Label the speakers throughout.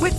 Speaker 1: With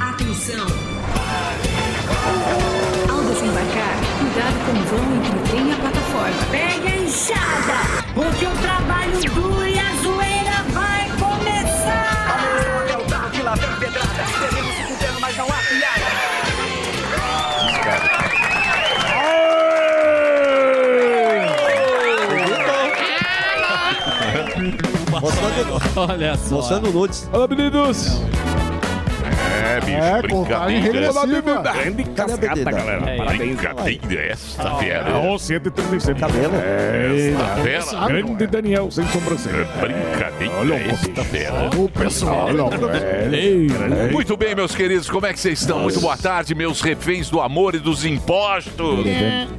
Speaker 2: Atenção! Ao desembarcar, cuidado com o vão entre o trem e a plataforma. Pegue a enxada, porque o trabalho duro e a zoeira vai começar!
Speaker 3: Olha só.
Speaker 4: Mostrando nudes.
Speaker 5: Alô, meninos!
Speaker 6: É, bicho,
Speaker 7: É, contagem
Speaker 6: brincadeira. essa-
Speaker 7: regressiva.
Speaker 6: Grande
Speaker 4: Cadê a
Speaker 6: cascata,
Speaker 4: bebida?
Speaker 3: É,
Speaker 6: galera.
Speaker 3: cadê?
Speaker 6: Brincadeira esta
Speaker 5: Ah,
Speaker 6: fera.
Speaker 5: ó, 137.
Speaker 4: Cabelo.
Speaker 6: Esta fera.
Speaker 5: Grande Daniel, sem sobrancelha. Olha o
Speaker 6: Brincadeira
Speaker 5: moço.
Speaker 6: esta fera.
Speaker 7: O pessoal, não, velho.
Speaker 5: Ei,
Speaker 6: Muito bem, meus queridos, como é que vocês estão? Muito boa tarde, meus reféns do amor e dos impostos.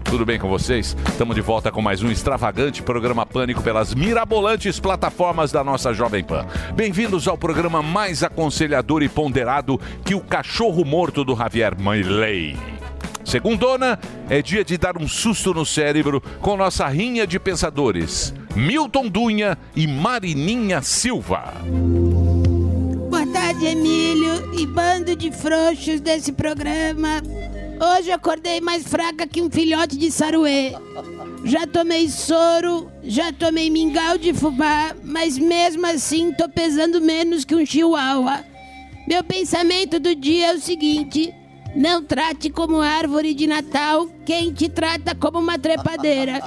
Speaker 6: Tudo bem com vocês? Estamos de volta com mais um extravagante programa Pânico pelas mirabolantes plataformas da nossa Jovem Pan. Bem-vindos ao programa mais aconselhador e ponderado que o cachorro morto do Javier Mailei. Segundona é dia de dar um susto no cérebro com nossa rinha de pensadores, Milton Dunha e Marininha Silva.
Speaker 8: Boa tarde, Emílio e bando de frouxos desse programa. Hoje eu acordei mais fraca que um filhote de saruê. Já tomei soro, já tomei mingau de fubá, mas mesmo assim tô pesando menos que um chihuahua. Meu pensamento do dia é o seguinte: não trate como árvore de Natal quem te trata como uma trepadeira.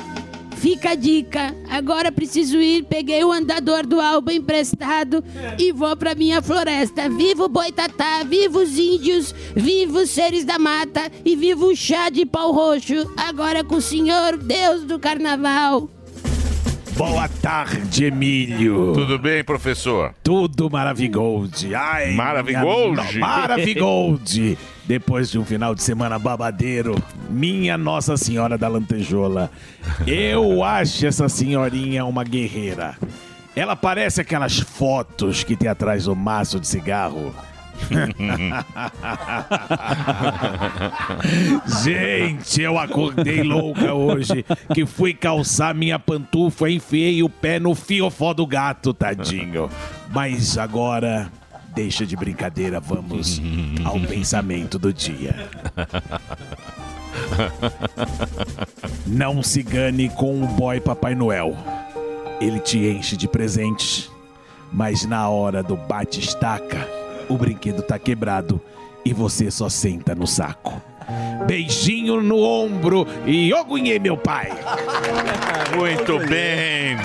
Speaker 8: Fica a dica. Agora preciso ir. Peguei o andador do Alba emprestado e vou pra minha floresta. Vivo o boitatá, vivo os índios, vivo os seres da mata e vivo o chá de pau roxo. Agora com o senhor Deus do carnaval.
Speaker 5: Boa tarde, Emílio.
Speaker 6: Tudo bem, professor?
Speaker 5: Tudo maravigold. Ai,
Speaker 6: Maravigold?
Speaker 5: minha- Maravigold. Depois de um final de semana babadeiro, minha Nossa Senhora da Lantejola. Eu acho essa senhorinha uma guerreira. Ela parece aquelas fotos que tem atrás do maço de cigarro. Gente, eu acordei louca hoje que fui calçar minha pantufa, enfiei o pé no fiofó do gato, tadinho. Mas agora, deixa de brincadeira, vamos ao pensamento do dia. Não se gane com o boy Papai Noel. Ele te enche de presentes, mas na hora do bate-estaca, o brinquedo tá quebrado e você só senta no saco. Beijinho no ombro e ogunhei meu pai.
Speaker 6: Muito bem.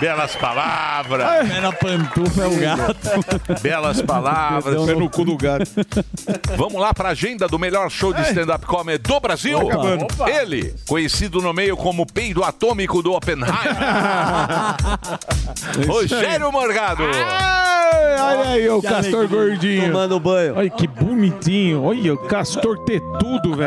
Speaker 6: Belas palavras,
Speaker 3: Pé na pantufa é o gato.
Speaker 6: belas palavras.
Speaker 3: Pé no
Speaker 5: cu do gato. É
Speaker 6: Vamos lá para a agenda do melhor show de stand-up comedy do Brasil.
Speaker 5: acabando.
Speaker 6: Ele, conhecido no meio como peido atômico do Oppenheimer. Rogério Morgado.
Speaker 5: Ah, Olha aí, o Castor Gordinho.
Speaker 4: Tomando banho.
Speaker 5: Olha que bonitinho. Olha, o Castor tetudo, velho.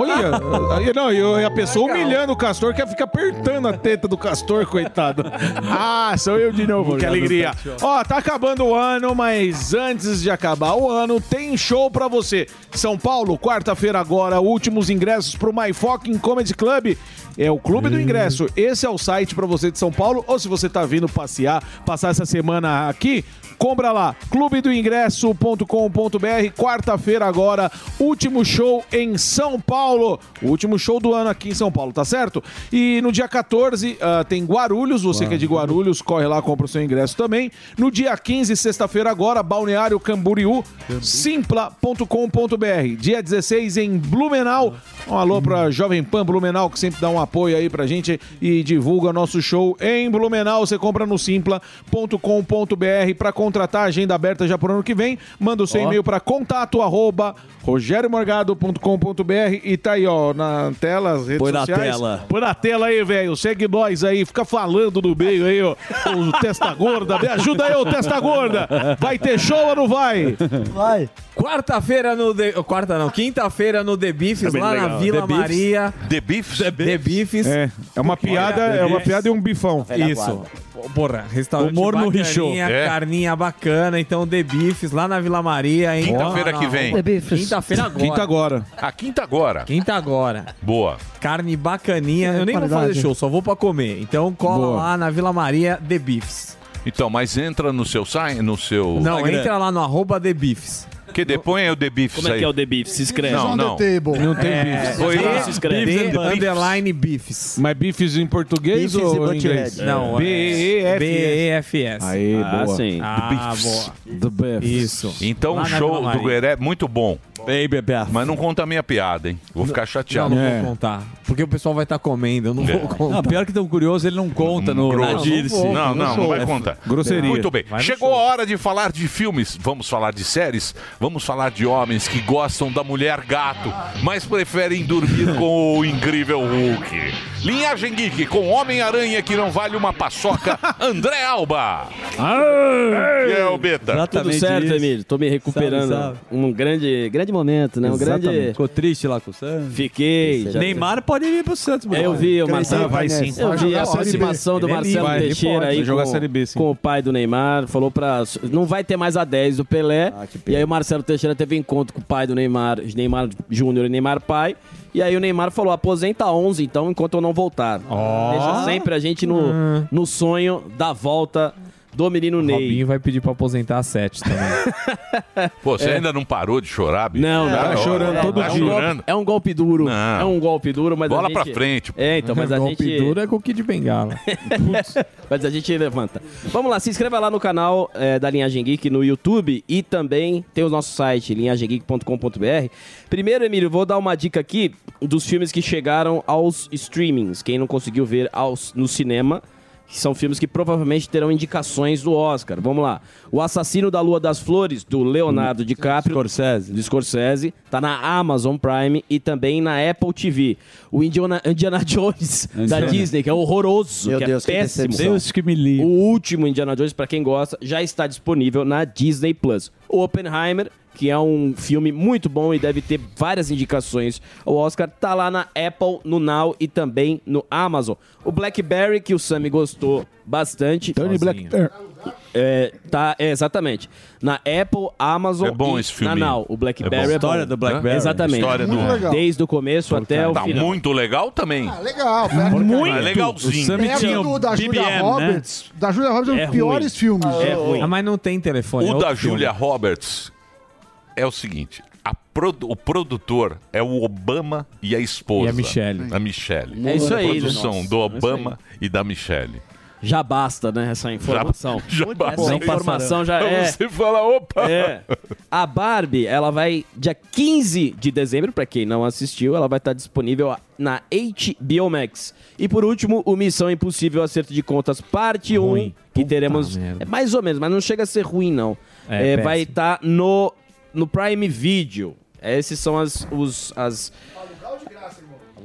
Speaker 5: Olha, aí, não, eu, a pessoa humilhando o Castor quer ficar apertando a teta do Castor, coitado. Ah, sou eu de novo, que alegria. Ó, tá acabando o ano, mas antes de acabar o ano, tem show pra você. São Paulo, quarta-feira agora, últimos ingressos pro My Fucking Comedy Club. É o Clube do Ingresso. Esse é o site pra você de São Paulo, ou se você tá vindo passear, passar essa semana aqui, Compra lá, clubedoingresso.com.br, quarta-feira agora, último show em São Paulo. O último show do ano aqui em São Paulo, tá certo? E no dia 14 ah, tem Guarulhos, você que é de Guarulhos, corre lá, compra o seu ingresso também. No dia 15, sexta-feira agora, Balneário Camboriú, simpla.com.br. Dia 16 em Blumenau, um alô pra Jovem Pan Blumenau, que sempre dá um apoio aí pra gente e divulga nosso show em Blumenau. Você compra no simpla.com.br para contratar agenda aberta já pro ano que vem. Manda o seu e-mail para com contato arroba rogeriomorgado.com.br e tá aí, ó, na tela, as redes
Speaker 9: Põe na
Speaker 5: sociais.
Speaker 9: tela.
Speaker 5: Põe na tela aí, velho. Segue nós aí, fica falando no meio aí, ó. O Testa Gorda, me ajuda aí, ô Testa Gorda. Vai ter show ou não vai?
Speaker 2: Vai.
Speaker 9: Quarta-feira no. The- Quarta não, quinta-feira no The Beefs, lá na Vila Maria.
Speaker 6: The Beefs?
Speaker 9: The Beefs.
Speaker 5: É, é uma piada, é uma piada e um bifão.
Speaker 9: Isso. Porra, restaurante
Speaker 5: Humor no
Speaker 9: bacaninha,
Speaker 5: Richô. É.
Speaker 9: carninha bacana. Então, The Beefs lá na Vila Maria. hein?
Speaker 6: Quinta-feira
Speaker 9: Lá
Speaker 6: que
Speaker 9: na-
Speaker 6: vem.
Speaker 9: Quinta-feira agora.
Speaker 6: Ah, quinta agora.
Speaker 9: Quinta agora.
Speaker 6: Boa.
Speaker 9: Carne bacaninha. Eu nem vou
Speaker 6: Qualidade.
Speaker 9: fazer show, só vou pra comer. Então, cola
Speaker 6: Boa.
Speaker 9: lá na Vila Maria, The Beefs.
Speaker 6: Então, mas entra no seu site, no seu...
Speaker 9: Não, entra lá no arroba The Beefs.
Speaker 6: Que depois é o The Beefs
Speaker 9: Como é
Speaker 6: aí.
Speaker 9: que é o The
Speaker 6: Beefs? Se
Speaker 9: escreve.
Speaker 6: Não, não.
Speaker 5: Não tem
Speaker 6: É,
Speaker 5: bifes.
Speaker 6: foi lá.
Speaker 9: The underline Beefs.
Speaker 5: Mas bifes em português
Speaker 9: Beefs e
Speaker 5: ou em
Speaker 9: Butthead.
Speaker 5: inglês?
Speaker 9: Não, é-
Speaker 5: B-E-E-F-S.
Speaker 9: B-E-E-F-S.
Speaker 5: Aê,
Speaker 9: Ah,
Speaker 5: boa.
Speaker 9: sim. Ah,
Speaker 5: The Beefs.
Speaker 9: Isso.
Speaker 6: Então o
Speaker 9: Lá na Vila
Speaker 6: show do
Speaker 9: Maria.
Speaker 6: Gueré é muito bom. Mas não conta a minha piada, hein? Vou ficar
Speaker 9: Não,
Speaker 6: chateado.
Speaker 9: não
Speaker 5: É.
Speaker 9: vou contar. Porque o pessoal vai estar comendo, eu não
Speaker 6: É.
Speaker 9: vou contar.
Speaker 6: Não,
Speaker 9: pior que tão curioso, ele não conta no
Speaker 6: Grosso. Não, não, não, vai contar. É.
Speaker 9: É Grosseria.
Speaker 6: Muito bem.
Speaker 9: Vai no
Speaker 6: Chegou a hora de falar de filmes. Vamos falar de séries. Vamos falar de homens que gostam da mulher gato, mas preferem dormir com o incrível Hulk. Linhagem Geek com Homem-Aranha que não vale uma paçoca, André Alba. Que é o Beta.
Speaker 10: Tá Tudo certo, Emílio. Tô me recuperando.
Speaker 6: Salve,
Speaker 10: Um grande, grande momento, né? Um grande.
Speaker 9: Ficou triste lá com o Santos?
Speaker 10: Fiquei. já-
Speaker 9: Neymar pode vir pro Santos,
Speaker 10: É, eu vi o Marcelo. Eu vi a aproximação
Speaker 11: é
Speaker 10: do Marcelo Teixeira aí
Speaker 5: jogar
Speaker 10: com,
Speaker 5: Série B,
Speaker 10: com o pai do Neymar. Falou pra. Não vai ter mais a 10 do Pelé. e aí o Marcelo Teixeira teve encontro com o pai do Neymar, Neymar Júnior e Neymar pai. E aí o Neymar falou: aposenta 11 então, enquanto eu não voltar. Deixa sempre a gente no, no sonho da volta do menino Ney.
Speaker 9: Robinho vai pedir pra aposentar a 7 também.
Speaker 6: Pô, você
Speaker 10: É.
Speaker 6: ainda não parou de chorar, bicho?
Speaker 10: Não, não.
Speaker 6: Tá chorando todo
Speaker 10: é
Speaker 6: dia.
Speaker 10: Um golpe,
Speaker 6: chorando.
Speaker 10: é um golpe duro.
Speaker 6: Não.
Speaker 10: É um golpe duro, mas
Speaker 6: Bola
Speaker 10: a
Speaker 6: pra
Speaker 10: gente...
Speaker 6: frente, pô.
Speaker 10: É, então, mas a
Speaker 9: golpe
Speaker 10: gente...
Speaker 9: duro é com o Kid Bengala.
Speaker 10: mas a gente levanta. Vamos lá, se inscreva lá no canal eh, da Linhagem Geek no YouTube e também tem o nosso site, linhagemgeek.com.br. Primeiro, Emílio, vou dar uma dica aqui dos filmes que chegaram aos streamings. Quem não conseguiu ver aos, no cinema, que são filmes que provavelmente terão indicações do Oscar. Vamos lá. O Assassino da Lua das Flores, do
Speaker 9: Hum.
Speaker 10: Leonardo DiCaprio. Scorsese. Do Scorsese. Tá na Amazon Prime e também na Apple TV. O Indiana, Indiana Jones, da
Speaker 9: Indiana.
Speaker 6: Né?
Speaker 10: Disney, que é horroroso.
Speaker 9: Meu
Speaker 10: que é
Speaker 9: Deus, que
Speaker 10: péssimo.
Speaker 9: decepção. Deus
Speaker 10: que me livre. O último Indiana Jones, pra quem gosta, já está disponível na Disney+. Plus. O Oppenheimer, que é um filme muito bom e deve ter várias indicações. O Oscar tá lá na Apple, no Now e também no Amazon. O Blackberry, que o Sammy gostou bastante. Tony Blackberry. É, tá, é, exatamente. Na Apple, Amazon
Speaker 6: É bom
Speaker 10: e
Speaker 6: esse filme.
Speaker 10: na Now. O
Speaker 6: É
Speaker 10: Blackberry
Speaker 6: bom.
Speaker 10: é,
Speaker 6: História
Speaker 10: bom.
Speaker 6: do Blackberry.
Speaker 10: Exatamente.
Speaker 6: História do- Muito legal.
Speaker 10: Desde o começo até o
Speaker 6: Tá
Speaker 10: final.
Speaker 6: muito legal também.
Speaker 12: Ah, Legal,
Speaker 6: Tá
Speaker 12: velho.
Speaker 6: muito. legalzinho.
Speaker 12: O Sam
Speaker 6: Lembra
Speaker 12: tinha o da Julia
Speaker 6: BBM, né?
Speaker 12: Roberts. Da Julia Roberts é um dos piores filmes.
Speaker 9: Ah, mas não tem telefone. é
Speaker 6: O
Speaker 9: outro
Speaker 6: da
Speaker 9: filme.
Speaker 6: Julia Roberts é o seguinte: a produ- o produtor é o Obama e a esposa.
Speaker 9: E a Michelle.
Speaker 6: A Michelle.
Speaker 10: É isso aí,
Speaker 6: Produção
Speaker 10: nossa.
Speaker 6: do
Speaker 10: É isso aí.
Speaker 6: Obama e da Michelle.
Speaker 10: Já basta, né? Essa informação.
Speaker 6: Já basta.
Speaker 10: Essa
Speaker 6: Não
Speaker 10: informação
Speaker 6: passarão.
Speaker 10: já é.
Speaker 6: Você fala, opa!
Speaker 10: É. A Barbie, ela vai dia 15 de dezembro, pra quem não assistiu, ela vai estar disponível na HBO Max. E por último, o Missão Impossível Acerto de Contas, parte 1, que teremos é, mais ou menos, mas não chega a ser ruim não.
Speaker 9: É,
Speaker 10: É, vai
Speaker 9: péssimo.
Speaker 10: estar no no Prime Video. Esses são as os as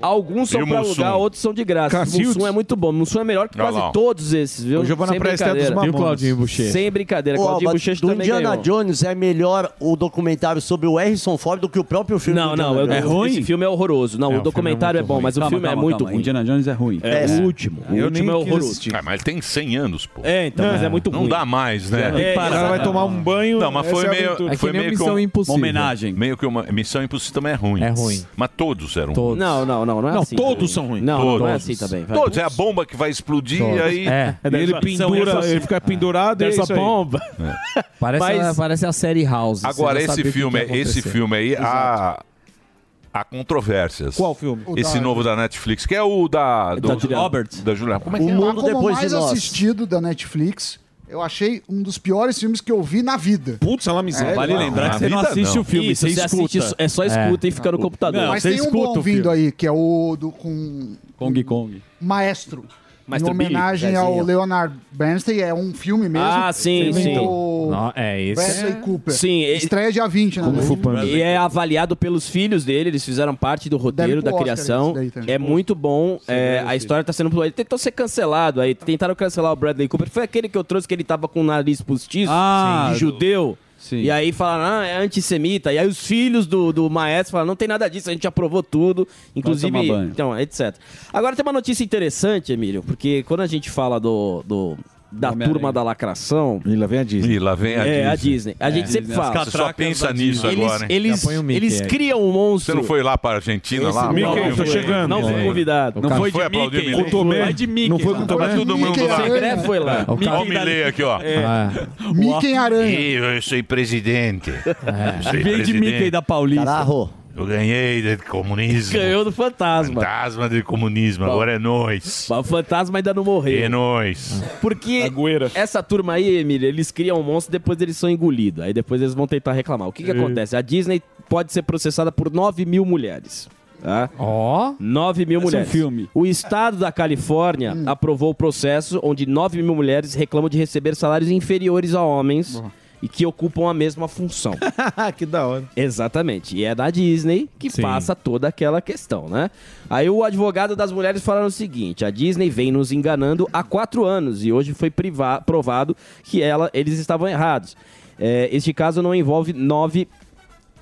Speaker 10: Alguns são
Speaker 9: E o
Speaker 10: pra
Speaker 9: Mussum?
Speaker 10: alugar, outros são de graça.
Speaker 9: Cacildes?
Speaker 10: Mussum é muito bom. Mussum é melhor que
Speaker 9: Olha
Speaker 10: quase
Speaker 9: lá, ó.
Speaker 10: todos esses, viu?
Speaker 9: O Giovanna
Speaker 10: Sem
Speaker 9: Presta é dos
Speaker 10: brincadeira.
Speaker 9: E o Claudinho Buchecha?
Speaker 10: Sem brincadeira.
Speaker 2: Ó,
Speaker 10: Claudinho
Speaker 2: mas
Speaker 10: Bochecha
Speaker 2: do
Speaker 10: também
Speaker 2: Indiana
Speaker 10: ganhou.
Speaker 2: Jones é melhor o documentário sobre o Harrison Ford do que o próprio filme.
Speaker 10: Não,
Speaker 2: do
Speaker 10: não,
Speaker 2: Indiana
Speaker 10: eu-
Speaker 2: Jones.
Speaker 10: esse filme é horroroso. Não, o documentário é, bom, mas o
Speaker 2: Calma,
Speaker 10: filme é
Speaker 2: calma,
Speaker 10: muito
Speaker 2: calma.
Speaker 10: ruim.
Speaker 6: Indiana
Speaker 10: Jones é ruim. É,
Speaker 6: Péssimo.
Speaker 10: o último. O
Speaker 6: Eu nem
Speaker 10: último é
Speaker 6: quis
Speaker 10: horroroso.
Speaker 6: assistir. Ah, mas ele tem 100 anos, pô.
Speaker 10: É, então, mas é muito
Speaker 6: não
Speaker 10: ruim.
Speaker 6: dá mais, né?
Speaker 10: É, tem que É, parar. exatamente.
Speaker 5: vai tomar um banho,
Speaker 6: Não, mas
Speaker 5: essa
Speaker 6: foi
Speaker 5: é a
Speaker 6: meio.
Speaker 5: aventura. É que
Speaker 6: foi
Speaker 5: nem
Speaker 6: meio
Speaker 5: Missão
Speaker 6: uma-
Speaker 5: Impossível.
Speaker 6: Uma homenagem. Meio que uma. Missão Impossível também é ruim.
Speaker 10: É ruim.
Speaker 6: Mas todos eram.
Speaker 10: Todos. Não, não, não, não é assim também. Não, não, não é assim também. vai.
Speaker 6: Todos. É a bomba que vai explodir e aí.
Speaker 10: É.
Speaker 5: E ele pendura, ele fica pendurado e é
Speaker 6: Dessa
Speaker 5: isso aí.
Speaker 6: bomba.
Speaker 10: É.
Speaker 9: Parece,
Speaker 6: Mas-
Speaker 9: a, parece a série House. você
Speaker 6: Agora,
Speaker 9: já
Speaker 6: esse
Speaker 9: sabia o que
Speaker 6: filme, é-
Speaker 9: que ia
Speaker 6: esse
Speaker 9: acontecer.
Speaker 6: filme aí, há, há controvérsias.
Speaker 5: Qual filme? O
Speaker 6: Esse
Speaker 5: da-
Speaker 6: novo da Netflix, que é o da...
Speaker 5: Da
Speaker 6: Do,
Speaker 5: Julia
Speaker 6: Roberts. Da Julia Como é que
Speaker 12: O
Speaker 6: é?
Speaker 12: mundo como mais assistido da Netflix. Eu achei um dos piores filmes que eu vi na vida.
Speaker 5: Putz, ela
Speaker 12: miséria.
Speaker 9: É, Vale lembrar que você não assiste o filme, você escuta.
Speaker 10: é
Speaker 11: um
Speaker 12: Mas tem um bom vindo aí, que é o do, com
Speaker 9: Kong Kong.
Speaker 12: Maestro. em homenagem ao Leonard Bernstein, é um filme mesmo.
Speaker 10: Ah, sim, sim.
Speaker 12: Do
Speaker 10: é
Speaker 12: Bradley Cooper.
Speaker 10: Sim, e-
Speaker 12: Estreia dia 20, né?
Speaker 10: E é avaliado pelos filhos dele, eles fizeram parte do roteiro,
Speaker 12: pro
Speaker 10: da
Speaker 12: Oscar
Speaker 10: criação.
Speaker 12: isso daí também.
Speaker 10: É muito bom. é, a história tá sendo. Ele tentou ser cancelado aí. Tentaram cancelar o Bradley Cooper. Foi aquele que eu trouxe que ele tava com o nariz postiço,
Speaker 11: Ah,
Speaker 10: de
Speaker 11: do-
Speaker 10: judeu. E aí falaram, ah, é antissemita. E aí os filhos do, do maestro falaram, não tem nada disso, a gente aprovou tudo. Inclusive,
Speaker 11: tomar banho.
Speaker 10: então, etc. Agora tem uma notícia interessante, Emílio, porque quando a gente fala do. do- da turma da lacração. E lá vem a Disney.
Speaker 6: E lá vem
Speaker 10: é,
Speaker 6: a Disney.
Speaker 10: A Disney. A gente
Speaker 6: É.
Speaker 10: sempre
Speaker 6: As
Speaker 10: fala.
Speaker 6: Você só catracas pensa da nisso Disney. agora, hein?
Speaker 10: Eles,
Speaker 6: Já põe o
Speaker 10: eles,
Speaker 6: Mickey
Speaker 10: eles
Speaker 6: aí.
Speaker 10: criam um monstro.
Speaker 6: Você não foi lá para a Argentina?
Speaker 10: Esse
Speaker 6: lá?
Speaker 10: Mickey,
Speaker 6: Não,
Speaker 10: eu
Speaker 6: não
Speaker 10: tô
Speaker 6: foi.
Speaker 10: chegando. Não fui convidado.
Speaker 6: Não
Speaker 10: Não foi
Speaker 6: foi, foi
Speaker 10: de
Speaker 6: aplaudir
Speaker 10: Mickey, não
Speaker 6: Milei.
Speaker 10: foi. Vai de Mickey,
Speaker 6: Não foi com
Speaker 10: não.
Speaker 6: Tomé?
Speaker 10: Foi
Speaker 6: todo mundo
Speaker 10: Mickey
Speaker 6: lá.
Speaker 10: Aranha. Foi
Speaker 5: É,
Speaker 10: lá. O
Speaker 6: Olha o
Speaker 10: Mickey
Speaker 6: Milei aqui, ó.
Speaker 10: É. Ah.
Speaker 12: Mickey Aranha.
Speaker 6: Eu sou presidente.
Speaker 10: é-
Speaker 5: É.
Speaker 6: Eu sou
Speaker 11: Em vez de
Speaker 6: presidente.
Speaker 11: Mickey da Paulista.
Speaker 6: Eu ganhei do comunismo.
Speaker 10: Ganhou do fantasma.
Speaker 6: Fantasma do comunismo, agora é nós.
Speaker 10: O fantasma ainda não morreu.
Speaker 6: É nós.
Speaker 10: Porque essa turma aí, Emílio, eles criam um monstro depois eles são engolidos. Aí depois eles vão tentar reclamar. O que, que
Speaker 11: É.
Speaker 10: acontece? A Disney pode ser processada por 9 mil mulheres. Tá? Ó. 9 mil
Speaker 11: Esse é um
Speaker 10: mulheres.
Speaker 11: filme.
Speaker 10: O estado da Califórnia aprovou o processo onde 9 mil mulheres reclamam de receber salários inferiores a homens e que ocupam a mesma função. que da hora. Exatamente. E é da Disney que passa toda aquela questão, né? Aí o advogado das mulheres falaram o seguinte: a Disney vem nos enganando há quatro anos e hoje foi priva- provado que ela, eles estavam errados. É, este caso não envolve nove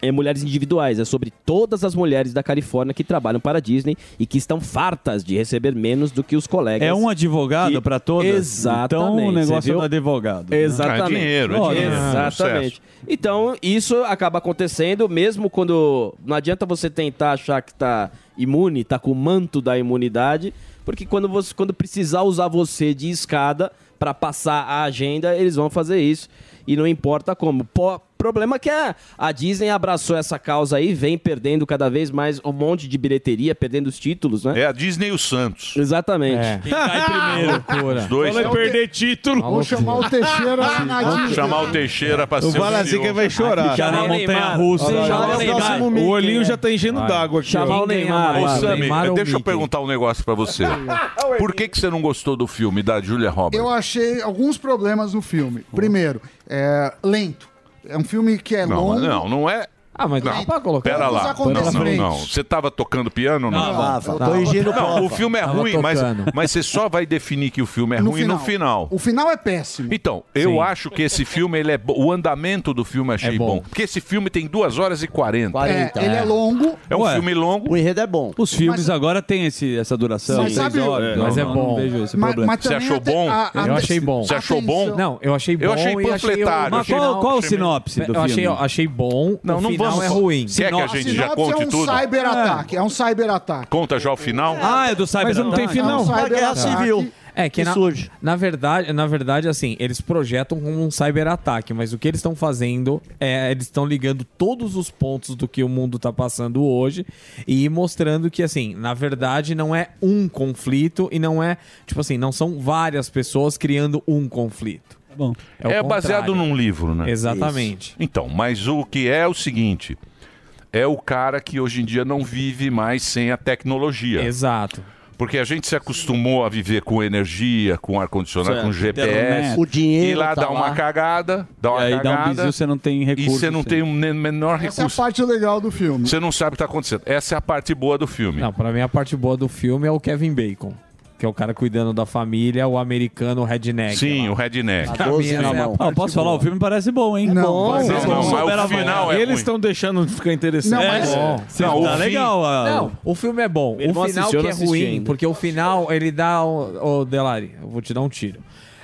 Speaker 10: é mulheres individuais, é sobre todas as mulheres da Califórnia que trabalham para a Disney e que estão fartas de receber menos do que os colegas.
Speaker 11: É um advogado pra todas?
Speaker 10: Exatamente.
Speaker 11: Então o
Speaker 10: você
Speaker 11: negócio é
Speaker 10: viu?
Speaker 11: do advogado.
Speaker 10: Exatamente.
Speaker 6: É
Speaker 11: Olha,
Speaker 6: um
Speaker 10: Exatamente. Então, isso acaba acontecendo mesmo quando. Não adianta você tentar achar que tá imune, tá com o manto da imunidade, porque quando, você, quando precisar usar você de escada para passar a agenda, eles vão fazer isso. E não importa como. O problema é que a, a Disney abraçou essa causa aí, vem perdendo cada vez mais um monte de bilheteria, perdendo os títulos, né?
Speaker 6: É a Disney e o Santos.
Speaker 10: Exatamente.
Speaker 11: É.
Speaker 6: Quem cai primeiro? Loucura. Os dois. Vai Tá. perder
Speaker 10: título.
Speaker 12: Vou chamar o Teixeira lá na
Speaker 6: Vamos
Speaker 12: Disney.
Speaker 6: chamar o Teixeira pra
Speaker 5: O
Speaker 6: ser o
Speaker 5: Valazica
Speaker 6: CEO.
Speaker 5: vai chorar.
Speaker 6: Já
Speaker 5: Chamar o Neymar. Olha lá, olha lá, o próximo Mickey, O olhinho né? já tá enchendo Vai. d'água aqui, Chamar ó. o Neymar,
Speaker 6: Ô,
Speaker 5: vai,
Speaker 6: Sammy,
Speaker 5: Neymar é ou
Speaker 6: deixa eu
Speaker 5: Mickey?
Speaker 6: perguntar um negócio pra você. Por que, que você não gostou do filme da Julia Roberts?
Speaker 12: Eu achei alguns problemas no filme. Primeiro, é lento. É um filme que é
Speaker 6: não,
Speaker 12: longo.
Speaker 6: não, não é... Ah, mas
Speaker 12: dá
Speaker 6: não,
Speaker 12: pra colocar.
Speaker 6: Pera
Speaker 12: Vamos
Speaker 6: lá.
Speaker 12: usar como
Speaker 6: Não, não,
Speaker 12: referência.
Speaker 6: não. Você tava tocando piano ou não?
Speaker 12: Não, Tava, eu tava.
Speaker 6: Não,
Speaker 12: Engenheiro
Speaker 6: o
Speaker 12: Copa.
Speaker 6: filme é
Speaker 12: Tava
Speaker 6: ruim, mas,
Speaker 12: tocando.
Speaker 6: mas você só vai definir que o filme é
Speaker 12: No
Speaker 6: ruim no final.
Speaker 12: O final é péssimo.
Speaker 6: Então, eu
Speaker 12: Sim.
Speaker 6: acho que esse filme, ele é bo- o andamento do filme eu achei bom. Porque esse filme tem 2 horas e 40.
Speaker 12: É, ele é longo.
Speaker 6: É um
Speaker 11: Ué.
Speaker 6: filme longo.
Speaker 2: O enredo é bom.
Speaker 11: Os filmes agora têm esse, essa duração,
Speaker 6: Mas
Speaker 11: seis
Speaker 6: sabe-
Speaker 11: horas.
Speaker 6: É, não,
Speaker 11: mas é
Speaker 6: não,
Speaker 11: bom.
Speaker 6: não
Speaker 11: vejo esse
Speaker 6: Mas-
Speaker 11: problema.
Speaker 6: mas Você também achou até- bom? a- a-
Speaker 9: eu achei bom.
Speaker 6: Você achou bom?
Speaker 9: Não, eu achei bom.
Speaker 6: Eu achei
Speaker 9: e
Speaker 6: panfletário,
Speaker 9: Mas
Speaker 6: achei-
Speaker 9: qual, qual
Speaker 6: achei
Speaker 9: o sinopse do
Speaker 6: meio-
Speaker 9: filme?
Speaker 6: eu achei-
Speaker 9: Achei, bom.
Speaker 6: Não,
Speaker 9: o
Speaker 6: não
Speaker 9: final
Speaker 6: vamos-
Speaker 9: é ruim.
Speaker 6: Quer que a gente já
Speaker 12: Sinopse
Speaker 6: conte
Speaker 12: é um
Speaker 6: tudo?
Speaker 12: cyberataque. É um cyberataque.
Speaker 6: Conta já o final?
Speaker 9: Ah, é do Cyber
Speaker 12: É um cyberataque.
Speaker 9: É que,
Speaker 12: que
Speaker 9: na,
Speaker 12: surge.
Speaker 9: na verdade, na verdade, assim, eles projetam como um cyberataque, mas o que eles estão fazendo é eles estão ligando todos os pontos do que o mundo tá passando hoje e mostrando que assim, na verdade, não é um conflito e não é tipo assim, não são várias pessoas criando um conflito.
Speaker 11: bom.
Speaker 6: É, baseado num livro, né?
Speaker 9: Exatamente.
Speaker 6: Então, mas o que é o seguinte: é o cara que hoje em dia não vive mais sem a tecnologia.
Speaker 9: Exato.
Speaker 6: Porque a gente se acostumou a viver com energia, com ar-condicionado,
Speaker 11: Certo.
Speaker 6: com GPS.
Speaker 11: Internet. O dinheiro
Speaker 6: E lá
Speaker 11: tá
Speaker 6: dá uma
Speaker 11: lá.
Speaker 6: cagada, dá uma
Speaker 11: E aí dá um
Speaker 6: cagada.
Speaker 11: bizil, você não tem recurso,
Speaker 6: E você não
Speaker 11: você-
Speaker 6: tem o men- menor
Speaker 12: Essa é a
Speaker 6: recurso.
Speaker 12: parte legal do filme.
Speaker 6: Você não sabe o que está acontecendo. Essa é a parte boa do
Speaker 11: Tá
Speaker 6: filme.
Speaker 9: Não, pra mim a parte boa do filme é o Kevin Bacon. Que é o cara cuidando da família, o americano redneck.
Speaker 11: tá
Speaker 6: Sim, o redneck.
Speaker 9: Pra mim, essa é a parte
Speaker 11: posso falar?
Speaker 9: boa.
Speaker 11: O filme parece bom, hein?
Speaker 9: bom.
Speaker 11: Mas
Speaker 9: Não,
Speaker 11: eles
Speaker 9: não, mas o
Speaker 11: souberam
Speaker 6: final
Speaker 11: avaliar.
Speaker 6: é ruim.
Speaker 11: Eles estão deixando de
Speaker 6: é
Speaker 11: ficar interessante.
Speaker 9: Não, mas-
Speaker 11: bom.
Speaker 9: Não,
Speaker 11: Não,
Speaker 9: o
Speaker 11: tá
Speaker 9: fim-
Speaker 11: legal. a-
Speaker 9: Não, o filme é bom.
Speaker 11: Ele não
Speaker 9: o final
Speaker 11: assistiu, eu
Speaker 9: que
Speaker 11: não
Speaker 9: é
Speaker 11: assisti
Speaker 9: ruim,
Speaker 11: ainda.
Speaker 9: porque o final ele dá. Ô, Delari, eu vou te dar um tiro.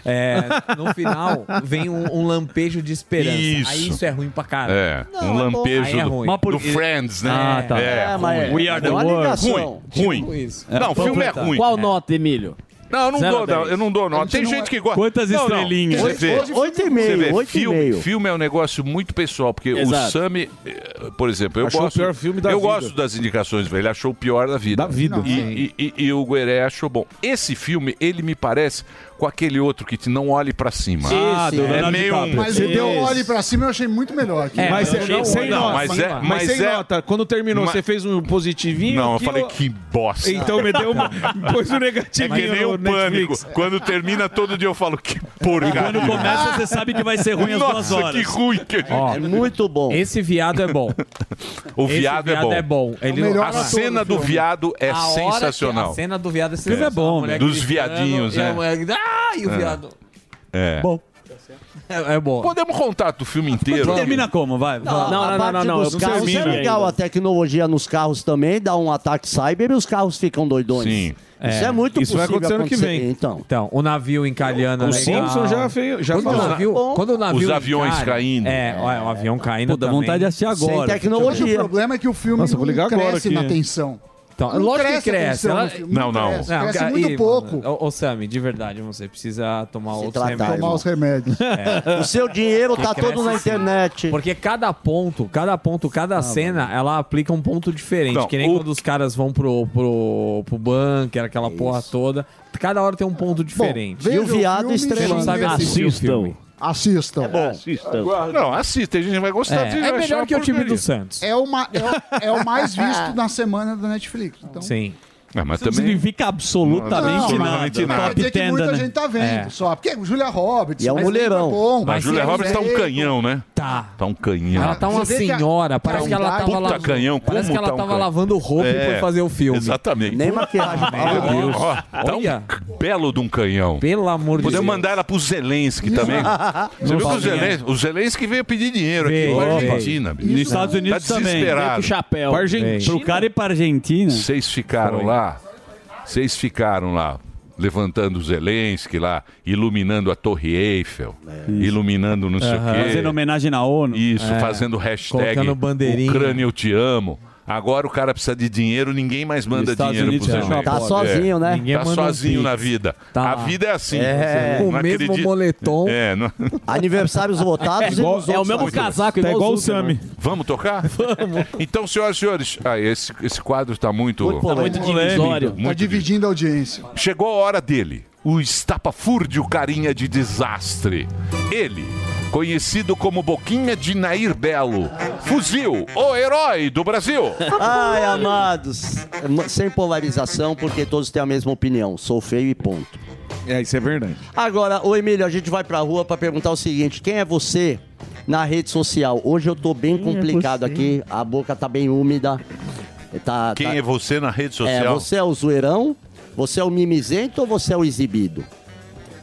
Speaker 9: É, no final vem um, um lampejo de esperança.
Speaker 6: Isso.
Speaker 9: Aí isso é ruim pra caralho.
Speaker 6: É, um lampejo
Speaker 9: Aí é
Speaker 6: do-
Speaker 9: ruim.
Speaker 6: do, Friends, né?
Speaker 9: Ah, tá.
Speaker 6: É,
Speaker 9: É, mas é-
Speaker 6: ruim.
Speaker 9: We are the
Speaker 6: Ruim.
Speaker 9: world.
Speaker 6: Ruim,
Speaker 9: Tipo
Speaker 6: ruim.
Speaker 9: isso.
Speaker 6: Não,
Speaker 9: É,
Speaker 6: o filme é
Speaker 9: completar.
Speaker 6: ruim.
Speaker 10: Qual nota, Emílio?
Speaker 6: Não, eu não
Speaker 10: Zero a
Speaker 6: dou, não,
Speaker 10: dez.
Speaker 6: eu não dou
Speaker 10: A
Speaker 6: nota.
Speaker 10: gente
Speaker 6: Tem
Speaker 10: não
Speaker 6: gente
Speaker 10: é-
Speaker 6: que gosta.
Speaker 10: Quantas
Speaker 6: Não, não.
Speaker 10: estrelinhas?
Speaker 6: Você vê-
Speaker 10: Hoje- oito e
Speaker 6: você
Speaker 10: meio,
Speaker 6: vê,
Speaker 10: oito e
Speaker 6: filme,
Speaker 10: meio.
Speaker 6: Filme é um negócio muito pessoal, porque o
Speaker 10: Exato.
Speaker 6: Sami, eh, por exemplo, eu
Speaker 5: Achou o
Speaker 6: gosto.
Speaker 5: pior filme da
Speaker 6: eu
Speaker 5: vida.
Speaker 6: gosto das indicações, velho. Ele achou o pior da vida. Da
Speaker 5: vida.
Speaker 6: E, e- e- e o Gueré achou bom. Esse filme, ele me parece com aquele outro que te não olhe pra cima.
Speaker 12: Ah, do
Speaker 6: é
Speaker 12: Leonardo
Speaker 6: meio um.
Speaker 12: Mas o deu um olhe pra cima eu achei muito melhor. aqui.
Speaker 5: mas, é- não, sem
Speaker 6: Não,
Speaker 5: nota.
Speaker 6: mas é-
Speaker 5: mas,
Speaker 6: mas
Speaker 5: sem
Speaker 6: é-
Speaker 5: nota. Quando terminou,
Speaker 6: Mas-
Speaker 5: você fez um positivinho?
Speaker 6: Não, eu
Speaker 5: aquilo-
Speaker 6: falei que bosta.
Speaker 5: Então me deu uma- pôs um negativinho
Speaker 6: É que nem o
Speaker 5: no Netflix.
Speaker 6: pânico. Quando termina todo dia eu falo que porcaria.
Speaker 9: E quando começa, você sabe que vai ser ruim às
Speaker 6: Nossa,
Speaker 9: duas horas.
Speaker 6: que ruim que a gente-
Speaker 9: Ó, É muito bom. Esse viado é bom.
Speaker 6: O
Speaker 9: Esse
Speaker 6: viado, é bom.
Speaker 9: Ele-
Speaker 6: a cena do viado é
Speaker 9: A hora que
Speaker 6: sensacional.
Speaker 9: A cena do viado é
Speaker 6: filme é
Speaker 9: sensacional.
Speaker 6: bom,
Speaker 9: A mulher
Speaker 6: Dos
Speaker 9: gritando,
Speaker 6: viadinhos,
Speaker 9: e a
Speaker 6: né?
Speaker 9: mulher- Ah, e o
Speaker 6: É.
Speaker 9: viado.
Speaker 6: É.
Speaker 9: Bom. É, é bom.
Speaker 6: Podemos contar do filme inteiro?
Speaker 9: Mas termina
Speaker 6: como? Vai.
Speaker 9: Não, não,
Speaker 13: a
Speaker 9: não,
Speaker 13: parte
Speaker 9: não, não,
Speaker 13: dos
Speaker 9: eu não
Speaker 13: carros é
Speaker 9: termino
Speaker 13: legal
Speaker 9: ainda.
Speaker 13: a tecnologia nos carros também, dá um ataque cyber e os carros ficam doidões.
Speaker 9: Sim.
Speaker 13: Isso é, muito
Speaker 9: Isso
Speaker 13: possível
Speaker 9: vai acontecer ano que
Speaker 13: acontecer,
Speaker 9: vem.
Speaker 13: Então.
Speaker 9: Então, o navio encalhando.
Speaker 13: O
Speaker 9: legal.
Speaker 13: Simpson já fez- já
Speaker 9: quando, o
Speaker 13: falou.
Speaker 9: navio,
Speaker 13: Bom.
Speaker 9: quando o navio
Speaker 6: Os aviões caindo.
Speaker 9: É, olha, o avião caindo.
Speaker 12: Pô, dá
Speaker 9: também.
Speaker 12: vontade de assistir Sem agora. tecnologia. Hoje o problema é que o filme
Speaker 9: Nossa, eu
Speaker 12: não
Speaker 9: vou ligar agora
Speaker 12: cresce
Speaker 9: aqui.
Speaker 12: na tensão.
Speaker 9: Então,
Speaker 12: Não
Speaker 9: lógico que
Speaker 12: cresce a
Speaker 9: cresce.
Speaker 12: tensão
Speaker 9: ela-
Speaker 12: no filme, não cresce, cresce
Speaker 9: cara,
Speaker 12: muito
Speaker 9: ih,
Speaker 12: pouco.
Speaker 9: mano, Ô, ô, Sammy, de verdade, você precisa tomar
Speaker 12: Se
Speaker 9: outros
Speaker 12: tratar,
Speaker 9: remédios.
Speaker 12: tomar os remédios.
Speaker 9: É.
Speaker 13: O seu dinheiro tá
Speaker 9: Porque
Speaker 13: todo na
Speaker 9: cresce, sim.
Speaker 13: internet.
Speaker 9: Porque cada ponto, cada ponto, cada cena, ela aplica um ponto diferente.
Speaker 13: Não,
Speaker 9: que nem quando os caras vão pro, pro, pro bunker, aquela porra toda. Cada hora tem um ponto diferente.
Speaker 12: veja o filme,
Speaker 9: Você não sabe assistir o filme.
Speaker 12: Assistam. É bom.
Speaker 6: Não, assista, a gente vai gostar
Speaker 9: É,
Speaker 6: de
Speaker 9: é
Speaker 6: achar
Speaker 9: melhor que o time
Speaker 6: porcaria.
Speaker 9: do Santos.
Speaker 12: É, uma, é, o- é o mais visto na semana da Netflix. Então,
Speaker 9: Sim.
Speaker 6: É, mas
Speaker 11: Não
Speaker 6: também...
Speaker 11: significa absolutamente
Speaker 6: Não,
Speaker 11: nada.
Speaker 6: absolutamente nada.
Speaker 12: Quer dizer
Speaker 11: Top
Speaker 12: que muita
Speaker 11: tenda, né?
Speaker 12: gente tá vendo
Speaker 6: É.
Speaker 12: só. Porque é Julia Roberts.
Speaker 6: E é um
Speaker 12: mas
Speaker 6: mulherão.
Speaker 12: é bom.
Speaker 6: Mas Julia Roberts tá um canhão, né?
Speaker 9: é Tá.
Speaker 6: Tá um canhão.
Speaker 9: Ela tá uma
Speaker 12: Você vê
Speaker 6: é
Speaker 12: que a-
Speaker 6: um
Speaker 9: senhora, parece
Speaker 12: a
Speaker 9: que ela
Speaker 12: idade-
Speaker 9: tava
Speaker 6: Puta
Speaker 9: lavando-
Speaker 6: canhão, como
Speaker 9: parece que ela
Speaker 6: tá um
Speaker 9: tava
Speaker 6: canhão?
Speaker 9: lavando roupa e foi fazer o filme.
Speaker 6: Exatamente.
Speaker 9: Nem maquiagem.
Speaker 6: Meu Deus. Ó, tá um
Speaker 9: Olha.
Speaker 6: belo de um canhão.
Speaker 9: Pelo amor de
Speaker 6: Podemos
Speaker 9: Deus.
Speaker 6: mandar ela pro Zelensky também. Você viu que o
Speaker 9: Nossa,
Speaker 6: Zelensky, o Zelensky veio pedir dinheiro aqui
Speaker 11: Veio,
Speaker 6: pra
Speaker 11: veio.
Speaker 6: Argentina. bicho.
Speaker 11: Nos Estados Unidos
Speaker 6: tá
Speaker 11: também. Veio
Speaker 6: desesperado.
Speaker 11: com chapéu. Pra Argentina. Pro cara
Speaker 6: e pra Argentina. Vocês ficaram lá. Vocês ficaram lá. Levantando o Zelensky lá, iluminando a Torre Eiffel,
Speaker 9: É.
Speaker 6: iluminando não sei o
Speaker 11: Aham.
Speaker 6: quê.
Speaker 11: Fazendo homenagem na ONU.
Speaker 6: Isso,
Speaker 11: É.
Speaker 6: fazendo hashtag
Speaker 11: Colocando bandeirinha.
Speaker 6: Ucrânia eu te amo. Agora o cara precisa de dinheiro, ninguém mais manda
Speaker 9: Estados
Speaker 6: dinheiro
Speaker 9: Unidos
Speaker 6: pro
Speaker 9: é
Speaker 6: Zelensky.
Speaker 9: uma Tá pobre. sozinho, né? Ninguém
Speaker 6: tá
Speaker 9: manda um
Speaker 6: sozinho
Speaker 9: pix.
Speaker 6: na vida.
Speaker 9: Tá.
Speaker 6: a vida é assim.
Speaker 9: É. Com o mesmo moletom. É
Speaker 6: É, não...
Speaker 13: Aniversários
Speaker 6: É
Speaker 13: votados e nos outros também.
Speaker 6: Tá Vamos tocar? Vamos. Então, senhoras e senhores, ah, esse, esse quadro está Tá muito...
Speaker 12: Tá
Speaker 6: Muito
Speaker 12: dividindo a audiência.
Speaker 6: Chegou a hora dele, o estapafúrdio carinha de desastre. Ele, conhecido como Boquinha de Nair Belo, fuzil, o herói do Brasil.
Speaker 13: Ai, amados. Sem polarização, porque todos têm a mesma opinião. Sou feio e ponto.
Speaker 5: É, isso é verdade.
Speaker 13: Agora, ô Emílio, a gente vai pra rua pra perguntar o seguinte: quem é você na rede social? Hoje eu tô bem complicado aqui, a boca tá bem úmida. Tá,
Speaker 6: Quem
Speaker 13: tá-
Speaker 6: é você na rede
Speaker 13: É,
Speaker 6: social?
Speaker 13: você é o zoeirão? Você é o mimizento ou você é o exibido?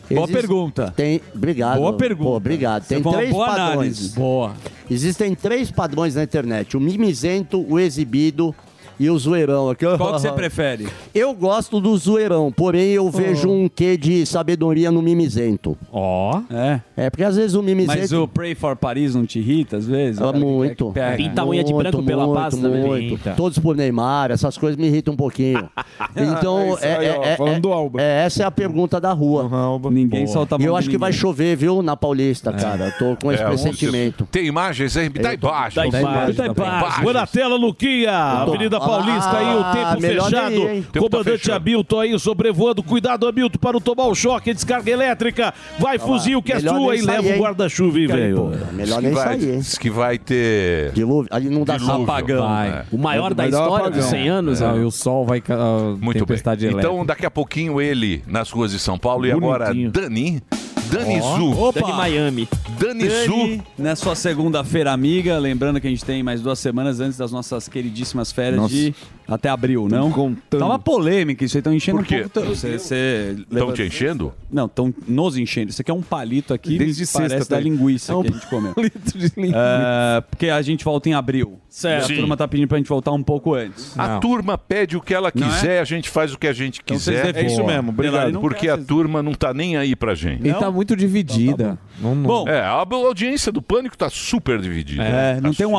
Speaker 11: Boa
Speaker 13: Existe-
Speaker 11: pergunta.
Speaker 13: Tem, obrigado.
Speaker 11: Boa pergunta.
Speaker 13: Pô, obrigado.
Speaker 11: Você
Speaker 13: Tem
Speaker 11: foi uma
Speaker 13: três
Speaker 11: boa
Speaker 13: padrões.
Speaker 11: análise.
Speaker 9: Boa.
Speaker 13: Existem três padrões na internet: o mimizento, o exibido e o zoeirão. Aqui, ó.
Speaker 11: Qual que você prefere? Oh.
Speaker 13: Eu gosto do zoeirão, porém eu vejo um quê de sabedoria no mimizento.
Speaker 9: Ó.
Speaker 11: É.
Speaker 13: É, porque às vezes o mimizento.
Speaker 11: Mas o Pray for Paris não te irrita às vezes?
Speaker 13: Ah, muito.
Speaker 11: Pinta a unha de branco pela né? paz também. Pinta.
Speaker 13: Todos por Neymar, essas coisas me irritam um pouquinho. Então,
Speaker 11: Isso
Speaker 13: é,
Speaker 11: aí,
Speaker 13: é,
Speaker 11: ó,
Speaker 13: é-
Speaker 11: falando do Alba.
Speaker 13: é- essa é a pergunta da rua.
Speaker 11: Ninguém solta a mão
Speaker 13: Eu
Speaker 11: de
Speaker 13: acho que vai
Speaker 11: ninguém.
Speaker 13: chover, viu, na Paulista, cara. Eu tô com esse
Speaker 6: É,
Speaker 13: Um pressentimento.
Speaker 6: você- Tem imagens aí? Tá embaixo.
Speaker 13: Tá embaixo,
Speaker 6: Tá
Speaker 13: tá
Speaker 6: embaixo.
Speaker 5: Boa na tela, Luquinha. Avenida Paulista aí, o tempo
Speaker 6: melhor
Speaker 5: fechado.
Speaker 6: nem, hein? Tempo tá
Speaker 5: Comandante
Speaker 6: fechado.
Speaker 5: Hamilton aí sobrevoando. Cuidado, Hamilton, para não tomar o choque. Descarga elétrica. Vai,
Speaker 13: Tá
Speaker 6: Olha lá.
Speaker 5: fuzil, que é
Speaker 6: Melhor
Speaker 5: sua
Speaker 6: nem
Speaker 5: e
Speaker 6: sair,
Speaker 5: leva o
Speaker 6: hein?
Speaker 5: guarda-chuva, hein,
Speaker 6: Cara,
Speaker 5: velho.
Speaker 6: pô,
Speaker 13: Melhor nem
Speaker 6: Diz que vai-
Speaker 13: sair, hein?
Speaker 6: Diz que vai ter...
Speaker 13: Dilúvio. Ali não dá
Speaker 6: Dilúvio. Vai.
Speaker 11: né?
Speaker 9: O maior
Speaker 11: é
Speaker 9: da
Speaker 11: um
Speaker 9: história dos 100 anos.
Speaker 6: É.
Speaker 9: o sol vai... ca- ah,
Speaker 6: Muito bem.
Speaker 9: tempestade elétrica.
Speaker 6: Então, daqui a pouquinho, ele nas ruas de São Paulo. E agora, Dani. Dani
Speaker 11: Ó.
Speaker 6: Zu.
Speaker 11: Opa. Dani Miami.
Speaker 6: Dani, Zu.
Speaker 11: Na sua segunda-feira, amiga. Lembrando que a gente tem mais duas semanas antes das nossas queridíssimas férias
Speaker 6: Nossa.
Speaker 11: de até abril, não? Tá uma polêmica isso aí. Estão enchendo
Speaker 6: Por quê?
Speaker 11: um pouco. Você, você
Speaker 6: Estão
Speaker 11: leva-
Speaker 6: te enchendo?
Speaker 11: Não, estão nos enchendo. Isso aqui é um palito aqui
Speaker 6: Desde
Speaker 11: Desde
Speaker 6: sexta
Speaker 11: parece da
Speaker 6: também.
Speaker 11: linguiça
Speaker 6: É um
Speaker 11: que a gente comeu.
Speaker 9: palito de linguiça.
Speaker 11: É, porque a gente volta em abril.
Speaker 6: Certo.
Speaker 11: E
Speaker 6: Sim.
Speaker 11: A turma tá pedindo pra gente voltar um pouco antes.
Speaker 6: A turma pede o que ela
Speaker 11: Não é?
Speaker 6: quiser, a gente faz o que a gente
Speaker 11: Então vocês
Speaker 6: quiser.
Speaker 11: defendem. É isso mesmo, obrigado. Delari não
Speaker 6: Porque a turma não tá nem aí pra gente.
Speaker 9: E tá muito
Speaker 11: Tá,
Speaker 9: dividida. Não- não-
Speaker 6: Bom, é, a audiência do Pânico tá super dividida.
Speaker 11: É, não tem um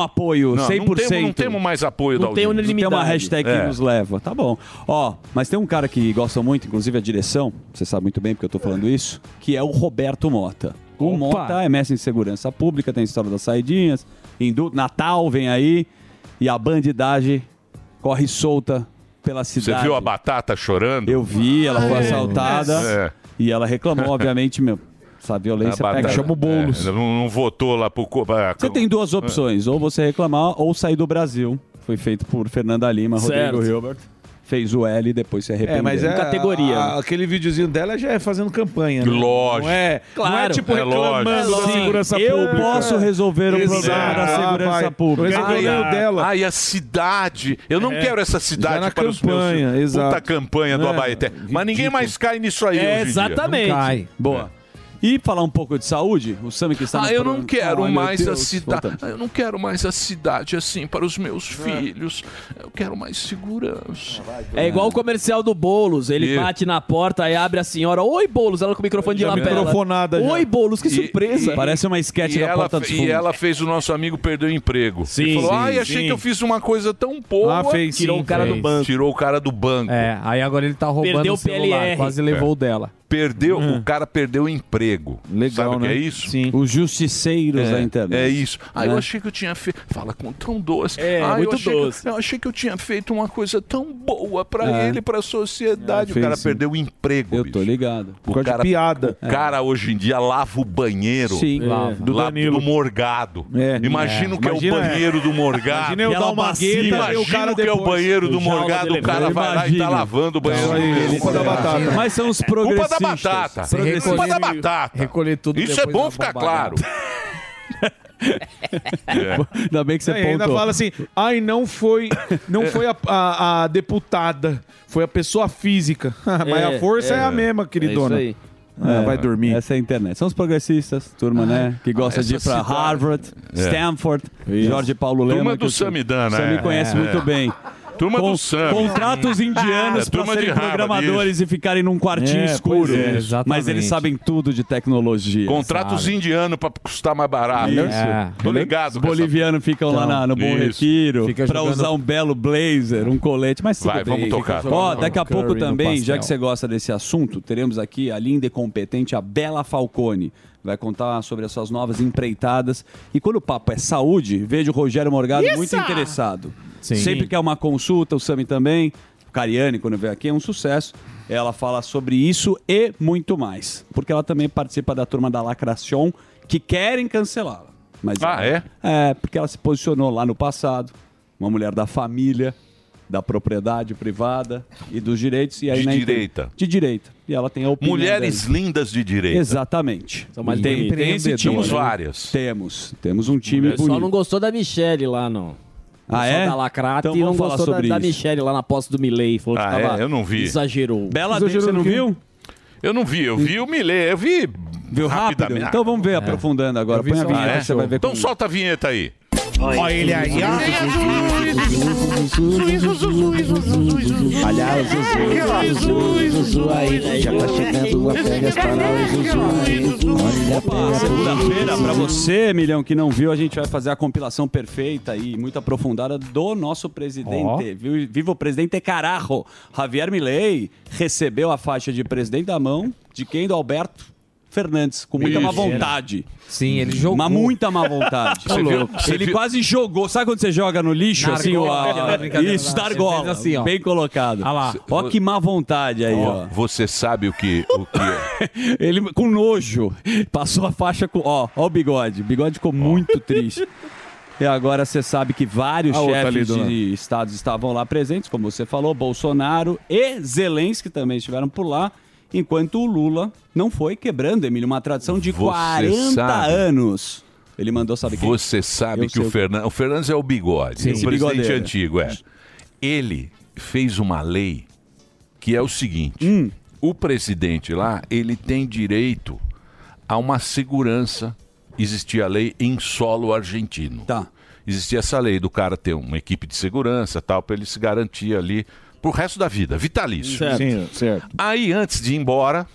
Speaker 6: Não,
Speaker 11: apoio
Speaker 6: não
Speaker 11: 100%.
Speaker 6: temos- não temos mais apoio da
Speaker 11: Não tem
Speaker 6: audiência.
Speaker 11: unanimidade. Não tem uma hashtag
Speaker 6: É.
Speaker 11: que nos leva. Tá bom. Ó, mas tem um cara que gosta muito, inclusive a direção, você sabe muito bem porque eu tô falando isso, que é o Roberto Mota. O Mota é mestre em segurança pública, tem história das saidinhas, Hindu, Natal vem aí e a bandidagem corre solta pela
Speaker 6: Você
Speaker 11: cidade.
Speaker 6: viu a batata chorando?
Speaker 11: Eu vi, ela foi
Speaker 6: É.
Speaker 11: assaltada.
Speaker 6: É.
Speaker 11: E ela reclamou, obviamente, meu, essa violência pega.
Speaker 6: É, não, não votou lá pro. co- pra- É.
Speaker 11: Você tem duas opções, ou você reclamar ou sair do Brasil. Foi feito por Fernanda Lima,
Speaker 5: Certo.
Speaker 11: Rodrigo Hilbert. Fez o L e depois se arrependeu.
Speaker 5: É, mas é
Speaker 6: Tá
Speaker 5: a- aquele videozinho dela já é fazendo campanha. Né?
Speaker 11: Lógico.
Speaker 5: Não é, não é
Speaker 11: Claro.
Speaker 5: tipo
Speaker 11: É
Speaker 5: reclamando
Speaker 11: lógico.
Speaker 5: da
Speaker 11: Sim,
Speaker 5: segurança
Speaker 11: eu
Speaker 5: pública.
Speaker 11: posso resolver o
Speaker 5: Exato.
Speaker 11: problema da segurança
Speaker 5: Ah, vai.
Speaker 11: pública.
Speaker 5: Eu resolvi
Speaker 6: Ai,
Speaker 5: o dela.
Speaker 6: ai, a cidade. Eu não
Speaker 5: É.
Speaker 6: quero essa
Speaker 5: Já
Speaker 6: cidade
Speaker 5: na
Speaker 6: para
Speaker 5: campanha,
Speaker 6: os meus. Puta
Speaker 5: exato.
Speaker 6: campanha do
Speaker 11: É,
Speaker 6: Abaeté.
Speaker 11: ridículo.
Speaker 6: Mas ninguém mais cai nisso aí. hoje em dia. É.
Speaker 11: Não cai. Boa. E falar um pouco de saúde? O Sami que está no
Speaker 6: Ah, eu não
Speaker 11: programa-
Speaker 6: quero
Speaker 11: Ai, meu
Speaker 6: mais a
Speaker 11: Deus,
Speaker 6: cidade.
Speaker 11: voltando. É.
Speaker 6: Eu não quero mais a cidade assim para os meus filhos. Eu quero mais segurança.
Speaker 10: É igual o comercial do Boulos. Ele
Speaker 6: Isso.
Speaker 10: bate na porta aí abre a senhora. Oi, Boulos. Ela com o microfone de
Speaker 6: Já
Speaker 10: lapela.
Speaker 6: microfonada, já.
Speaker 10: Oi, Boulos. Que
Speaker 6: E-
Speaker 10: surpresa.
Speaker 6: e- Parece
Speaker 11: uma esquete
Speaker 6: E ela, e ela fez o nosso amigo perder o emprego. Ele falou:
Speaker 9: sim,
Speaker 6: ai, achei
Speaker 9: sim.
Speaker 6: que eu fiz uma coisa tão boa.
Speaker 9: Ah, fez,
Speaker 6: Tirou
Speaker 9: sim,
Speaker 6: o cara
Speaker 9: fez.
Speaker 6: do banco. Tirou o cara do banco.
Speaker 9: É, aí agora ele tá roubando
Speaker 6: Perdeu
Speaker 9: o
Speaker 6: o
Speaker 9: celular,
Speaker 6: PLR.
Speaker 9: quase levou
Speaker 6: É.
Speaker 9: o dela.
Speaker 6: Perdeu, o cara perdeu o emprego. Legal, Sabe o que
Speaker 11: né?
Speaker 6: é isso?
Speaker 11: Sim. Os justiceiros
Speaker 6: É,
Speaker 11: da internet.
Speaker 6: é isso. Aí eu
Speaker 11: Né?
Speaker 6: achei que eu tinha feito. Fala com tão doce.
Speaker 11: É,
Speaker 6: Ah,
Speaker 11: muito
Speaker 6: eu achei que-
Speaker 11: doce.
Speaker 6: eu achei que eu tinha feito uma coisa tão boa pra
Speaker 11: É.
Speaker 6: ele, pra sociedade. o
Speaker 11: Fez,
Speaker 6: cara
Speaker 11: sim.
Speaker 6: perdeu o emprego.
Speaker 11: Eu tô ligado.
Speaker 6: O cara,
Speaker 5: piada.
Speaker 6: O cara hoje em dia lava o banheiro
Speaker 11: É. Sim,
Speaker 6: é.
Speaker 11: lava.
Speaker 6: do, lava do Morgado.
Speaker 11: É.
Speaker 6: Imagina o que
Speaker 11: Imagina,
Speaker 6: é o banheiro do Morgado.
Speaker 11: Imagina eu dar uma bagueta e
Speaker 6: Imagina
Speaker 11: ver o cara
Speaker 6: o que é o
Speaker 11: depois.
Speaker 6: banheiro do
Speaker 11: O jaula
Speaker 6: Morgado. O
Speaker 11: dele,
Speaker 6: cara
Speaker 11: eu
Speaker 6: vai lá e tá
Speaker 11: imagino.
Speaker 6: lavando o banheiro
Speaker 11: Então,
Speaker 6: do
Speaker 11: aí,
Speaker 6: Morgado. É
Speaker 11: culpa da batata. Mas são
Speaker 9: É,
Speaker 11: os
Speaker 6: Culpa da
Speaker 11: progressistas.
Speaker 6: batata. É
Speaker 11: Você recolhe-
Speaker 6: Culpa da batata.
Speaker 9: recolher tudo
Speaker 6: Isso é
Speaker 9: depois
Speaker 5: Tá
Speaker 6: bom
Speaker 9: da
Speaker 6: ficar
Speaker 9: bombada.
Speaker 6: claro.
Speaker 11: Ainda bem que você
Speaker 5: Aí ainda
Speaker 11: pontuou.
Speaker 5: fala assim, ai, não foi, não
Speaker 11: É.
Speaker 5: foi a, a- a deputada, foi a pessoa física. Mas a força é, a mesma, queridona. Ah, vai
Speaker 11: dormir. Essa é a internet. São os progressistas, turma, né? Que gosta
Speaker 5: essa
Speaker 11: de ir pra
Speaker 5: cidade.
Speaker 11: Harvard,
Speaker 6: Ah, É.
Speaker 11: Stanford, Jorge Paulo
Speaker 6: Turma
Speaker 11: Lema.
Speaker 6: do
Speaker 11: que o
Speaker 6: Samidana,
Speaker 11: Sami
Speaker 6: é.
Speaker 11: conhece
Speaker 6: É.
Speaker 11: muito bem.
Speaker 6: Turma do Sami.
Speaker 11: Contratos indianos
Speaker 6: É,
Speaker 11: para
Speaker 6: turma de
Speaker 11: serem
Speaker 6: Harvard,
Speaker 11: programadores
Speaker 6: isso.
Speaker 11: e ficarem num quartinho
Speaker 6: É, pois
Speaker 11: escuro.
Speaker 6: é,
Speaker 11: mas
Speaker 6: exatamente.
Speaker 11: eles sabem tudo de tecnologia.
Speaker 6: Contratos
Speaker 11: sabe?
Speaker 6: indianos pra custar mais barato.
Speaker 11: Isso.
Speaker 6: Tô ligado.
Speaker 11: Os bolivianos ficam lá
Speaker 6: Então,
Speaker 11: na- no Bom
Speaker 6: Isso.
Speaker 11: Retiro
Speaker 6: Fica
Speaker 11: pra
Speaker 6: jogando-
Speaker 11: usar um belo blazer, um colete, mas tudo
Speaker 6: Vai,
Speaker 11: bem.
Speaker 6: vamos tocar.
Speaker 11: Ó, daqui a
Speaker 6: Curry
Speaker 11: pouco
Speaker 6: no
Speaker 11: também,
Speaker 6: pastel.
Speaker 11: já que você gosta desse assunto, teremos aqui a linda e competente, a Bela Falcone. Vai contar sobre as suas novas empreitadas. E quando o papo é saúde, vejo o Rogério Morgado
Speaker 14: Isso!
Speaker 11: muito interessado.
Speaker 14: Sim.
Speaker 11: Sempre que é uma consulta, o Sami também. O Cariani, quando veio aqui, é um sucesso. Ela fala sobre isso e muito mais. Porque ela também participa da turma da Lacracion, que querem cancelá-la. Mas
Speaker 6: Ah, é?
Speaker 11: é, porque ela se posicionou lá no passado, uma mulher da família, da propriedade privada e dos direitos. E aí
Speaker 6: De
Speaker 11: na inter-
Speaker 6: direita.
Speaker 11: De direita. E ela tem a opinião.
Speaker 6: Mulheres
Speaker 11: dela.
Speaker 6: lindas de direita.
Speaker 11: Exatamente.
Speaker 6: São mais
Speaker 11: tem,
Speaker 6: bonitas.
Speaker 11: tem esse time.
Speaker 6: Temos várias.
Speaker 11: Temos. Temos um time
Speaker 10: O pessoal
Speaker 11: bonito.
Speaker 10: não gostou da Michelle lá, não.
Speaker 11: Ah,
Speaker 10: O pessoal
Speaker 11: é?
Speaker 10: Da Lacrata
Speaker 11: Então
Speaker 10: e não
Speaker 11: vamos falar
Speaker 10: gostou
Speaker 11: sobre
Speaker 10: da, da
Speaker 11: isso.
Speaker 10: Michelle lá na posse do Milley. Falou
Speaker 6: Ah,
Speaker 10: que tava,
Speaker 6: é? Eu não vi.
Speaker 10: Exagerou.
Speaker 11: Bela Dente, você não viu?
Speaker 6: Eu não vi, eu vi o Milê, eu vi.
Speaker 11: Viu rápido?
Speaker 6: rapidamente.
Speaker 11: Então vamos ver, aprofundando agora. Põe a
Speaker 6: Ah,
Speaker 11: vinheta,
Speaker 6: é?
Speaker 11: você vai ver
Speaker 6: Então
Speaker 11: como-
Speaker 6: solta a vinheta aí.
Speaker 11: Olha ele aí,
Speaker 14: Olha o Zuzu, Zuzu, Zuzu aí, já tá chegando a férias para o Zuzu. Olha
Speaker 11: Segunda-feira, pra você, Milhão, que não viu, a gente vai fazer a compilação perfeita e muito aprofundada do nosso presidente. Viu- Viva o presidente Carajo! Javier Milei recebeu a faixa de presidente da mão de quem? Do Alberto Fernandes, com muita má
Speaker 9: Isso.
Speaker 11: vontade. Tá,
Speaker 9: Sim, ele jogou.
Speaker 11: Mas muita má vontade.
Speaker 9: Você viu? Tá Você
Speaker 11: Ele
Speaker 9: viu?
Speaker 11: quase jogou. Sabe quando você joga no lixo?
Speaker 9: Na
Speaker 11: assim, o-
Speaker 9: argola,
Speaker 11: a-
Speaker 9: aquela brincadeira
Speaker 11: Isso,
Speaker 9: lá.
Speaker 11: da argola.
Speaker 9: Você fez assim, ó.
Speaker 11: Bem colocado.
Speaker 9: Ah lá.
Speaker 11: Ó que má vontade aí, ó.
Speaker 6: Ó, Você sabe o que, o que é.
Speaker 11: Ele com nojo passou a faixa com. Ó, ó o bigode. O bigode ficou muito triste. E agora você sabe que vários
Speaker 6: Ah,
Speaker 5: A outra ali,
Speaker 11: chefes
Speaker 5: dona.
Speaker 11: de estados estavam lá presentes, como você falou, Bolsonaro e Zelensky também estiveram por lá, enquanto o Lula não foi quebrando, Emílio, uma tradição de 40
Speaker 6: sabe.
Speaker 11: anos. Ele mandou, sabe quem? é.
Speaker 6: Você sabe
Speaker 11: Eu
Speaker 6: que
Speaker 11: sei
Speaker 6: o
Speaker 11: o que-
Speaker 6: Fernandes. O Fernandes é o bigode.
Speaker 11: Sim,
Speaker 6: o presidente
Speaker 11: bigodeiro.
Speaker 6: antigo, é. Ele fez uma lei que é o seguinte:
Speaker 11: Hum.
Speaker 6: o presidente lá, ele tem direito a uma segurança. Existia a lei em solo argentino.
Speaker 11: Tá.
Speaker 6: Existia essa lei do cara ter uma equipe de segurança tal, para ele se garantir ali pro resto da vida, vitalício.
Speaker 5: Sim, certo.
Speaker 6: Aí, antes de ir embora,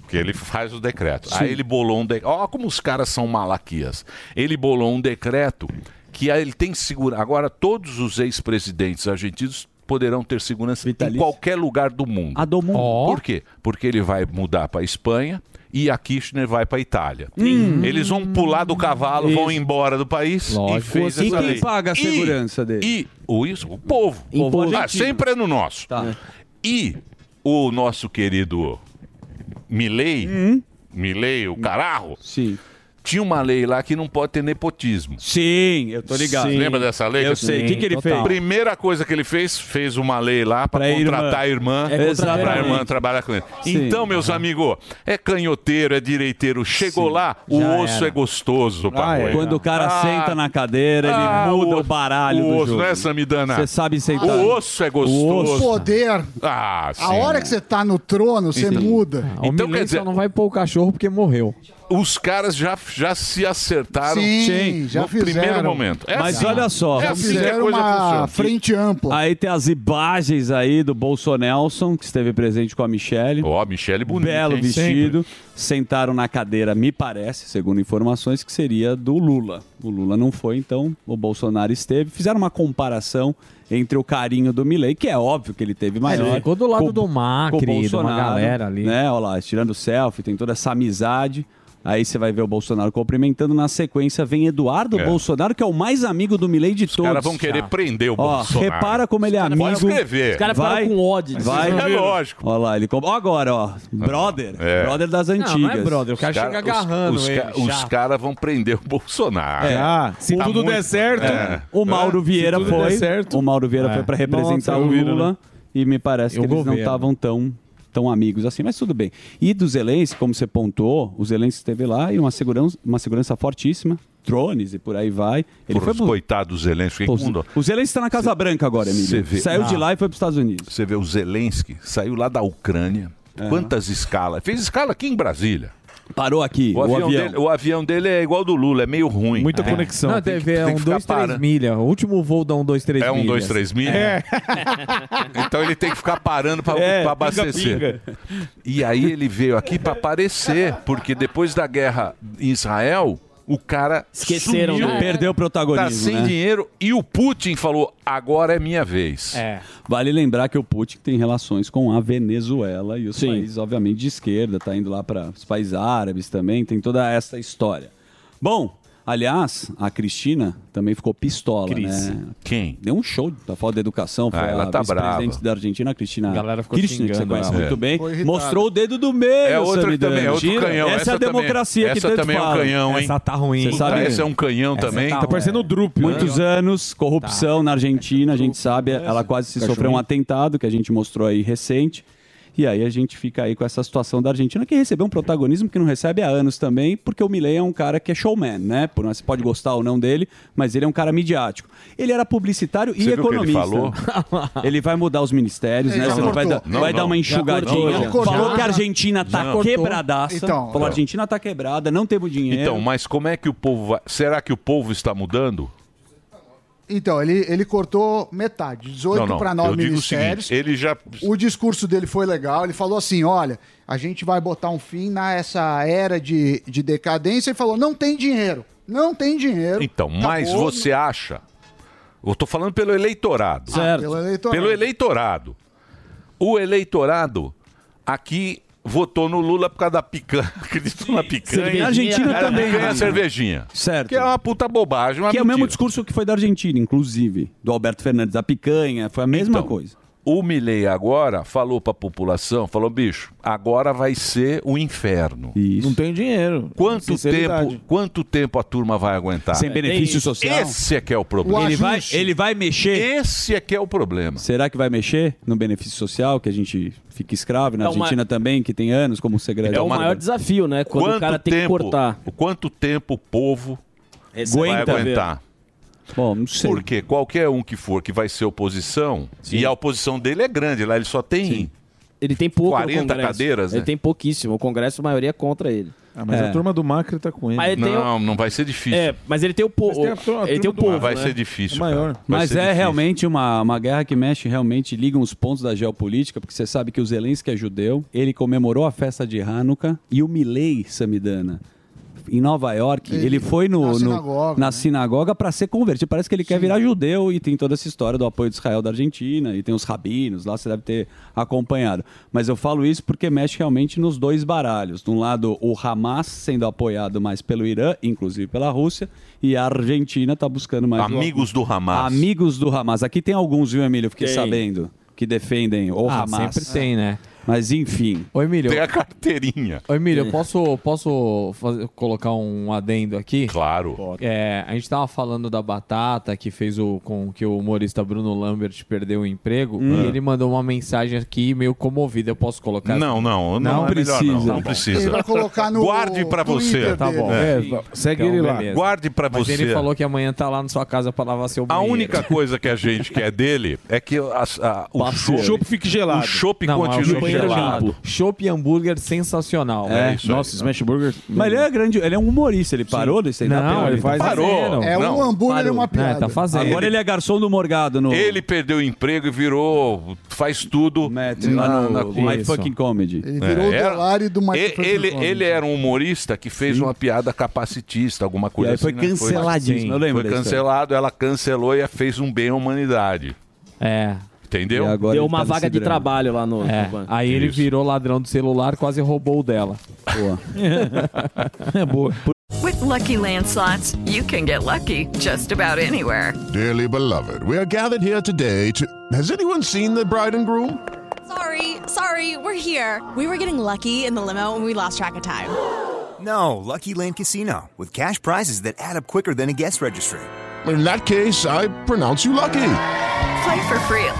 Speaker 6: porque ele faz o decreto.
Speaker 5: Sim.
Speaker 6: Aí ele bolou um decreto. Olha como os caras são malaquias. Ele bolou um decreto que aí ele tem segurança. Agora, todos os ex-presidentes argentinos poderão ter segurança em qualquer lugar do mundo.
Speaker 11: A Ah, do mundo.
Speaker 6: Por quê? Porque ele vai mudar para Espanha e a Kirchner vai para Itália.
Speaker 11: Hum.
Speaker 6: Eles vão pular do cavalo, vão embora do país
Speaker 11: Lógico.
Speaker 6: e fez
Speaker 11: E
Speaker 6: essa
Speaker 11: quem
Speaker 6: lei.
Speaker 11: paga a
Speaker 6: E-
Speaker 11: segurança dele?
Speaker 6: E o isso, o povo.
Speaker 11: Em povo Tá.
Speaker 6: Ah,
Speaker 11: argentino.
Speaker 6: sempre é no nosso. E o nosso querido Milley, Milley, o cararro.
Speaker 11: Uhum. Sim.
Speaker 6: Tinha uma lei lá que não pode ter nepotismo.
Speaker 11: Sim, eu tô ligado. Sim.
Speaker 6: Lembra dessa lei?
Speaker 11: Eu sei. O que que ele fez?
Speaker 6: Primeira coisa que ele fez, fez uma lei lá para
Speaker 11: Pra irmã.
Speaker 6: contratar a irmã,
Speaker 11: É,
Speaker 6: para pra
Speaker 11: exatamente.
Speaker 6: irmã trabalhar com ele.
Speaker 11: Sim.
Speaker 6: Então, meus amigos, é canhoteiro, é direiteiro. Chegou lá, o
Speaker 11: já
Speaker 6: osso
Speaker 11: era.
Speaker 6: é gostoso. pra roer.
Speaker 11: Quando o cara
Speaker 6: Ah,
Speaker 11: senta na cadeira, ele
Speaker 6: Ah,
Speaker 11: muda o, baralho
Speaker 6: o
Speaker 11: do
Speaker 6: osso,
Speaker 11: jogo.
Speaker 6: né, Samidana?
Speaker 11: Você sabe sentar.
Speaker 6: O osso é gostoso.
Speaker 11: O osso.
Speaker 12: Poder.
Speaker 6: Ah, sim.
Speaker 12: A hora que você tá no trono, você
Speaker 6: Entendi.
Speaker 12: muda.
Speaker 6: Então, quer dizer,
Speaker 9: Não vai pôr o cachorro porque morreu.
Speaker 6: os caras já, já se acertaram
Speaker 12: Sim, já
Speaker 6: no
Speaker 12: fizeram.
Speaker 6: primeiro momento. É
Speaker 11: Mas
Speaker 6: assim.
Speaker 11: olha só,
Speaker 6: é
Speaker 12: Já
Speaker 6: assim que a
Speaker 12: fizeram
Speaker 6: coisa
Speaker 12: uma
Speaker 6: funciona.
Speaker 12: frente ampla.
Speaker 11: Aí tem as imagens aí do Bolsonelson, que esteve presente com a Michelle.
Speaker 6: Ó, Michelle bonita,
Speaker 11: Belo
Speaker 6: hein?
Speaker 11: vestido. Sentaram na cadeira, me parece, segundo informações, que seria do Lula. O Lula não foi, então o Bolsonaro esteve. Fizeram uma comparação entre o carinho do Milley, que é óbvio que ele teve maior.
Speaker 9: ele ficou do lado do Macri, de uma galera
Speaker 11: ali. Né? Olha lá, tirando selfie, tem toda essa amizade. Aí você vai ver o Bolsonaro cumprimentando. Na sequência vem Eduardo
Speaker 6: É.
Speaker 11: Bolsonaro, que é o mais amigo do Milley de
Speaker 6: Os
Speaker 11: todos.
Speaker 6: caras vão querer
Speaker 11: cara.
Speaker 6: prender o
Speaker 11: Ó,
Speaker 6: Bolsonaro.
Speaker 11: repara como ele é
Speaker 6: Os caras
Speaker 11: amigo.
Speaker 6: vão escrever. Os caras
Speaker 11: Vai,
Speaker 6: param com ódio disso.
Speaker 11: Vai.
Speaker 6: É
Speaker 11: Vai.
Speaker 6: lógico.
Speaker 11: Ó lá, ele... comp- Ó agora, ó. Brother. Brother das antigas.
Speaker 6: É. Os cara- os- os, ca- Os caras vão prender o Bolsonaro.
Speaker 11: É. Ah, se
Speaker 12: tá
Speaker 11: É. tudo der certo. O Mauro Vieira foi. O Mauro Vieira
Speaker 6: É.
Speaker 11: foi para representar
Speaker 6: Nossa,
Speaker 11: o
Speaker 6: eu vi, né?
Speaker 11: Lula e me parece
Speaker 6: E o
Speaker 11: que eles não
Speaker 6: governo.
Speaker 11: estavam tão tão amigos assim, mas tudo bem. E do Zelensky, como você pontuou, o Zelensky esteve lá e uma segurança, uma segurança fortíssima, drones e por aí vai. Ele foi
Speaker 6: Os coitados do Zelensky.
Speaker 11: Pô,
Speaker 6: que mundo.
Speaker 11: o Zelensky tá na Casa Branca agora, Emílio.
Speaker 6: Cê vê-
Speaker 11: Saiu de
Speaker 6: Ah.
Speaker 11: lá e foi para os Estados Unidos.
Speaker 6: Você vê o Zelensky, saiu lá da Ucrânia.
Speaker 11: É.
Speaker 6: Quantas escalas? Fez escala aqui em Brasília.
Speaker 11: Parou aqui.
Speaker 6: O avião, Dele, o avião dele é igual do Lula, é meio ruim.
Speaker 9: Muita
Speaker 6: É.
Speaker 9: conexão. Não, deve, é um 2, 3 milha. O último voo dá um 2, 3
Speaker 6: É
Speaker 9: milhas.
Speaker 6: um, dois, três milhas?
Speaker 9: É.
Speaker 6: Então ele tem que ficar parando pra
Speaker 9: É,
Speaker 6: pra abastecer.
Speaker 9: pinga,
Speaker 6: E aí ele veio aqui pra aparecer, porque depois da guerra em Israel, o cara
Speaker 11: Esqueceram,
Speaker 6: sumiu.
Speaker 11: né? Perdeu o protagonismo,
Speaker 6: Tá sem
Speaker 11: né?
Speaker 6: dinheiro e o Putin falou: agora é minha vez.
Speaker 11: Vale lembrar que o Putin tem relações com a Venezuela e os países, obviamente, de esquerda, tá indo lá para os países árabes também, tem toda essa história. Bom, aliás, a Cristina também ficou pistola,
Speaker 6: Cris.
Speaker 11: né?
Speaker 6: Quem?
Speaker 11: Deu um show da falta da educação, foi
Speaker 6: Ah, ela
Speaker 11: a
Speaker 6: tá
Speaker 11: vice-presidente
Speaker 6: brava.
Speaker 11: da Argentina, a Cristina.
Speaker 6: A galera ficou
Speaker 11: Cristina, que você
Speaker 6: xingando
Speaker 11: conhece
Speaker 6: ela.
Speaker 11: muito
Speaker 6: É.
Speaker 11: bem,
Speaker 6: Foi irritada.
Speaker 11: mostrou o dedo do meio,
Speaker 6: É outra que
Speaker 11: Samidana.
Speaker 6: também, é outro
Speaker 11: Gira.
Speaker 6: canhão.
Speaker 11: Essa, é a
Speaker 6: também-
Speaker 11: democracia que
Speaker 6: essa
Speaker 11: tanto
Speaker 6: também é um
Speaker 11: fala.
Speaker 6: canhão, hein?
Speaker 11: Essa tá ruim.
Speaker 6: Você sabe- Essa é um canhão
Speaker 11: Essa
Speaker 6: também.
Speaker 11: ruim.
Speaker 6: Tá parecendo
Speaker 9: o Drup, né?
Speaker 11: Muitos anos, corrupção na Argentina, a gente sabe, ela quase se
Speaker 9: Cachorro.
Speaker 11: sofreu um atentado que a gente mostrou aí recente. E aí a gente fica aí com essa situação da Argentina que recebeu um protagonismo que não recebe há anos também, porque o Milei é um cara que é showman, né? Por mais que você pode gostar ou não dele, mas ele é um cara midiático. Ele era publicitário e
Speaker 6: Você viu o que ele
Speaker 11: economista.
Speaker 6: falou?
Speaker 11: Ele vai mudar os ministérios,
Speaker 6: Ele
Speaker 11: né?
Speaker 6: já
Speaker 11: Você não vai dar,
Speaker 6: cortou. Não,
Speaker 11: vai
Speaker 6: não.
Speaker 11: dar uma
Speaker 6: Já cortou,
Speaker 11: enxugadinha.
Speaker 6: já.
Speaker 11: Falou
Speaker 6: Já.
Speaker 11: que a Argentina tá
Speaker 6: Já.
Speaker 11: quebradaça.
Speaker 6: Então.
Speaker 12: é.
Speaker 11: Falou, a Argentina tá quebrada, não teve o dinheiro.
Speaker 6: Então, mas como é que o povo vai. Será que o povo está mudando?
Speaker 12: Então, ele, ele cortou metade, 18 para 9
Speaker 6: Eu digo o
Speaker 12: ministérios.
Speaker 6: seguinte, ele já.
Speaker 12: O discurso dele foi legal. Ele falou assim: olha, a gente vai botar um fim nessa era de, de decadência. Ele falou: não tem dinheiro. Não tem dinheiro.
Speaker 6: Então, mas
Speaker 12: Acabou.
Speaker 6: você acha. Eu tô falando pelo eleitorado.
Speaker 12: Certo. Ah, pelo eleitorado.
Speaker 6: Pelo eleitorado. O eleitorado aqui votou no Lula por causa da picanha. Acredito na picanha.
Speaker 11: Cervejinha. Argentina
Speaker 6: Era
Speaker 11: também,
Speaker 6: Picanha
Speaker 11: né?
Speaker 6: e cervejinha.
Speaker 11: Certo.
Speaker 6: Que é uma puta bobagem. Uma
Speaker 11: que é o
Speaker 6: mentira.
Speaker 11: mesmo discurso que foi da Argentina, inclusive, do Alberto Fernandes, da picanha, foi a mesma coisa.
Speaker 6: Então, O Milley agora falou pra população, falou, bicho, agora vai ser o inferno.
Speaker 11: Isso.
Speaker 6: Não tem dinheiro. Quanto
Speaker 11: Sinceridade.
Speaker 6: tempo, quanto tempo a turma vai aguentar?
Speaker 11: Sem benefício
Speaker 6: Esse-
Speaker 11: social?
Speaker 6: tá? É Esse é que é o problema.
Speaker 11: Ele vai, ele vai mexer?
Speaker 6: Esse é que é o problema.
Speaker 11: Será que vai mexer no benefício social, que a gente fica escravo, na
Speaker 6: É uma-
Speaker 11: Argentina também, que tem anos como secretário?
Speaker 6: É o maior
Speaker 10: desafio, né?
Speaker 6: Quanto tempo, O quanto tempo o povo
Speaker 11: Aguenta,
Speaker 6: vai aguentar?
Speaker 11: Bom, não sei.
Speaker 6: Porque qualquer um que for que vai ser oposição, e a oposição dele é grande, lá ele só tem
Speaker 10: Ele tem pouco no
Speaker 6: 40
Speaker 10: Congresso.
Speaker 6: cadeiras, né?
Speaker 10: Ele tem pouquíssimo. O Congresso, a maioria é contra ele. É.
Speaker 6: Ah,
Speaker 5: Mas a turma do Macri tá com ele.
Speaker 10: Mas ele tem um-
Speaker 6: Não, não vai ser difícil.
Speaker 10: É, mas ele tem o povo.
Speaker 5: tem a turma- a
Speaker 10: Ele tem o
Speaker 5: turma do-
Speaker 10: povo.
Speaker 6: Mas Ah, vai
Speaker 10: né?
Speaker 11: É
Speaker 6: ser difícil. cara. Vai
Speaker 11: Mas
Speaker 6: ser
Speaker 11: é
Speaker 6: difícil.
Speaker 11: realmente uma, uma guerra que mexe, realmente ligam os pontos da geopolítica, porque você sabe que o Zelensky é judeu, ele comemorou a festa de Hanukkah e o Milei Samidana. Em Nova York, ele, foi no,
Speaker 12: na
Speaker 11: no-
Speaker 12: sinagoga,
Speaker 11: na sinagoga para ser convertido. Parece que ele quer virar judeu e tem toda essa história do apoio de Israel da Argentina e tem os rabinos lá, você deve ter acompanhado. Mas eu falo isso porque mexe realmente nos dois baralhos. De um lado, o Hamas sendo apoiado mais pelo Irã, inclusive pela Rússia, e a Argentina está buscando mais. o
Speaker 6: Amigos do Hamas.
Speaker 11: Amigos do Hamas. Aqui tem alguns, viu, Emílio? Eu Fiquei
Speaker 6: Tem.
Speaker 11: sabendo. Que defendem o
Speaker 9: Ah,
Speaker 11: Hamas.
Speaker 9: sempre tem, né?
Speaker 11: Mas enfim.
Speaker 9: Ô, Emílio.
Speaker 6: Tem a carteirinha.
Speaker 9: Ô, Emílio, eu
Speaker 6: É.
Speaker 9: posso, posso fazer- colocar um adendo aqui?
Speaker 6: Claro.
Speaker 9: É, a gente tava falando da batata que fez o com que o humorista Bruno Lambert perdeu o emprego
Speaker 6: Hum.
Speaker 9: e ele mandou uma mensagem aqui meio comovida. Eu posso colocar? assim?
Speaker 6: Não, não, não, é melhor não, não precisa. Ele vai colocar no Guarde pra Twitter você.
Speaker 9: Tá bom.
Speaker 6: dele. É,
Speaker 9: Sim.
Speaker 6: segue ele lá. Guarde pra
Speaker 9: Mas
Speaker 6: você. Ah,
Speaker 9: Ele falou que amanhã tá lá na sua casa pra lavar seu
Speaker 6: A
Speaker 9: banheiro.
Speaker 6: única coisa que a gente quer dele é que as- a- o
Speaker 9: Parceiro.
Speaker 6: chopp O chopp
Speaker 9: é
Speaker 6: continue gelado.
Speaker 9: Chopp e hambúrguer sensacional.
Speaker 11: É, nossa,
Speaker 9: Smash Burger.
Speaker 11: Mas ele é grande, ele é um humorista, ele parou desse aí
Speaker 9: Não, ele faz- Parou. É um Não. hambúrguer e uma piada. É, tá fazendo.
Speaker 11: Agora ele,
Speaker 9: Ele-
Speaker 11: é garçom do Morgado no
Speaker 6: Ele perdeu o emprego e virou. Faz tudo.
Speaker 11: lá
Speaker 6: na-
Speaker 11: no
Speaker 6: na-
Speaker 11: My
Speaker 6: Isso.
Speaker 11: Fucking Comedy.
Speaker 6: Ele
Speaker 12: virou o
Speaker 6: era-
Speaker 12: Delari do
Speaker 6: É. E-
Speaker 12: Michael
Speaker 6: ele,
Speaker 12: Jackson.
Speaker 6: ele era um humorista que fez uma piada capacitista, alguma coisa
Speaker 11: E aí
Speaker 6: assim.
Speaker 11: foi
Speaker 6: né?
Speaker 11: canceladíssimo,
Speaker 6: Sim,
Speaker 11: eu lembro
Speaker 6: Foi
Speaker 11: dessa
Speaker 6: cancelado, ela cancelou e fez um bem à humanidade.
Speaker 9: É.
Speaker 6: Entendeu?
Speaker 10: Deu
Speaker 11: é
Speaker 9: tá
Speaker 11: tá
Speaker 10: uma vaga de trabalho lá no,
Speaker 9: É,
Speaker 10: no banco.
Speaker 9: Aí ele virou ladrão do celular, quase roubou o dela. Boa.
Speaker 10: é boa.
Speaker 15: With Lucky Land slots, you can get lucky just about anywhere.
Speaker 16: Dearly beloved, we are gathered here today to. Has anyone seen the bride and groom?
Speaker 17: Sorry, sorry, we're here. We were getting lucky in the limo and we lost track of time.
Speaker 18: No, Lucky Land Casino with cash prizes that add up quicker than a guest registry.
Speaker 16: In that case, I pronounce you lucky.
Speaker 15: Play for free at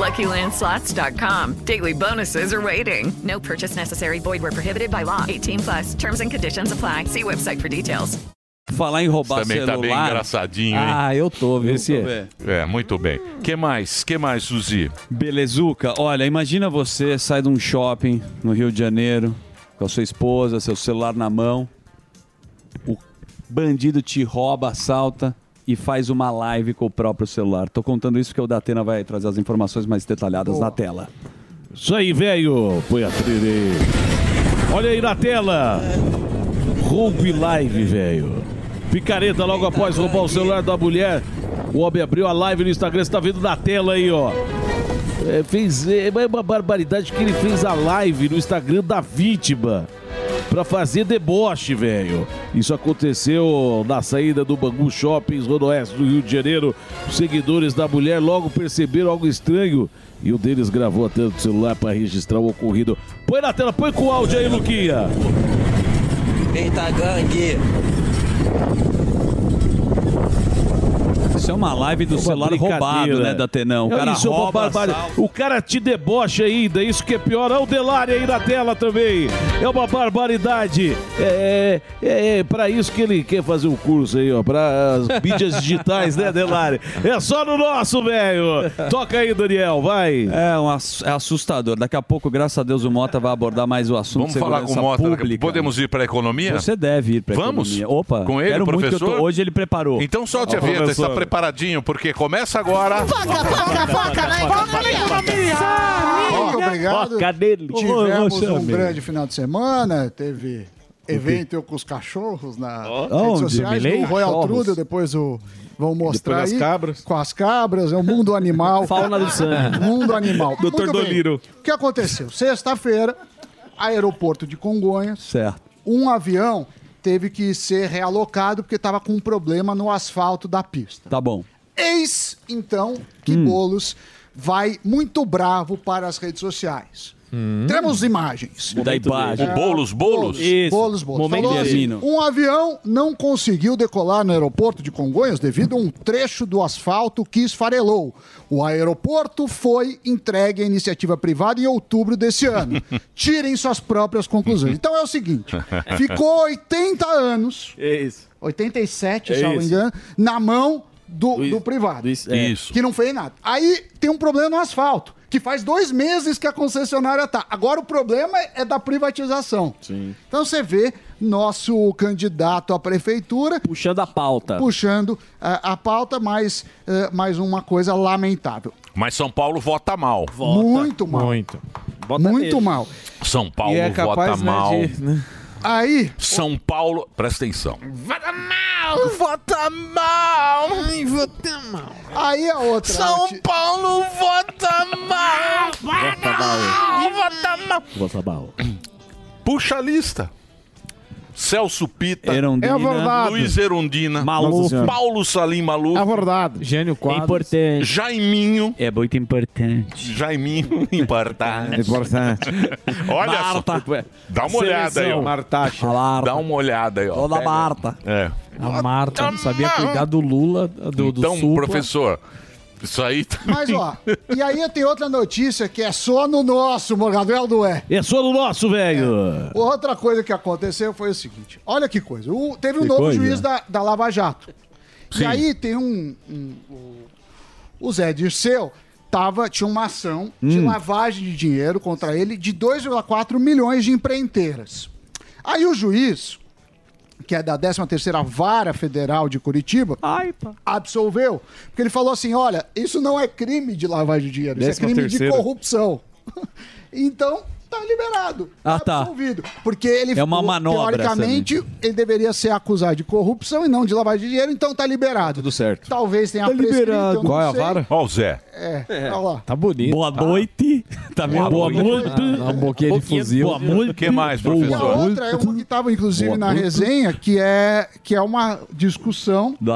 Speaker 15: LuckyLandSlots.com. Daily bonuses are waiting. No purchase necessary. Void were prohibited by law. 18 plus. Terms and conditions apply. See website for details.
Speaker 11: falar em roubar
Speaker 6: Também tá
Speaker 11: celular.
Speaker 6: bem engraçadinho, hein?
Speaker 11: Ah, eu tô, viu? Esse é.
Speaker 6: É, muito bem. que mais? que mais, Suzy?
Speaker 11: Belezuca, olha, imagina você sai de um shopping no Rio de Janeiro com a sua esposa, seu celular na mão. O bandido te rouba, assalta e faz uma live com o próprio celular. Tô contando isso porque o Datena vai trazer as informações mais detalhadas na tela.
Speaker 5: Isso aí, velho. Põe a trilha aí. Olha aí na tela. Roubo e live, velho. Picareta logo após roubar o celular da mulher. O homem abriu a live no Instagram, você tá vendo na tela aí, ó. É, fez é é uma barbaridade que ele fez a live no Instagram da vítima pra fazer deboche, velho. Isso aconteceu na saída do Bangu Shopping, Zona Oeste do Rio de Janeiro. Os seguidores da mulher logo perceberam algo estranho e um deles gravou a tela do celular pra registrar o ocorrido. Põe na tela, põe com o áudio aí, Luquinha.
Speaker 11: tá
Speaker 19: Eita gangue!
Speaker 11: Isso é uma live do
Speaker 5: Uma
Speaker 11: celular roubado,
Speaker 5: brincadeira.
Speaker 11: né, Datenão? O
Speaker 5: É,
Speaker 11: cara
Speaker 5: isso é uma
Speaker 11: rouba,
Speaker 5: barbárie.
Speaker 11: assalta.
Speaker 5: O cara te debocha ainda, isso que é pior. Olha o Delari aí na tela também. É uma barbaridade. É, é, é para isso que ele quer fazer um curso aí, ó. Para as mídias digitais, né, Delari? É só no nosso, velho. Toca aí, Daniel, vai.
Speaker 11: É, um ass- é assustador. Daqui a pouco, graças a Deus, o Mota vai abordar mais o assunto.
Speaker 6: Vamos falar com o
Speaker 11: segurança
Speaker 6: Mota. daqui a-
Speaker 11: pública.
Speaker 6: Podemos ir para a economia?
Speaker 11: Você deve ir pra
Speaker 6: Vamos?
Speaker 11: economia. Opa,
Speaker 6: com ele,
Speaker 11: quero muito que eu
Speaker 6: professor.
Speaker 11: tô- hoje ele preparou.
Speaker 6: Então solte
Speaker 11: Ó,
Speaker 6: a vinheta,
Speaker 11: professor.
Speaker 6: está preparadinho, porque começa agora.
Speaker 14: Foca, foca, foca na economia!
Speaker 12: Muito obrigado. Tivemos
Speaker 5: é
Speaker 12: um grande final de semana, teve evento eu com os cachorros na redes
Speaker 5: Onde,
Speaker 12: sociais,
Speaker 5: Milei?
Speaker 12: o Royal
Speaker 5: Cachorros.
Speaker 12: Trudel, depois o vão mostrar
Speaker 5: Depois as
Speaker 12: aí.
Speaker 5: cabras.
Speaker 12: Com as cabras, é o mundo animal.
Speaker 5: Fauna do sangue.
Speaker 12: Mundo animal.
Speaker 5: Dr.
Speaker 12: Muito bem.
Speaker 5: Doliro.
Speaker 12: O que aconteceu? Sexta-feira, aeroporto de Congonhas,
Speaker 11: Certo.
Speaker 12: um avião teve que ser realocado porque estava com um problema no asfalto da pista.
Speaker 11: Tá bom. Hum.
Speaker 12: Eis, então, que Boulos vai muito bravo para as redes sociais.
Speaker 11: Hum.
Speaker 12: Temos imagens.
Speaker 11: Da imagem.
Speaker 12: É,
Speaker 11: O Boulos, Boulos? Isso.
Speaker 12: Boulos, Boulos.
Speaker 11: Momento
Speaker 12: Falou assim,
Speaker 11: Firmino.
Speaker 12: um avião não conseguiu decolar no aeroporto de Congonhas devido a um trecho do asfalto que esfarelou. O aeroporto foi entregue à iniciativa privada em outubro desse ano. Tirem suas próprias conclusões. Então é o seguinte, ficou 80 anos...
Speaker 10: Isso.
Speaker 12: 87, se eu não me
Speaker 10: Isso.
Speaker 12: engano, na mão do, do privado.
Speaker 10: é.
Speaker 6: Isso.
Speaker 12: Que não fez nada. Aí tem um problema no asfalto, que faz dois meses que a concessionária tá. Agora o problema é da privatização. Sim. Então você vê nosso candidato à prefeitura.
Speaker 10: Puxando a pauta.
Speaker 12: Puxando ah, a pauta, mas ah, mais uma coisa lamentável.
Speaker 6: Mas São Paulo vota mal.
Speaker 12: Muito mal. Muito. Muito mal.
Speaker 6: São Paulo
Speaker 12: E é capaz, né,
Speaker 6: vota mal.
Speaker 12: de- Aí.
Speaker 6: São Paulo. Presta atenção.
Speaker 12: Vota mal! Vota mal! Ai, vota mal. Aí a outra.
Speaker 14: São
Speaker 12: Paulo vota
Speaker 14: mal!
Speaker 6: Vota mal.
Speaker 14: Vota mal!
Speaker 6: Puxa a lista. Celso Pita,
Speaker 11: Erundina. É verdade.
Speaker 6: Luiz Erundina,
Speaker 11: Maluf. Nossa Senhora.
Speaker 6: Paulo Salim Maluf.
Speaker 11: É
Speaker 5: verdade.
Speaker 9: Gênio
Speaker 11: Quadros. Importante.
Speaker 6: Jaiminho.
Speaker 11: É muito importante.
Speaker 6: Jaiminho, importante.
Speaker 11: Importante.
Speaker 6: Olha
Speaker 11: Marta.
Speaker 6: só. Dá uma olhada aí, ó.
Speaker 9: Seleção. Martacha.
Speaker 6: Dá uma olhada aí, ó.
Speaker 9: Olá,
Speaker 6: Pega.
Speaker 9: Marta.
Speaker 6: É.
Speaker 9: A Marta não sabia cuidar do Lula, do, do
Speaker 6: Então,
Speaker 9: Supla.
Speaker 6: professor, isso aí... tá-
Speaker 12: Mas, ó, e aí tem outra notícia que é só no nosso, Morgadel do é.
Speaker 20: É só no nosso, velho.
Speaker 12: Outra coisa que aconteceu foi o seguinte: olha que coisa. o- teve um
Speaker 20: Que
Speaker 12: novo
Speaker 20: coisa.
Speaker 12: juiz da, da Lava Jato.
Speaker 20: Sim.
Speaker 12: E aí tem um. um- o- o Zé Dirceu tava, tinha uma ação de
Speaker 20: Hum.
Speaker 12: lavagem de dinheiro contra ele de 2,4 milhões de empreiteiras. Aí o juiz, que é da 13ª Vara Federal de Curitiba, absolveu. Porque ele falou assim, olha, isso não é crime de lavagem de dinheiro, isso é
Speaker 11: 13ª.
Speaker 12: crime de corrupção. então, tá liberado.
Speaker 11: Ah, tá.
Speaker 12: Absolvido. Porque ele,
Speaker 11: É uma
Speaker 12: o-
Speaker 11: manobra,
Speaker 12: teoricamente, ele deveria ser acusado de corrupção e não de lavagem de dinheiro, então tá liberado. Tudo
Speaker 20: certo.
Speaker 12: Talvez tenha prescrito, eu
Speaker 11: é
Speaker 12: não sei.
Speaker 6: Ó o Zé.
Speaker 12: É, olha lá.
Speaker 9: Tá bonito.
Speaker 11: Boa noite. Tá meio boa noite.
Speaker 9: Dá um boquinha de fuzil.
Speaker 11: Boa noite.
Speaker 6: O que mais,
Speaker 12: E a
Speaker 6: professor?
Speaker 12: outra é uma que estava, inclusive,
Speaker 6: Boa
Speaker 12: na
Speaker 6: noite.
Speaker 12: resenha, que é, que é uma discussão
Speaker 11: do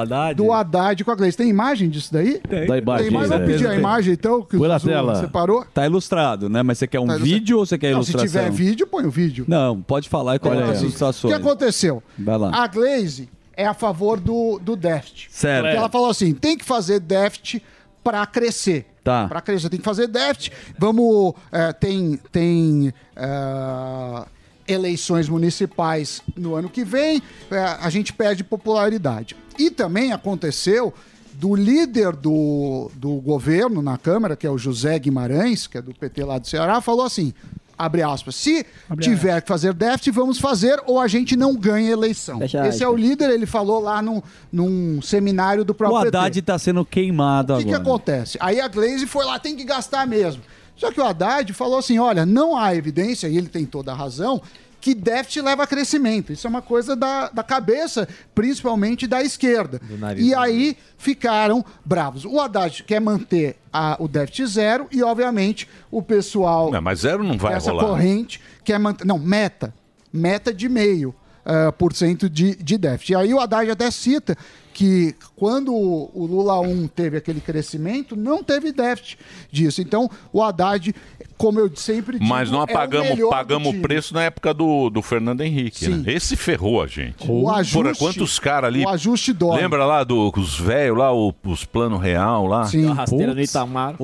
Speaker 11: Haddad,
Speaker 12: com a Gleice. Tem imagem disso daí? Tem.
Speaker 11: Da imagem,
Speaker 12: Tem imagem?
Speaker 11: é.
Speaker 12: Vou pedir a
Speaker 11: Tem.
Speaker 12: imagem, então, que
Speaker 11: Põe na
Speaker 12: Zuzu
Speaker 11: tela.
Speaker 12: separou.
Speaker 11: Tá ilustrado, né? Mas você quer um
Speaker 12: Tá ilustrado.
Speaker 11: vídeo ou você quer
Speaker 12: Não, se
Speaker 11: ilustração?
Speaker 12: tiver vídeo, põe o vídeo.
Speaker 11: Não, pode falar e coloca
Speaker 12: Olha
Speaker 11: as
Speaker 12: aí. O
Speaker 11: ilustrações.
Speaker 12: que aconteceu?
Speaker 11: Vai lá.
Speaker 12: A Glaze é a favor do, do déficit.
Speaker 11: Certo.
Speaker 12: Porque ela falou assim: tem que fazer déficit para crescer.
Speaker 11: Tá.
Speaker 12: Para crescer tem que fazer déficit. Vamos. eh, tem. tem eh, Eleições municipais no ano que vem, eh, a gente perde popularidade. E também aconteceu do líder do, do governo na Câmara, que é o José Guimarães, que é do PT lá do Ceará, falou assim: abre aspas, se tiver que fazer déficit, vamos fazer ou a gente não ganha eleição.
Speaker 11: Fecha
Speaker 12: Esse é o líder, ele falou lá num, num seminário do
Speaker 11: O
Speaker 12: próprio PT.
Speaker 11: Haddad tá sendo queimado
Speaker 12: O que, que
Speaker 11: agora.
Speaker 12: acontece? Aí a Glaze foi lá, tem que gastar mesmo. Só que o Haddad falou assim: olha, não há evidência, e ele tem toda a razão, que déficit leva a crescimento. Isso é uma coisa da, da cabeça, principalmente da esquerda.
Speaker 9: nariz.
Speaker 12: E aí ficaram bravos. O Haddad quer manter a- o déficit zero e, obviamente, o pessoal
Speaker 6: Não, mas zero não vai
Speaker 12: essa
Speaker 6: rolar.
Speaker 12: corrente quer manter. Não, meta. Meta de meio ah, por cento de, de déficit. E aí o Haddad até cita que quando o, o Lula 1 teve aquele crescimento, não teve déficit disso. Então, o Haddad, como eu sempre digo,
Speaker 6: Mas nós
Speaker 12: é o
Speaker 6: pagamos,
Speaker 12: melhor do
Speaker 6: pagamos o
Speaker 12: time.
Speaker 6: preço na época do, do Fernando Henrique. Né? Esse ferrou a gente.
Speaker 12: O ajuste-
Speaker 6: Por quantos caras ali.
Speaker 12: o ajuste dói.
Speaker 6: Lembra lá dos velhos lá, o- os plano real lá?
Speaker 12: Sim.
Speaker 9: rasteira
Speaker 10: no Itamar.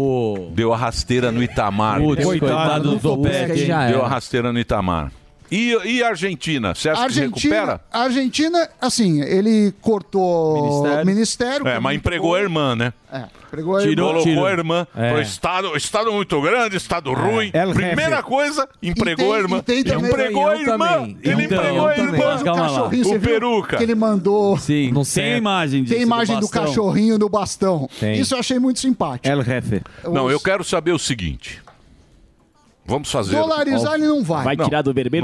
Speaker 6: Deu a rasteira no Itamar.
Speaker 9: Putz,
Speaker 6: Deu-
Speaker 9: coitado do
Speaker 6: Deu
Speaker 9: Topete, hein? Já
Speaker 6: Deu
Speaker 9: era.
Speaker 6: a rasteira no Itamar. E, e a Argentina? Você acha que se recupera?
Speaker 12: a Argentina, assim, ele cortou
Speaker 6: Ministério.
Speaker 12: o ministério.
Speaker 6: É, mas empregou a irmã, né?
Speaker 12: É, empregou a irmã.
Speaker 6: Colocou a irmã
Speaker 12: É.
Speaker 6: pro Estado, Estado muito grande, Estado ruim.
Speaker 12: El jefe.
Speaker 6: Primeira coisa, empregou
Speaker 12: E tem-
Speaker 6: a irmã.
Speaker 12: e tem também-
Speaker 6: empregou a
Speaker 12: Eu
Speaker 6: irmã.
Speaker 12: também. Então,
Speaker 6: Ele
Speaker 12: Eu
Speaker 6: empregou a
Speaker 12: também.
Speaker 6: irmã.
Speaker 12: Mas calma lá.
Speaker 6: O,
Speaker 12: Você viu
Speaker 6: peruca.
Speaker 12: que ele mandou.
Speaker 11: Sim, não sei a imagem disso.
Speaker 12: Tem imagem do,
Speaker 11: bastão.
Speaker 12: cachorrinho no bastão.
Speaker 6: Tem.
Speaker 12: Isso eu achei muito simpático.
Speaker 20: El jefe.
Speaker 6: Não, eu quero saber o seguinte. Vamos fazer.
Speaker 12: Dolarizar ele não vai.
Speaker 6: Não,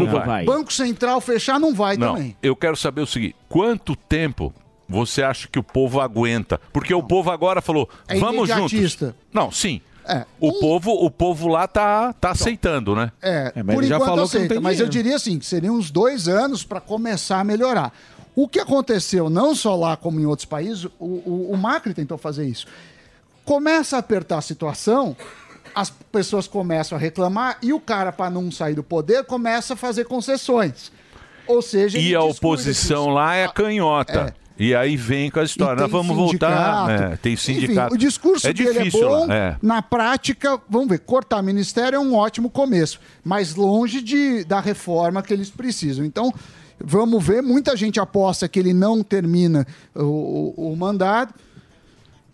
Speaker 6: não
Speaker 12: Banco Central fechar não vai
Speaker 6: Não,
Speaker 12: também.
Speaker 6: eu quero saber o seguinte: quanto tempo você acha que o povo aguenta? Porque o povo agora falou,
Speaker 12: É
Speaker 6: vamos juntos.
Speaker 12: imediatista.
Speaker 6: Não, sim.
Speaker 12: É. Então,
Speaker 6: O povo, o povo lá tá, tá aceitando, né?
Speaker 12: É, por enquanto aceita, mas eu diria assim, que seriam uns dois anos para começar a melhorar. O que aconteceu, não só lá como em outros países, o, o- o Macri tentou fazer isso. Começa a apertar a situação, as pessoas começam a reclamar e o cara, para não sair do poder, começa a fazer concessões. Ou seja,
Speaker 6: E
Speaker 12: ele
Speaker 6: a
Speaker 12: diz-
Speaker 6: oposição lá
Speaker 12: Ah,
Speaker 6: é canhota. E aí vem com a história, nós vamos voltar.
Speaker 12: sindicato.
Speaker 6: É, tem
Speaker 12: enfim,
Speaker 6: sindicato.
Speaker 12: o discurso
Speaker 6: é
Speaker 12: dele é
Speaker 6: difícil
Speaker 12: bom,
Speaker 6: lá. É.
Speaker 12: na prática, vamos ver, cortar ministério é um ótimo começo, mas longe de, da reforma que eles precisam. Então, vamos ver, muita gente aposta que ele não termina o, o- o mandato,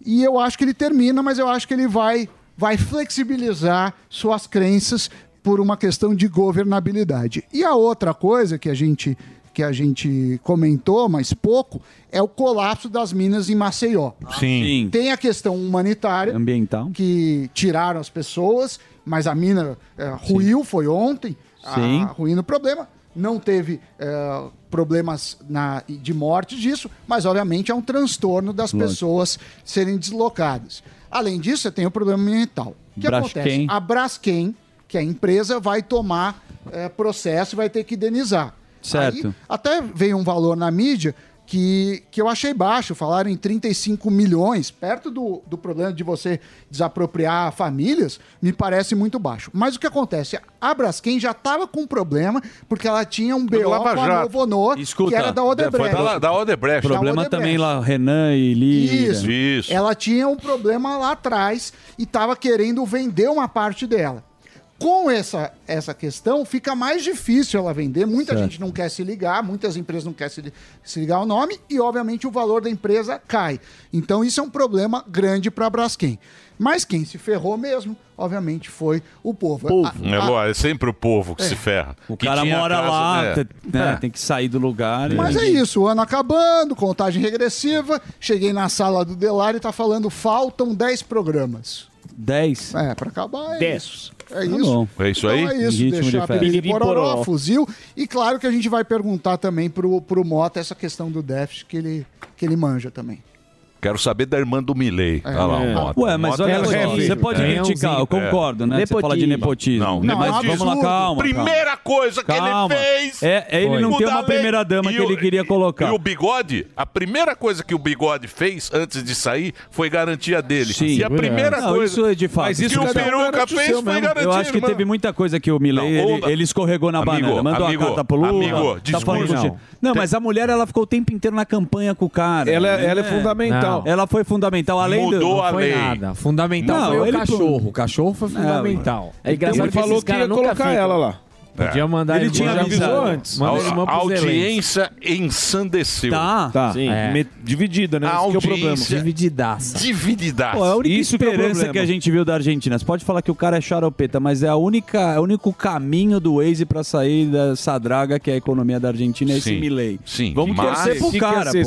Speaker 12: e eu acho que ele termina, mas eu acho que ele vai, vai flexibilizar suas crenças por uma questão de governabilidade. E a outra coisa que a gente que a gente comentou, mas pouco, é o colapso das minas em Maceió.
Speaker 6: Sim.
Speaker 12: Tem a questão humanitária.
Speaker 11: Ambiental.
Speaker 12: Que tiraram as pessoas, mas a mina eh, ruiu, foi ontem.
Speaker 11: Sim.
Speaker 12: A, ruindo o problema. Não teve eh, problemas na- de morte disso, mas obviamente é um transtorno das
Speaker 11: Lógico.
Speaker 12: pessoas serem deslocadas. Além disso, você tem o problema ambiental. O que
Speaker 11: Braskem.
Speaker 12: acontece? é, A Braskem, que é a empresa, vai tomar eh, processo e vai ter que indenizar.
Speaker 11: Certo.
Speaker 12: Aí, até veio um valor na mídia que, que eu achei baixo, falaram em 35 milhões, perto do, do problema de você desapropriar famílias, me parece muito baixo. Mas o que acontece? A Braskem já estava com um problema, porque ela tinha um BO
Speaker 6: Lava
Speaker 12: com a
Speaker 6: Jato.
Speaker 12: Novo Honor, que era da Odebrecht.
Speaker 6: Foi da, da Odebrecht.
Speaker 11: Problema
Speaker 12: Odebrecht.
Speaker 11: também lá, Renan e Lívia.
Speaker 12: Isso. Ela tinha um problema lá atrás e estava querendo vender uma parte dela. Com essa, essa questão, fica mais difícil ela vender. Muita
Speaker 11: Certo.
Speaker 12: gente não quer se ligar, muitas empresas não querem se, li- se ligar ao nome e, obviamente, o valor da empresa cai. Então, isso é um problema grande para a Braskem. Mas quem se ferrou mesmo, obviamente, foi o povo. A-
Speaker 6: É, lógico, é sempre o povo que se ferra. O
Speaker 11: cara mora lá, te-
Speaker 6: É.
Speaker 11: né, tem que sair do lugar.
Speaker 12: Mas
Speaker 11: e...
Speaker 12: é isso, o ano acabando, contagem regressiva. Cheguei na sala do Delari e tá falando: faltam 10 programas.
Speaker 11: 10?
Speaker 12: É, pra acabar é isso. É
Speaker 6: Tá
Speaker 12: isso.
Speaker 6: bom. É isso aí?
Speaker 12: Então é isso,
Speaker 6: Em ritmo
Speaker 12: deixar
Speaker 6: de
Speaker 12: a
Speaker 6: festa.
Speaker 12: Piriri Pororó,
Speaker 6: Piriri-pororó.
Speaker 12: fuzil. E claro que a gente vai perguntar também pro, pro Mota essa questão do déficit que ele, que ele manja também.
Speaker 6: Quero saber da irmã do Milley.
Speaker 12: É.
Speaker 6: Olha lá, o Mota.
Speaker 11: Ué, mas
Speaker 6: Mota
Speaker 11: olha
Speaker 6: é
Speaker 11: só,
Speaker 6: filho.
Speaker 11: você pode
Speaker 6: É.
Speaker 11: criticar, eu concordo, né? Você fala de nepotismo.
Speaker 6: Não, é um
Speaker 11: Mas
Speaker 6: nepotismo.
Speaker 11: vamos lá, calma, calma.
Speaker 6: Primeira coisa que
Speaker 11: Calma.
Speaker 6: ele fez.
Speaker 11: É, é ele
Speaker 6: foi
Speaker 11: não tem
Speaker 6: mudar
Speaker 11: uma
Speaker 6: a lei.
Speaker 11: primeira-dama
Speaker 6: E
Speaker 11: que
Speaker 6: o-
Speaker 11: ele queria colocar.
Speaker 6: E o Bigode, a primeira coisa que o Bigode fez antes de sair foi garantia dele. e a primeira
Speaker 11: Não,
Speaker 6: coisa
Speaker 11: isso é de fato.
Speaker 6: Mas isso que o Peruca fez foi garantia.
Speaker 11: Eu acho que
Speaker 6: irmã.
Speaker 11: teve muita coisa que o Milley,
Speaker 6: Não,
Speaker 11: ele,
Speaker 6: ou-
Speaker 11: ele escorregou na
Speaker 6: Amigo,
Speaker 11: banana. Mandou
Speaker 6: amigo,
Speaker 11: a carta pro Lula.
Speaker 6: amigo,
Speaker 11: tá falando
Speaker 6: discurso.
Speaker 11: contigo. Não, mas a mulher, ela ficou o tempo inteiro na campanha com o cara. né?
Speaker 5: Ela- ela é fundamental.
Speaker 11: Não. Ela foi fundamental. Então, Além do...
Speaker 9: não foi nada. Fundamental
Speaker 11: Não,
Speaker 9: foi
Speaker 11: ele- um
Speaker 9: o cachorro. O cachorro foi
Speaker 11: Não,
Speaker 9: fundamental.
Speaker 11: é engraçado
Speaker 9: Ele
Speaker 11: que esses cara nunca ficam.
Speaker 6: É.
Speaker 9: Podia mandar
Speaker 11: Ele
Speaker 9: irmã,
Speaker 11: tinha
Speaker 9: já
Speaker 11: avisado.
Speaker 9: avisou antes.
Speaker 6: A,
Speaker 9: Manda irmã
Speaker 6: a
Speaker 9: pro Zelensky.
Speaker 6: audiência ensandeceu.
Speaker 11: Tá. Tá.
Speaker 6: Sim.
Speaker 9: É. Me-
Speaker 6: Dividida,
Speaker 9: né?
Speaker 6: A
Speaker 9: Esse que é o problema.
Speaker 6: audiência...
Speaker 9: Divididaça.
Speaker 6: Divididaça.
Speaker 11: Pô, é a única esperança que,
Speaker 6: problema.
Speaker 11: a gente viu da Argentina. Você pode falar que o cara é xaropeta, mas é a única, é o único caminho do Waze pra sair dessa draga que é a economia da Argentina, é esse
Speaker 6: Sim,
Speaker 11: Milley.
Speaker 6: Sim,
Speaker 11: Vamos
Speaker 6: mas...
Speaker 11: torcer pro cara, pô.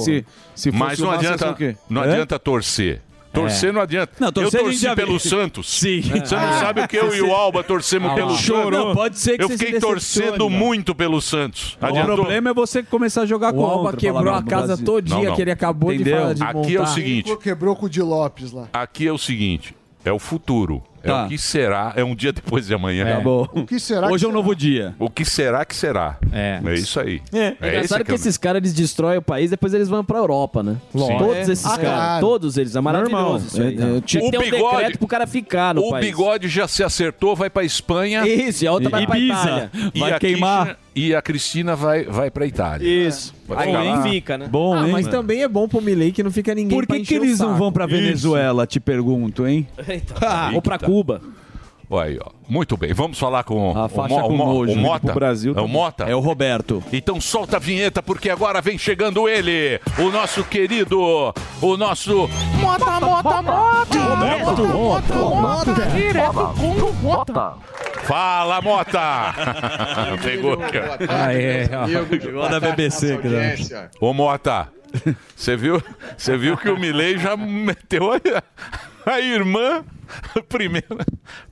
Speaker 6: Mas não adianta, não adianta torcer. Torcer
Speaker 11: É.
Speaker 6: não adianta.
Speaker 11: Não, torcer
Speaker 6: eu
Speaker 11: a gente
Speaker 6: torci
Speaker 11: já
Speaker 6: pelo
Speaker 11: viu.
Speaker 6: Santos.
Speaker 11: Sim.
Speaker 6: Você não sabe o que eu e o Alba torcemos
Speaker 11: Ah,
Speaker 6: pelo
Speaker 11: lá.
Speaker 6: Santos.
Speaker 11: Chorou. Não, pode ser que
Speaker 6: Eu
Speaker 11: você se
Speaker 6: fiquei
Speaker 11: decepcione,
Speaker 6: torcendo
Speaker 11: cara.
Speaker 6: muito pelo Santos.
Speaker 11: O problema é você começar a jogar
Speaker 9: O
Speaker 11: contra.
Speaker 9: Alba quebrou
Speaker 11: falar
Speaker 9: a
Speaker 11: no
Speaker 9: casa
Speaker 11: Brasil.
Speaker 9: todinha
Speaker 6: Não, não.
Speaker 9: que ele acabou de
Speaker 6: Entendeu?
Speaker 9: falar de
Speaker 6: Aqui
Speaker 9: montar.
Speaker 6: é o seguinte,
Speaker 12: Pô, Quebrou com o de Lopes lá.
Speaker 6: Aqui é o seguinte, é o futuro. É
Speaker 12: Tá.
Speaker 6: o que será, é um dia depois de amanhã.
Speaker 12: Tá bom. O que será Hoje que é um será?
Speaker 11: novo dia.
Speaker 6: O que será que será? É, isso aí.
Speaker 10: É,
Speaker 6: esse
Speaker 10: engraçado que
Speaker 6: é o-
Speaker 10: esses caras eles destroem o país, depois eles vão pra Europa, né?
Speaker 6: Lógico.
Speaker 10: Todos
Speaker 6: É.
Speaker 10: esses
Speaker 6: Ah,
Speaker 10: caras,
Speaker 6: claro.
Speaker 10: todos eles, é
Speaker 6: Normal.
Speaker 10: maravilhoso. Isso aí,
Speaker 6: É, é,
Speaker 10: né?
Speaker 6: eu
Speaker 10: Tinha que
Speaker 6: O
Speaker 10: ter um
Speaker 6: bigode-
Speaker 10: decreto pro cara ficar Ah, no
Speaker 6: o
Speaker 10: país.
Speaker 6: bigode já se acertou, vai pra Espanha.
Speaker 10: Isso, e a outra vai pra
Speaker 6: Ibiza.
Speaker 10: Itália. Vai
Speaker 6: a
Speaker 10: queimar.
Speaker 6: Cristina- e a Cristina vai, vai pra Itália.
Speaker 10: Isso.
Speaker 6: Vai
Speaker 10: Aí
Speaker 6: ficar lá.
Speaker 10: fica, né?
Speaker 11: Bom,
Speaker 9: ah,
Speaker 11: hein?
Speaker 9: mas também é bom pro Milley que não fica ninguém
Speaker 11: Por
Speaker 9: pra
Speaker 11: que, que
Speaker 9: encher o
Speaker 11: eles não
Speaker 9: saco.
Speaker 11: vão pra Venezuela, te pergunto, hein?
Speaker 6: Aí
Speaker 11: ou
Speaker 6: que
Speaker 11: pra
Speaker 6: tá.
Speaker 11: Cuba.
Speaker 6: Olha aí, ó. Muito bem, vamos falar com o,
Speaker 11: faixa com nojo,
Speaker 6: o
Speaker 11: né?
Speaker 6: Mota.
Speaker 11: Pro Brasil
Speaker 6: é o
Speaker 11: também.
Speaker 6: Mota? É
Speaker 11: o Roberto.
Speaker 6: Então solta a vinheta, porque agora vem chegando ele, o nosso querido, o nosso
Speaker 14: Mota, mota, mota!
Speaker 6: Roberto Mota.
Speaker 14: Direto com o Mota!
Speaker 6: Fala, Mota! Pegou. cara.
Speaker 14: Aê, ó.
Speaker 11: Igual da BBC, cara.
Speaker 6: Ô, Mota, você viu, você viu que o Milei já meteu a, a irmã, a primeira,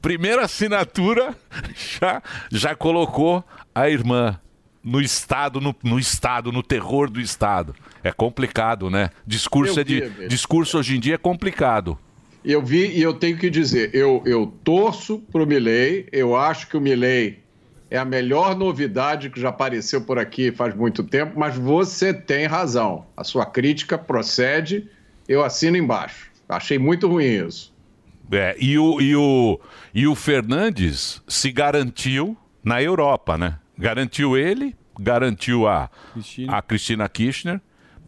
Speaker 6: primeira assinatura, já, já colocou a irmã no Estado, no, no Estado, no terror do Estado. É complicado, né? Discurso,
Speaker 21: Eu
Speaker 6: é de,
Speaker 21: vi, velho.
Speaker 6: discurso hoje em dia é complicado.
Speaker 21: Eu vi e eu tenho que dizer, eu, eu torço pro Milley, eu acho que o Milley é a melhor novidade que já apareceu por aqui faz muito tempo, mas você tem razão. A sua crítica procede, eu assino embaixo. Achei muito ruim isso.
Speaker 6: É, e, o, e, o, e o Fernandes se garantiu na Europa, né? Garantiu ele, garantiu a Cristina, a Cristina Kirchner.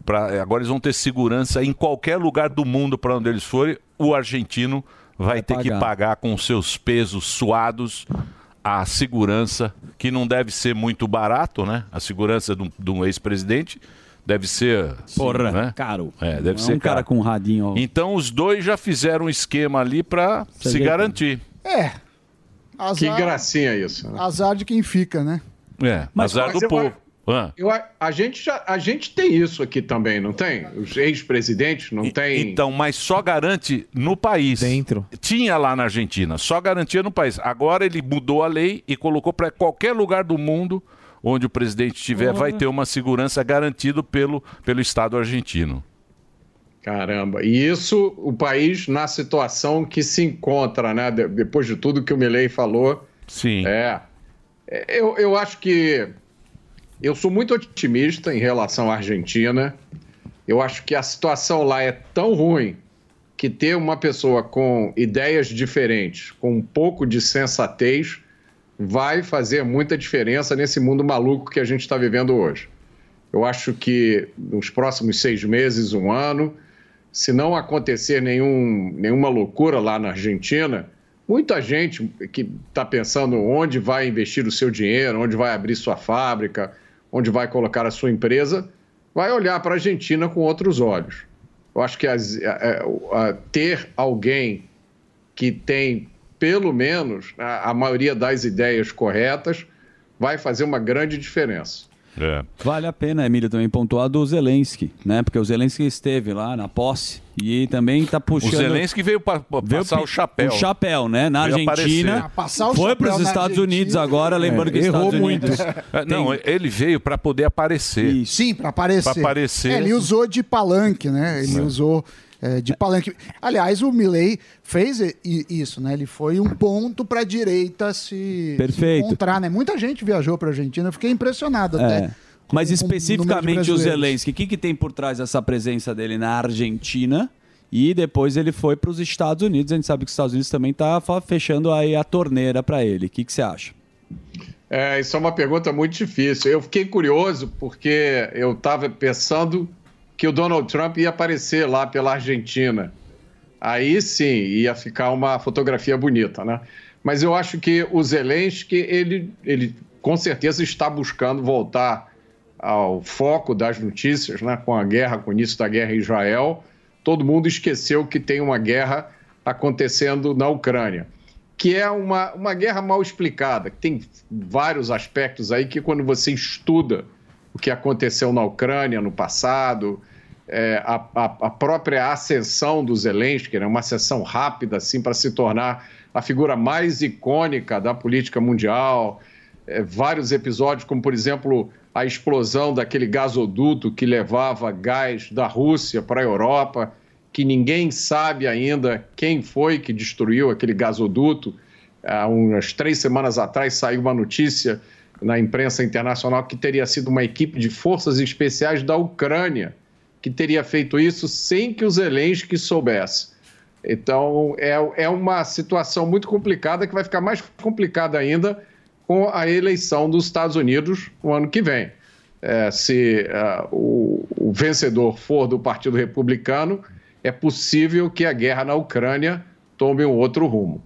Speaker 6: Pra, agora eles vão ter segurança em qualquer lugar do mundo para onde eles forem. O argentino vai, ter que pagar com seus pesos suados a segurança, que não deve ser muito barato, né? A segurança de um, de um ex-presidente deve ser.
Speaker 11: Porra,
Speaker 6: né?
Speaker 11: caro.
Speaker 6: É,
Speaker 11: É
Speaker 6: deve ser
Speaker 11: um cara
Speaker 6: caro.
Speaker 11: com um radinho, ó.
Speaker 6: Então os dois já fizeram um esquema ali pra
Speaker 11: Você
Speaker 6: se
Speaker 11: vê,
Speaker 6: garantir.
Speaker 12: É. Azar,
Speaker 21: gracinha isso.
Speaker 12: azar de quem fica, né?
Speaker 6: É,
Speaker 21: Mas-
Speaker 6: azar
Speaker 21: mas
Speaker 6: do
Speaker 21: eu
Speaker 6: povo.
Speaker 21: acho- Eu, a, a gente já, a gente tem isso aqui também, não tem? Os ex-presidentes não tem.
Speaker 6: Então, mas só garante no país. Dentro. Tinha lá na Argentina, só garantia no país. Agora ele mudou a lei e colocou para qualquer lugar do mundo onde o presidente estiver, vai ter uma segurança garantida pelo, pelo Estado argentino.
Speaker 21: Caramba, e isso o país na situação que se encontra, né? De- depois de é, tudo que o Milei falou.
Speaker 6: Sim.
Speaker 21: É. Eu, eu acho que Eu sou muito otimista em relação à Argentina. Eu acho que a situação lá é tão ruim que ter uma pessoa com ideias diferentes, com um pouco de sensatez, vai fazer muita diferença nesse mundo maluco que a gente está vivendo hoje. Eu acho que nos próximos seis meses, um ano, se não acontecer nenhum, nenhuma loucura lá na Argentina, muita gente que está pensando onde vai investir o seu dinheiro, onde vai abrir sua fábrica, onde vai colocar a sua empresa, vai olhar para a Argentina com outros olhos. Eu acho que as- a- a- a- ter alguém que tem, pelo menos, a, a maioria das ideias corretas vai fazer uma grande diferença.
Speaker 6: É.
Speaker 11: Vale a pena, Emílio, também pontuar do Zelensky, né? Porque o Zelensky esteve lá na posse e também tá
Speaker 6: O
Speaker 11: puxando...
Speaker 6: Zelensky veio pa- pa- passar
Speaker 11: pi-
Speaker 6: o chapéu.
Speaker 11: O chapéu, né? Na
Speaker 6: Veio
Speaker 11: Argentina.
Speaker 6: aparecer. Ah,
Speaker 12: passar o
Speaker 11: foi
Speaker 12: chapéu
Speaker 11: para os
Speaker 12: na
Speaker 11: Estados
Speaker 12: Argentina. É.
Speaker 11: Unidos agora, lembrando que os Estados Unidos.
Speaker 6: É, Não, ele veio para poder aparecer.
Speaker 12: Sim, para aparecer.
Speaker 6: Para aparecer.
Speaker 12: É, ele usou de palanque, né? Ele usou é, de palanque. Aliás, o Milley fez i- isso, né? Ele foi um ponto para a direita se,
Speaker 11: Perfeito.
Speaker 12: se encontrar, né? Muita gente viajou para a Argentina, eu fiquei impressionado
Speaker 11: É.
Speaker 12: até.
Speaker 11: Mas
Speaker 12: com- com o número de
Speaker 11: especificamente o
Speaker 12: brasileiros.
Speaker 11: Zelensky, o que, que tem por trás dessa presença dele na Argentina? E depois ele foi para os Estados Unidos. A gente sabe que os Estados Unidos também tá fa- fechando aí a torneira para ele. O que, que você acha?
Speaker 21: É, isso é uma pergunta muito difícil. Eu fiquei curioso porque eu estava pensando que o Donald Trump ia aparecer lá pela Argentina. Aí sim, ia ficar uma fotografia bonita, né? Mas eu acho que o Zelensky, ele, ele com certeza está buscando voltar ao foco das notícias, né? Com a guerra, com o início da guerra em Israel, todo mundo esqueceu que tem uma guerra acontecendo na Ucrânia que é uma, uma guerra mal explicada, que tem vários aspectos aí que quando você estuda o que aconteceu na Ucrânia no passado, é, a, a, a própria ascensão do Zelensky, né, uma ascensão rápida assim para se tornar a figura mais icônica da política mundial, é, vários episódios, como por exemplo a explosão daquele gasoduto que levava gás da Rússia para a Europa, que ninguém sabe ainda quem foi que destruiu aquele gasoduto. Há umas três semanas atrás saiu uma notícia na imprensa internacional que teria sido uma equipe de forças especiais da Ucrânia que teria feito isso sem que o Zelensky soubesse. Então, é, é uma situação muito complicada que vai ficar mais complicada ainda com a eleição dos Estados Unidos no ano que vem. É, se ah, o, o vencedor for do Partido Republicano, é possível que a guerra na Ucrânia tome um outro rumo.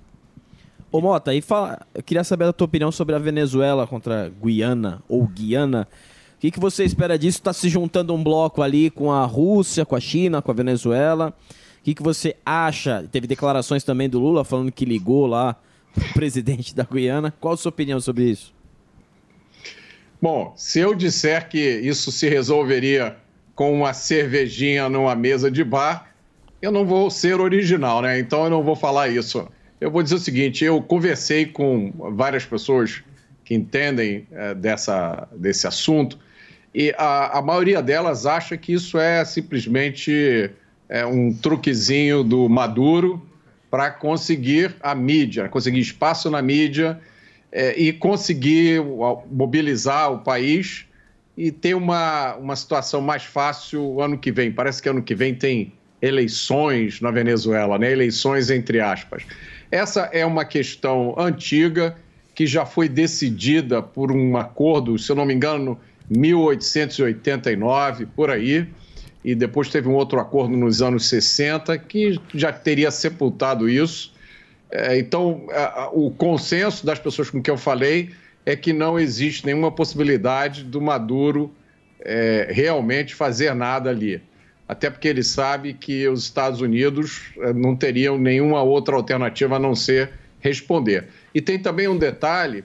Speaker 10: Ô Mota, e fala, eu queria saber a tua opinião sobre a Venezuela contra Guiana ou Guiana. O que, que você espera disso? Está se juntando um bloco ali com a Rússia, com a China, com a Venezuela. O que, que você acha? Teve declarações também do Lula falando que ligou lá o presidente da Guiana. Qual a sua opinião sobre isso?
Speaker 21: Bom, se eu disser que isso se resolveria com uma cervejinha numa mesa de bar, eu não vou ser original, né? Então eu não vou falar isso. Eu vou dizer o seguinte: eu conversei com várias pessoas que entendem eh, dessa, desse assunto e a, a maioria delas acha que isso é simplesmente eh, um truquezinho do Maduro para conseguir a mídia, conseguir espaço na mídia é, e conseguir o- mobilizar o país e ter uma, uma situação mais fácil ano que vem. Parece que ano que vem tem eleições na Venezuela, né? eleições entre aspas. Essa é uma questão antiga que já foi decidida por um acordo, se eu não me engano, 1889, por aí, e depois teve um outro acordo nos anos 60 que já teria sepultado isso. É, então, a- a- o consenso das pessoas com que eu falei é que não existe nenhuma possibilidade do Maduro é, realmente fazer nada ali. Até porque ele sabe que os Estados Unidos é, não teriam nenhuma outra alternativa a não ser responder. E tem também um detalhe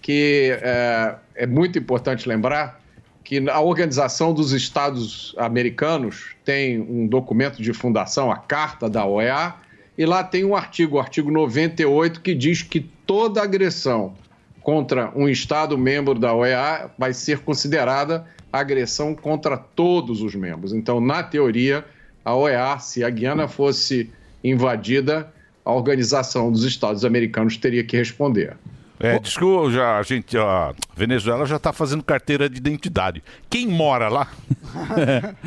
Speaker 21: que é, é muito importante lembrar que a Organização dos Estados Americanos tem um documento de fundação, a Carta da OEA, e lá tem um artigo, o artigo 98, que diz que toda agressão contra um Estado membro da OEA vai ser considerada agressão contra todos os membros. Então, na teoria, a OEA, se a Guiana fosse invadida, a Organização dos Estados Americanos teria que responder.
Speaker 6: É, diz que o- já, a gente, a Venezuela já tá fazendo carteira de identidade. Quem mora lá?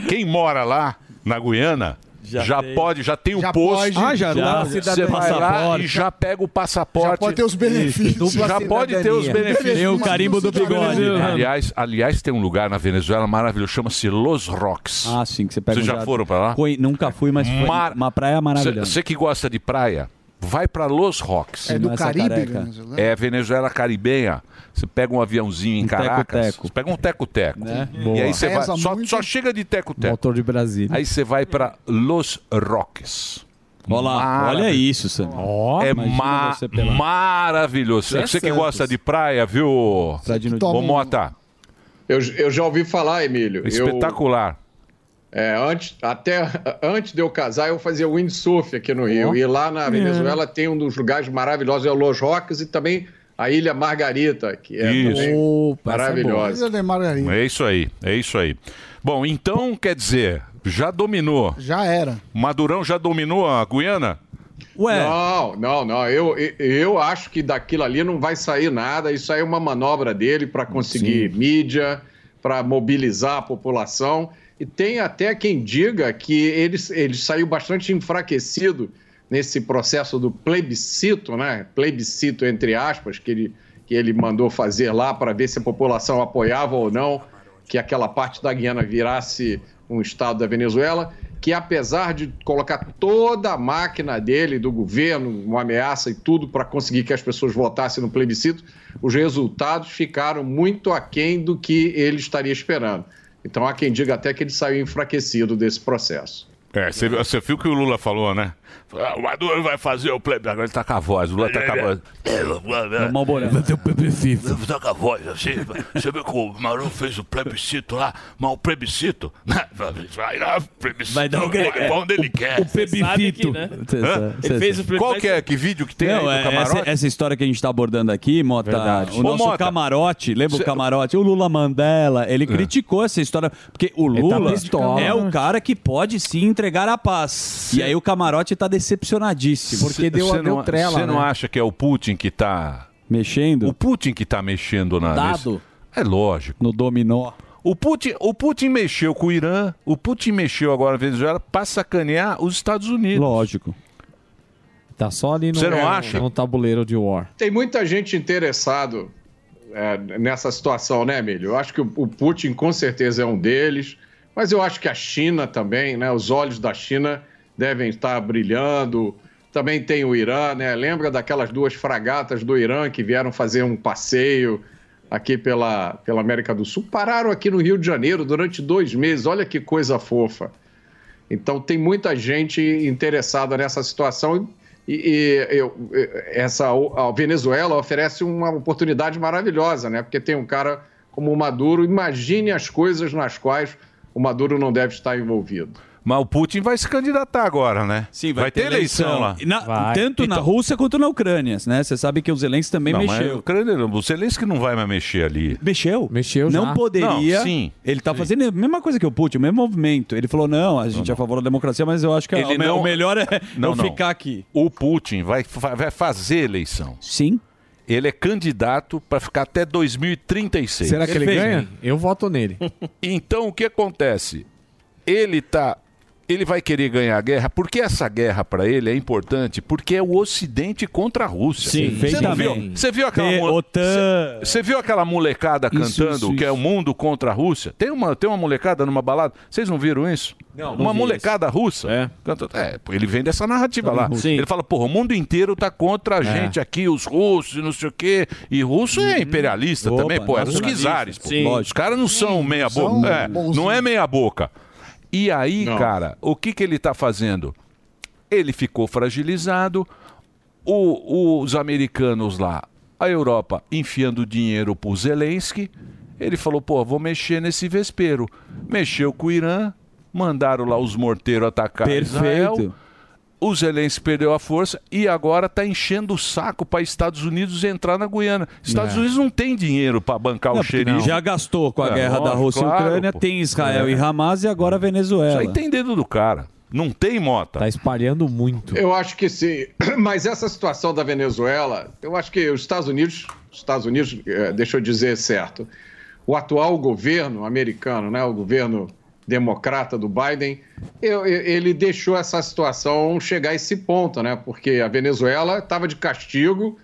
Speaker 6: quem mora lá na Guiana? Já,
Speaker 14: tem.
Speaker 6: pode, já tem o
Speaker 14: Já
Speaker 6: posto.
Speaker 14: pode. Ah, já dá.
Speaker 6: Você vai lá
Speaker 14: Passaporte.
Speaker 6: e já pega o passaporte.
Speaker 14: Já pode ter os benefícios.
Speaker 6: Isso,
Speaker 14: Dupla
Speaker 6: Já pode ter
Speaker 14: cidadania.
Speaker 6: os benefícios.
Speaker 14: Tem o carimbo do bigode, né?
Speaker 6: Aliás, aliás, tem um lugar na Venezuela maravilhoso, chama-se Los Rocks.
Speaker 11: Ah, sim, que você pega
Speaker 6: Vocês
Speaker 11: um
Speaker 6: já
Speaker 11: jato.
Speaker 6: foram pra lá?
Speaker 11: Coi- Nunca fui, mas foi
Speaker 6: Mar-
Speaker 11: uma praia maravilhosa.
Speaker 6: Você que gosta de praia, vai pra Los Rocks.
Speaker 11: É do Não é Caribe, Sacareca.
Speaker 6: Venezuela? É Venezuela caribenha. Você pega um aviãozinho em Caracas,
Speaker 9: teco-teco.
Speaker 6: você pega um
Speaker 11: É.
Speaker 6: teco-teco.
Speaker 9: Né?
Speaker 6: E
Speaker 9: Boa.
Speaker 6: aí você vai,
Speaker 9: Pesa
Speaker 6: só, só chega de teco-teco.
Speaker 9: Motor de Brasília.
Speaker 6: Aí você vai pra Los Rocks.
Speaker 11: Olá, olha isso, Sandro.
Speaker 6: é
Speaker 11: imagina
Speaker 6: ma-
Speaker 11: você pelado.
Speaker 6: maravilhoso.
Speaker 11: Isso é
Speaker 6: você que
Speaker 11: Santos.
Speaker 6: gosta de praia, viu?
Speaker 21: Toma
Speaker 6: Ô,
Speaker 21: um-
Speaker 6: Mota,
Speaker 21: Eu, eu já ouvi falar, Emílio. Eu-
Speaker 6: espetacular.
Speaker 21: É, antes, até antes de eu casar, eu fazia windsurf aqui no Rio. E lá
Speaker 6: Uhum.
Speaker 21: na Venezuela tem um dos lugares maravilhosos, é o Los Roques e também a Ilha Margarita, que é
Speaker 6: Isso.
Speaker 21: também
Speaker 6: Opa, essa é boa.
Speaker 21: maravilhosa.
Speaker 12: Ilha de Margarida.
Speaker 6: É isso aí, é isso aí. Bom, então quer dizer, já dominou.
Speaker 12: Já era.
Speaker 6: Madurão já dominou a Guiana?
Speaker 21: Não, não, não. Eu, eu- eu acho que daquilo ali não vai sair nada. Isso aí é uma manobra dele para conseguir mídia, para mobilizar a população. E tem até quem diga que ele, ele saiu bastante enfraquecido nesse processo do plebiscito, né? Plebiscito, entre aspas, que ele, que ele mandou fazer lá para ver se a população apoiava ou não que aquela parte da Guiana virasse um estado da Venezuela, que apesar de colocar toda a máquina dele, do governo, uma ameaça e tudo para conseguir que as pessoas votassem no plebiscito, os resultados ficaram muito aquém do que ele estaria esperando. Então há quem diga até que ele saiu enfraquecido desse processo.
Speaker 6: É, você viu- você viu o que o Lula falou, né? Ah, O Maduro vai fazer o plebe. Agora ele tá com a voz, o Lula tá com a voz. é.
Speaker 14: Normal Borel. Vai
Speaker 11: ter o plebiscito.
Speaker 6: Tá com a voz assim. Você viu que o Maduro fez o plebiscito lá, mas o plebiscito. né? Vai lá, plebiscito.
Speaker 14: Vai dar o que ele quer.
Speaker 6: pra onde ele quer.
Speaker 14: o plebiscito. Né?
Speaker 6: Hã?
Speaker 14: Ele fez o
Speaker 6: Qual que é? Que vídeo que tem
Speaker 11: Não,
Speaker 6: aí
Speaker 11: é,
Speaker 6: do camarote?
Speaker 11: essa, essa história que a gente tá abordando aqui, Mota,
Speaker 6: Verdade.
Speaker 11: o
Speaker 6: Ô,
Speaker 11: nosso
Speaker 6: Mota,
Speaker 11: camarote, lembra
Speaker 6: cê- É.
Speaker 11: o camarote? O Lula Mandela, ele criticou essa história, porque
Speaker 6: tá
Speaker 11: o Lula
Speaker 9: pistola.
Speaker 11: é o cara que pode sim entregar a paz. E aí o camarote tá decepcionadíssimo.
Speaker 6: Cê- cê
Speaker 11: deu né?
Speaker 6: não, Você não acha que é o Putin que tá...
Speaker 11: Mexendo?
Speaker 6: O Putin que tá mexendo na...
Speaker 11: Dado?
Speaker 6: nesse- É lógico.
Speaker 11: No dominó.
Speaker 6: O Putin, o Putin mexeu com o Irã, o Putin mexeu agora na Venezuela para sacanear os Estados Unidos.
Speaker 11: Lógico.
Speaker 9: Tá só ali no,
Speaker 6: Você não acha?
Speaker 9: no tabuleiro de war.
Speaker 21: Tem muita gente interessado é, nessa situação, né, Emílio? Eu acho que o, o Putin com certeza é um deles, mas eu acho que a China também, né? Os olhos da China devem estar brilhando. Também tem o Irã, né? Lembra daquelas duas fragatas do Irã que vieram fazer um passeio aqui pela, pela América do Sul? Pararam aqui no Rio de Janeiro durante dois meses. Olha que coisa fofa. Então tem muita gente interessada nessa situação e, e eu- e- essa a Venezuela oferece uma oportunidade maravilhosa, né? Porque tem um cara como o Maduro. Imagine as coisas nas quais o Maduro não deve estar envolvido.
Speaker 6: Mas o Putin vai se candidatar agora, né? Sim, vai, ter eleição, lá.
Speaker 11: E na- Tanto na Rússia quanto na Ucrânia, né? Você sabe que o Zelensky também
Speaker 6: Não, mas
Speaker 11: mexeu.
Speaker 6: o Ucrânia não, o Zelensky não vai mais mexer ali.
Speaker 11: Mexeu. Mexeu Não
Speaker 6: já.
Speaker 11: poderia.
Speaker 6: Não, sim.
Speaker 11: Ele tá fazendo a mesma coisa que o Putin, o mesmo movimento. Ele falou: não, a gente é a favor da democracia, mas eu acho que é o, me- o melhor é eu ficar aqui.
Speaker 6: O Putin vai, fa- vai fazer eleição.
Speaker 11: Sim.
Speaker 6: Ele é candidato para ficar até 2036.
Speaker 9: Será que ele,
Speaker 11: né?
Speaker 9: ganha? Eu voto nele.
Speaker 6: Então o que acontece? Ele tá ele vai querer ganhar a guerra, porque essa guerra para ele é importante, porque é o Ocidente contra a Rússia.
Speaker 11: Sim,
Speaker 6: você não viu?
Speaker 11: perfeitamente.
Speaker 6: Você viu aquela
Speaker 11: Vê,
Speaker 6: mo-
Speaker 11: OTAN.
Speaker 6: Você você viu aquela molecada
Speaker 11: Isso,
Speaker 6: cantando
Speaker 11: isso,
Speaker 6: que é o mundo contra a Rússia? Tem uma, tem uma molecada numa balada, vocês não viram isso?
Speaker 11: Não, não
Speaker 6: uma
Speaker 11: vi
Speaker 6: molecada russa. É. é, pô, ele vem dessa narrativa
Speaker 11: Também
Speaker 6: lá.
Speaker 11: russo. É.
Speaker 6: Ele fala, porra, o mundo inteiro tá contra a gente aqui, os russos, e não sei o quê. E russo é imperialista
Speaker 11: Uhum. Opa,
Speaker 6: também, pô, é os
Speaker 11: nacionalista.
Speaker 6: czares, pô.
Speaker 11: Sim.
Speaker 6: Os caras não são meia
Speaker 11: são
Speaker 6: boca. É,
Speaker 11: bonzinhos.
Speaker 6: não é meia boca. E aí,
Speaker 11: Não.
Speaker 6: cara, o que que ele tá fazendo? Ele ficou fragilizado, o- os americanos lá, a Europa enfiando dinheiro pro Zelensky. Ele falou, pô, vou mexer nesse vespeiro. Mexeu com o Irã, mandaram lá os morteiros atacar Israel.
Speaker 11: Perfeito.
Speaker 6: O Zelensky perdeu a força e agora tá enchendo o saco para Estados Unidos entrar na Guiana. Estados
Speaker 11: É.
Speaker 6: Unidos não tem dinheiro para bancar o
Speaker 11: Não, porque
Speaker 6: cheirinho.
Speaker 11: Já gastou com a
Speaker 6: É,
Speaker 11: guerra da
Speaker 6: lógico,
Speaker 11: Rússia
Speaker 6: claro,
Speaker 11: e Ucrânia,
Speaker 6: pô.
Speaker 11: tem Israel
Speaker 6: É.
Speaker 11: e Hamas e agora a Venezuela.
Speaker 6: Isso aí tem dedo do cara. Não tem mota.
Speaker 9: Tá espalhando muito.
Speaker 21: Eu acho que sim. Mas essa situação da Venezuela, eu acho que os Estados Unidos os Estados Unidos, eh, deixa eu dizer certo, o atual governo americano, né, o governo democrata do Biden, eu- eu- ele deixou essa situação chegar a esse ponto, né? Porque a Venezuela estava de castigo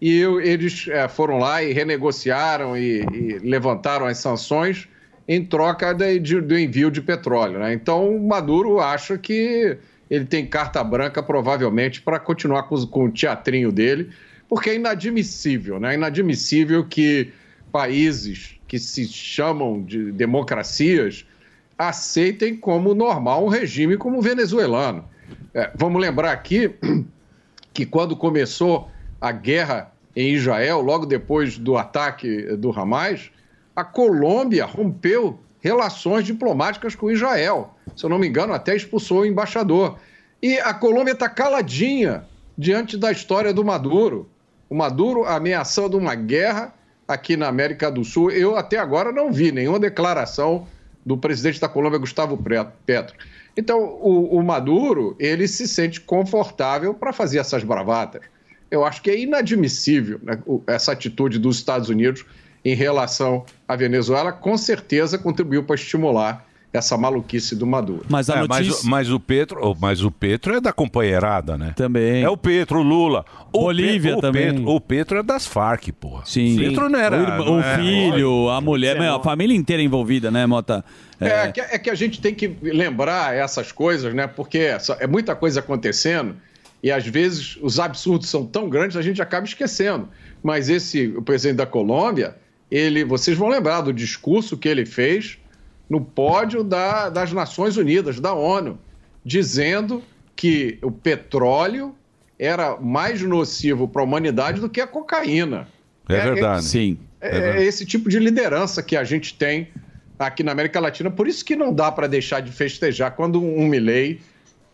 Speaker 21: e eu- eles eh, foram lá e renegociaram e, e levantaram as sanções em troca da- de- do envio de petróleo. Né? Então, o Maduro acha que ele tem carta branca, provavelmente, para continuar com, os- com o teatrinho dele, porque é inadmissível, né? É inadmissível que países que se chamam de democracias aceitem como normal um regime como o venezuelano. Eh, vamos lembrar aqui que quando começou a guerra em Israel, logo depois do ataque do Hamas, a Colômbia rompeu relações diplomáticas com Israel. Se eu não me engano, até expulsou o embaixador. E a Colômbia está caladinha diante da história do Maduro. O Maduro ameaçando uma guerra aqui na América do Sul. Eu até agora não vi nenhuma declaração do presidente da Colômbia, Gustavo Pre- Petro. Então, o, o Maduro, ele se sente confortável para fazer essas bravatas. Eu acho que é inadmissível né, o- essa atitude dos Estados Unidos em relação à Venezuela. Com certeza contribuiu para estimular essa maluquice do Maduro.
Speaker 11: Mas
Speaker 6: É, mas, o- mas o Petro, oh, mas o Petro é da companheirada, né? Também. É o Petro, o Lula, o
Speaker 11: Bolívia
Speaker 6: Pe- o
Speaker 11: também.
Speaker 6: Petro, o Petro é das Farc, porra.
Speaker 11: Sim.
Speaker 6: O Petro não era.
Speaker 11: O, irmão-
Speaker 6: não
Speaker 11: o
Speaker 6: é-
Speaker 11: filho, a mulher, mas a família inteira envolvida, né, Mota?
Speaker 21: É, que, é que a gente tem que lembrar essas coisas, né? Porque essa- é muita coisa acontecendo e às vezes os absurdos são tão grandes a gente acaba esquecendo. Mas esse o presidente da Colômbia, ele, vocês vão lembrar do discurso que ele fez no pódio da- das Nações Unidas, da ONU, dizendo que o petróleo era mais nocivo para a humanidade do que a cocaína.
Speaker 6: É verdade. Sim. É
Speaker 21: É,
Speaker 6: verdade.
Speaker 21: esse tipo de liderança que a gente tem aqui na América Latina. Por isso que não dá para deixar de festejar quando um Milei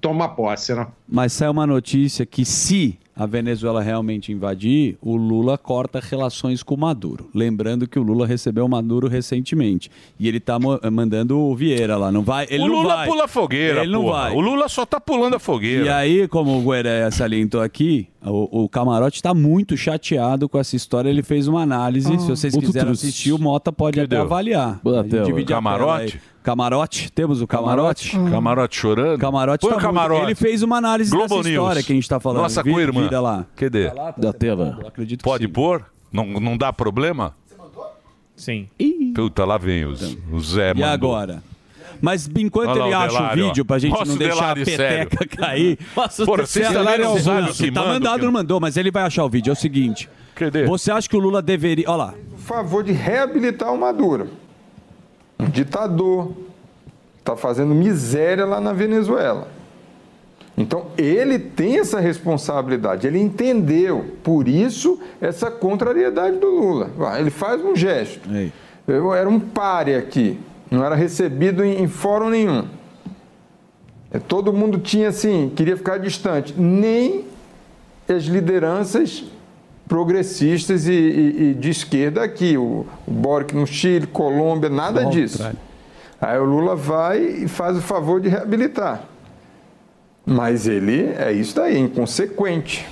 Speaker 21: toma posse, né?
Speaker 11: Mas sai uma notícia que se a Venezuela realmente invadir, o Lula corta relações com o Maduro. Lembrando que o Lula recebeu o Maduro recentemente. E ele tá mo- mandando o Vieira lá. Não vai, ele
Speaker 6: o
Speaker 11: não
Speaker 6: Lula
Speaker 11: vai.
Speaker 6: pula a fogueira,
Speaker 11: Ele não
Speaker 6: porra.
Speaker 11: vai.
Speaker 6: O Lula só tá pulando a fogueira.
Speaker 11: E aí, como o Gueré salientou aqui, o, o Camarote está muito chateado com essa história. Ele fez uma análise.
Speaker 6: Ah,
Speaker 11: Se vocês
Speaker 6: muito
Speaker 11: quiserem
Speaker 6: triste.
Speaker 11: assistir, o Mota pode até
Speaker 6: deu?
Speaker 11: avaliar. A gente
Speaker 6: tela.
Speaker 11: divide a
Speaker 6: Camarote?
Speaker 11: tela aí. Camarote? Temos o Camarote?
Speaker 6: Camarote chorando?
Speaker 11: Camarote
Speaker 6: Põe
Speaker 11: tá
Speaker 6: o Camarote.
Speaker 11: Muito... Ele fez uma análise
Speaker 6: Globo
Speaker 11: dessa história
Speaker 6: News.
Speaker 11: que a gente tá falando.
Speaker 6: Nossa
Speaker 11: Vi-
Speaker 6: co-irmã.
Speaker 11: Vira lá. tá
Speaker 6: Cadê?
Speaker 11: Da tela. Acredito
Speaker 6: Pode pôr? Não, não dá problema?
Speaker 9: Sim.
Speaker 6: Puta, lá vem os, o Zé,
Speaker 11: Então, E
Speaker 6: mandou.
Speaker 11: agora? Mas enquanto
Speaker 6: Olha lá
Speaker 11: ele
Speaker 6: o
Speaker 11: acha
Speaker 6: Delari,
Speaker 11: o vídeo
Speaker 6: ó.
Speaker 11: pra gente
Speaker 6: Nossa,
Speaker 11: não
Speaker 6: o
Speaker 11: deixar a
Speaker 6: Delari,
Speaker 11: peteca
Speaker 6: sério.
Speaker 11: cair.
Speaker 6: Nossa, o Porra, vocês
Speaker 11: Delari
Speaker 6: sabem
Speaker 11: é
Speaker 6: os
Speaker 11: ousado.
Speaker 6: olhos que
Speaker 11: Tá
Speaker 6: mandam,
Speaker 11: mandado,
Speaker 6: que-
Speaker 11: não mandou, mas ele vai achar o vídeo. É o seguinte. Você acha que o Lula deveria. Olha lá.
Speaker 22: favor de reabilitar o Maduro. Um ditador. Está fazendo miséria lá na Venezuela. Então, ele tem essa responsabilidade, ele entendeu, por isso, essa contrariedade do Lula. Vai, Ele faz um gesto. Eu era um pare aqui, não era recebido em, em fórum nenhum. É, Todo mundo tinha assim, queria ficar distante. Nem as lideranças progressistas e, e- e de esquerda aqui, o, o Boric no Chile, Colômbia, nada
Speaker 23: Ao
Speaker 22: disso.
Speaker 23: contrário.
Speaker 22: Aí o Lula vai e faz o favor de reabilitar. Mas ele é isso daí, inconsequente.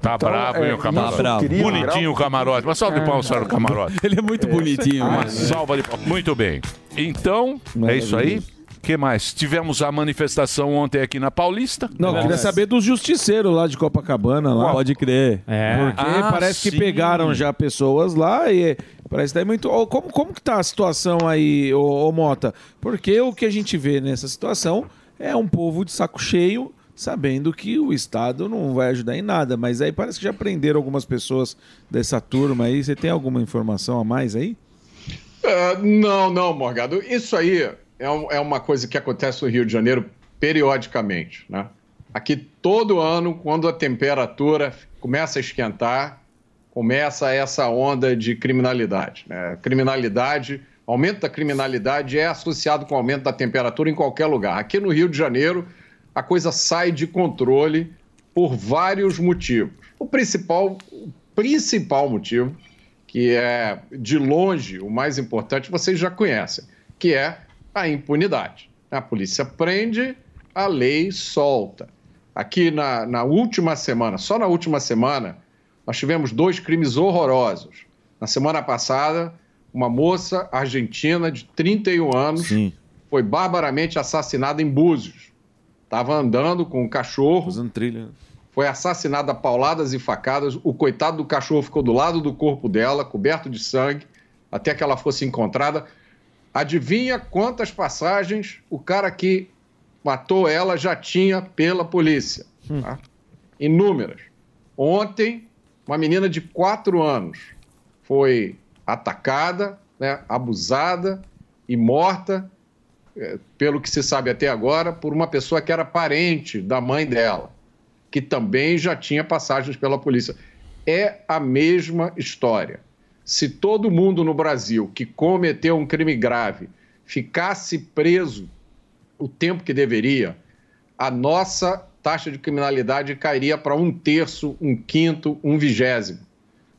Speaker 6: Tá
Speaker 22: Então,
Speaker 6: bravo, hein,
Speaker 22: é,
Speaker 6: o camarote.
Speaker 22: isso cria-
Speaker 6: Bonitinho o camarote. Uma
Speaker 22: É.
Speaker 6: salva de palmas para o camarote.
Speaker 11: Ele é muito bonitinho,
Speaker 6: Uma
Speaker 11: mano.
Speaker 6: salva de palmas. Muito bem. Então, é isso aí. O que mais? Tivemos a manifestação ontem aqui na Paulista.
Speaker 5: Não, queria saber dos justiceiros lá de Copacabana. Lá.
Speaker 11: Pode crer.
Speaker 5: Porque
Speaker 6: Ah,
Speaker 5: parece
Speaker 6: sim.
Speaker 5: que pegaram já pessoas lá e parece que tá muito... Ô, como, como que tá a situação aí, ô, ô, Mota? Porque o que a gente vê nessa situação é um povo de saco cheio, sabendo que o Estado não vai ajudar em nada. Mas aí parece que já prenderam algumas pessoas dessa turma aí. Você tem alguma informação a mais aí?
Speaker 21: Ah, não, não, Morgado. Isso aí é, um- é uma coisa que acontece no Rio de Janeiro periodicamente. Né? Aqui todo ano, quando a temperatura começa a esquentar, começa essa onda de criminalidade. né? Criminalidade, aumento da criminalidade é associado com o aumento da temperatura em qualquer lugar. Aqui no Rio de Janeiro, a coisa sai de controle por vários motivos. O principal, o principal motivo que é de longe o mais importante, vocês já conhecem, que é a impunidade. A polícia prende, a lei solta. Aqui na, na última semana, só na última semana, Nós tivemos dois crimes horrorosos. Na semana passada, uma moça argentina de 31 anos foi barbaramente assassinada em Búzios. Estava andando com um cachorro. Fazendo trilha. Foi assassinada a pauladas e facadas. O coitado do cachorro ficou do lado do corpo dela, coberto de sangue, até que ela fosse encontrada. Adivinha quantas passagens o cara que matou ela já tinha pela polícia? tá? Inúmeras. Ontem, uma menina de 4 anos foi atacada, né, abusada e morta, eh, pelo que se sabe até agora, por uma pessoa que era parente da mãe dela, que também já tinha passagens pela polícia. É a mesma história. Se todo mundo no Brasil que cometeu um crime grave ficasse preso o tempo que deveria, a nossa taxa de criminalidade cairia para um terço, um quinto, um vigésimo.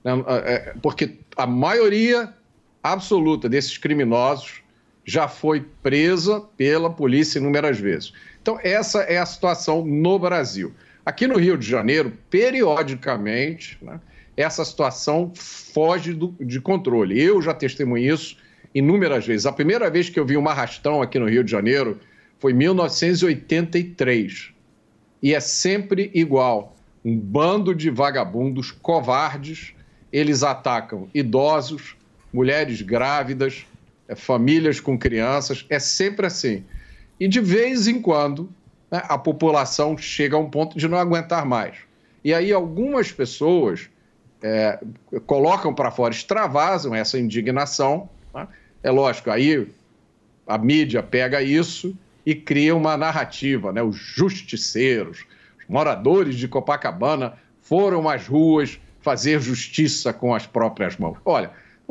Speaker 21: Né? É, é, Porque a maioria absoluta desses criminosos já foi presa pela polícia inúmeras vezes. Então, essa é a situação no Brasil. Aqui no Rio de Janeiro, periodicamente, né, essa situação foge do- de controle. Eu já testemunhei isso inúmeras vezes. A primeira vez que eu vi um arrastão aqui no Rio de Janeiro foi em 1983 e é sempre igual. Um bando de vagabundos covardes, eles atacam idosos, mulheres grávidas, eh, famílias com crianças, é sempre assim. E de vez em quando, né, a população chega a um ponto de não aguentar mais. E aí algumas pessoas eh, colocam para fora, extravasam essa indignação. né? É lógico, aí a mídia pega isso e cria uma narrativa, né? Os justiceiros, os moradores de Copacabana foram às ruas fazer justiça com as próprias mãos. Olha,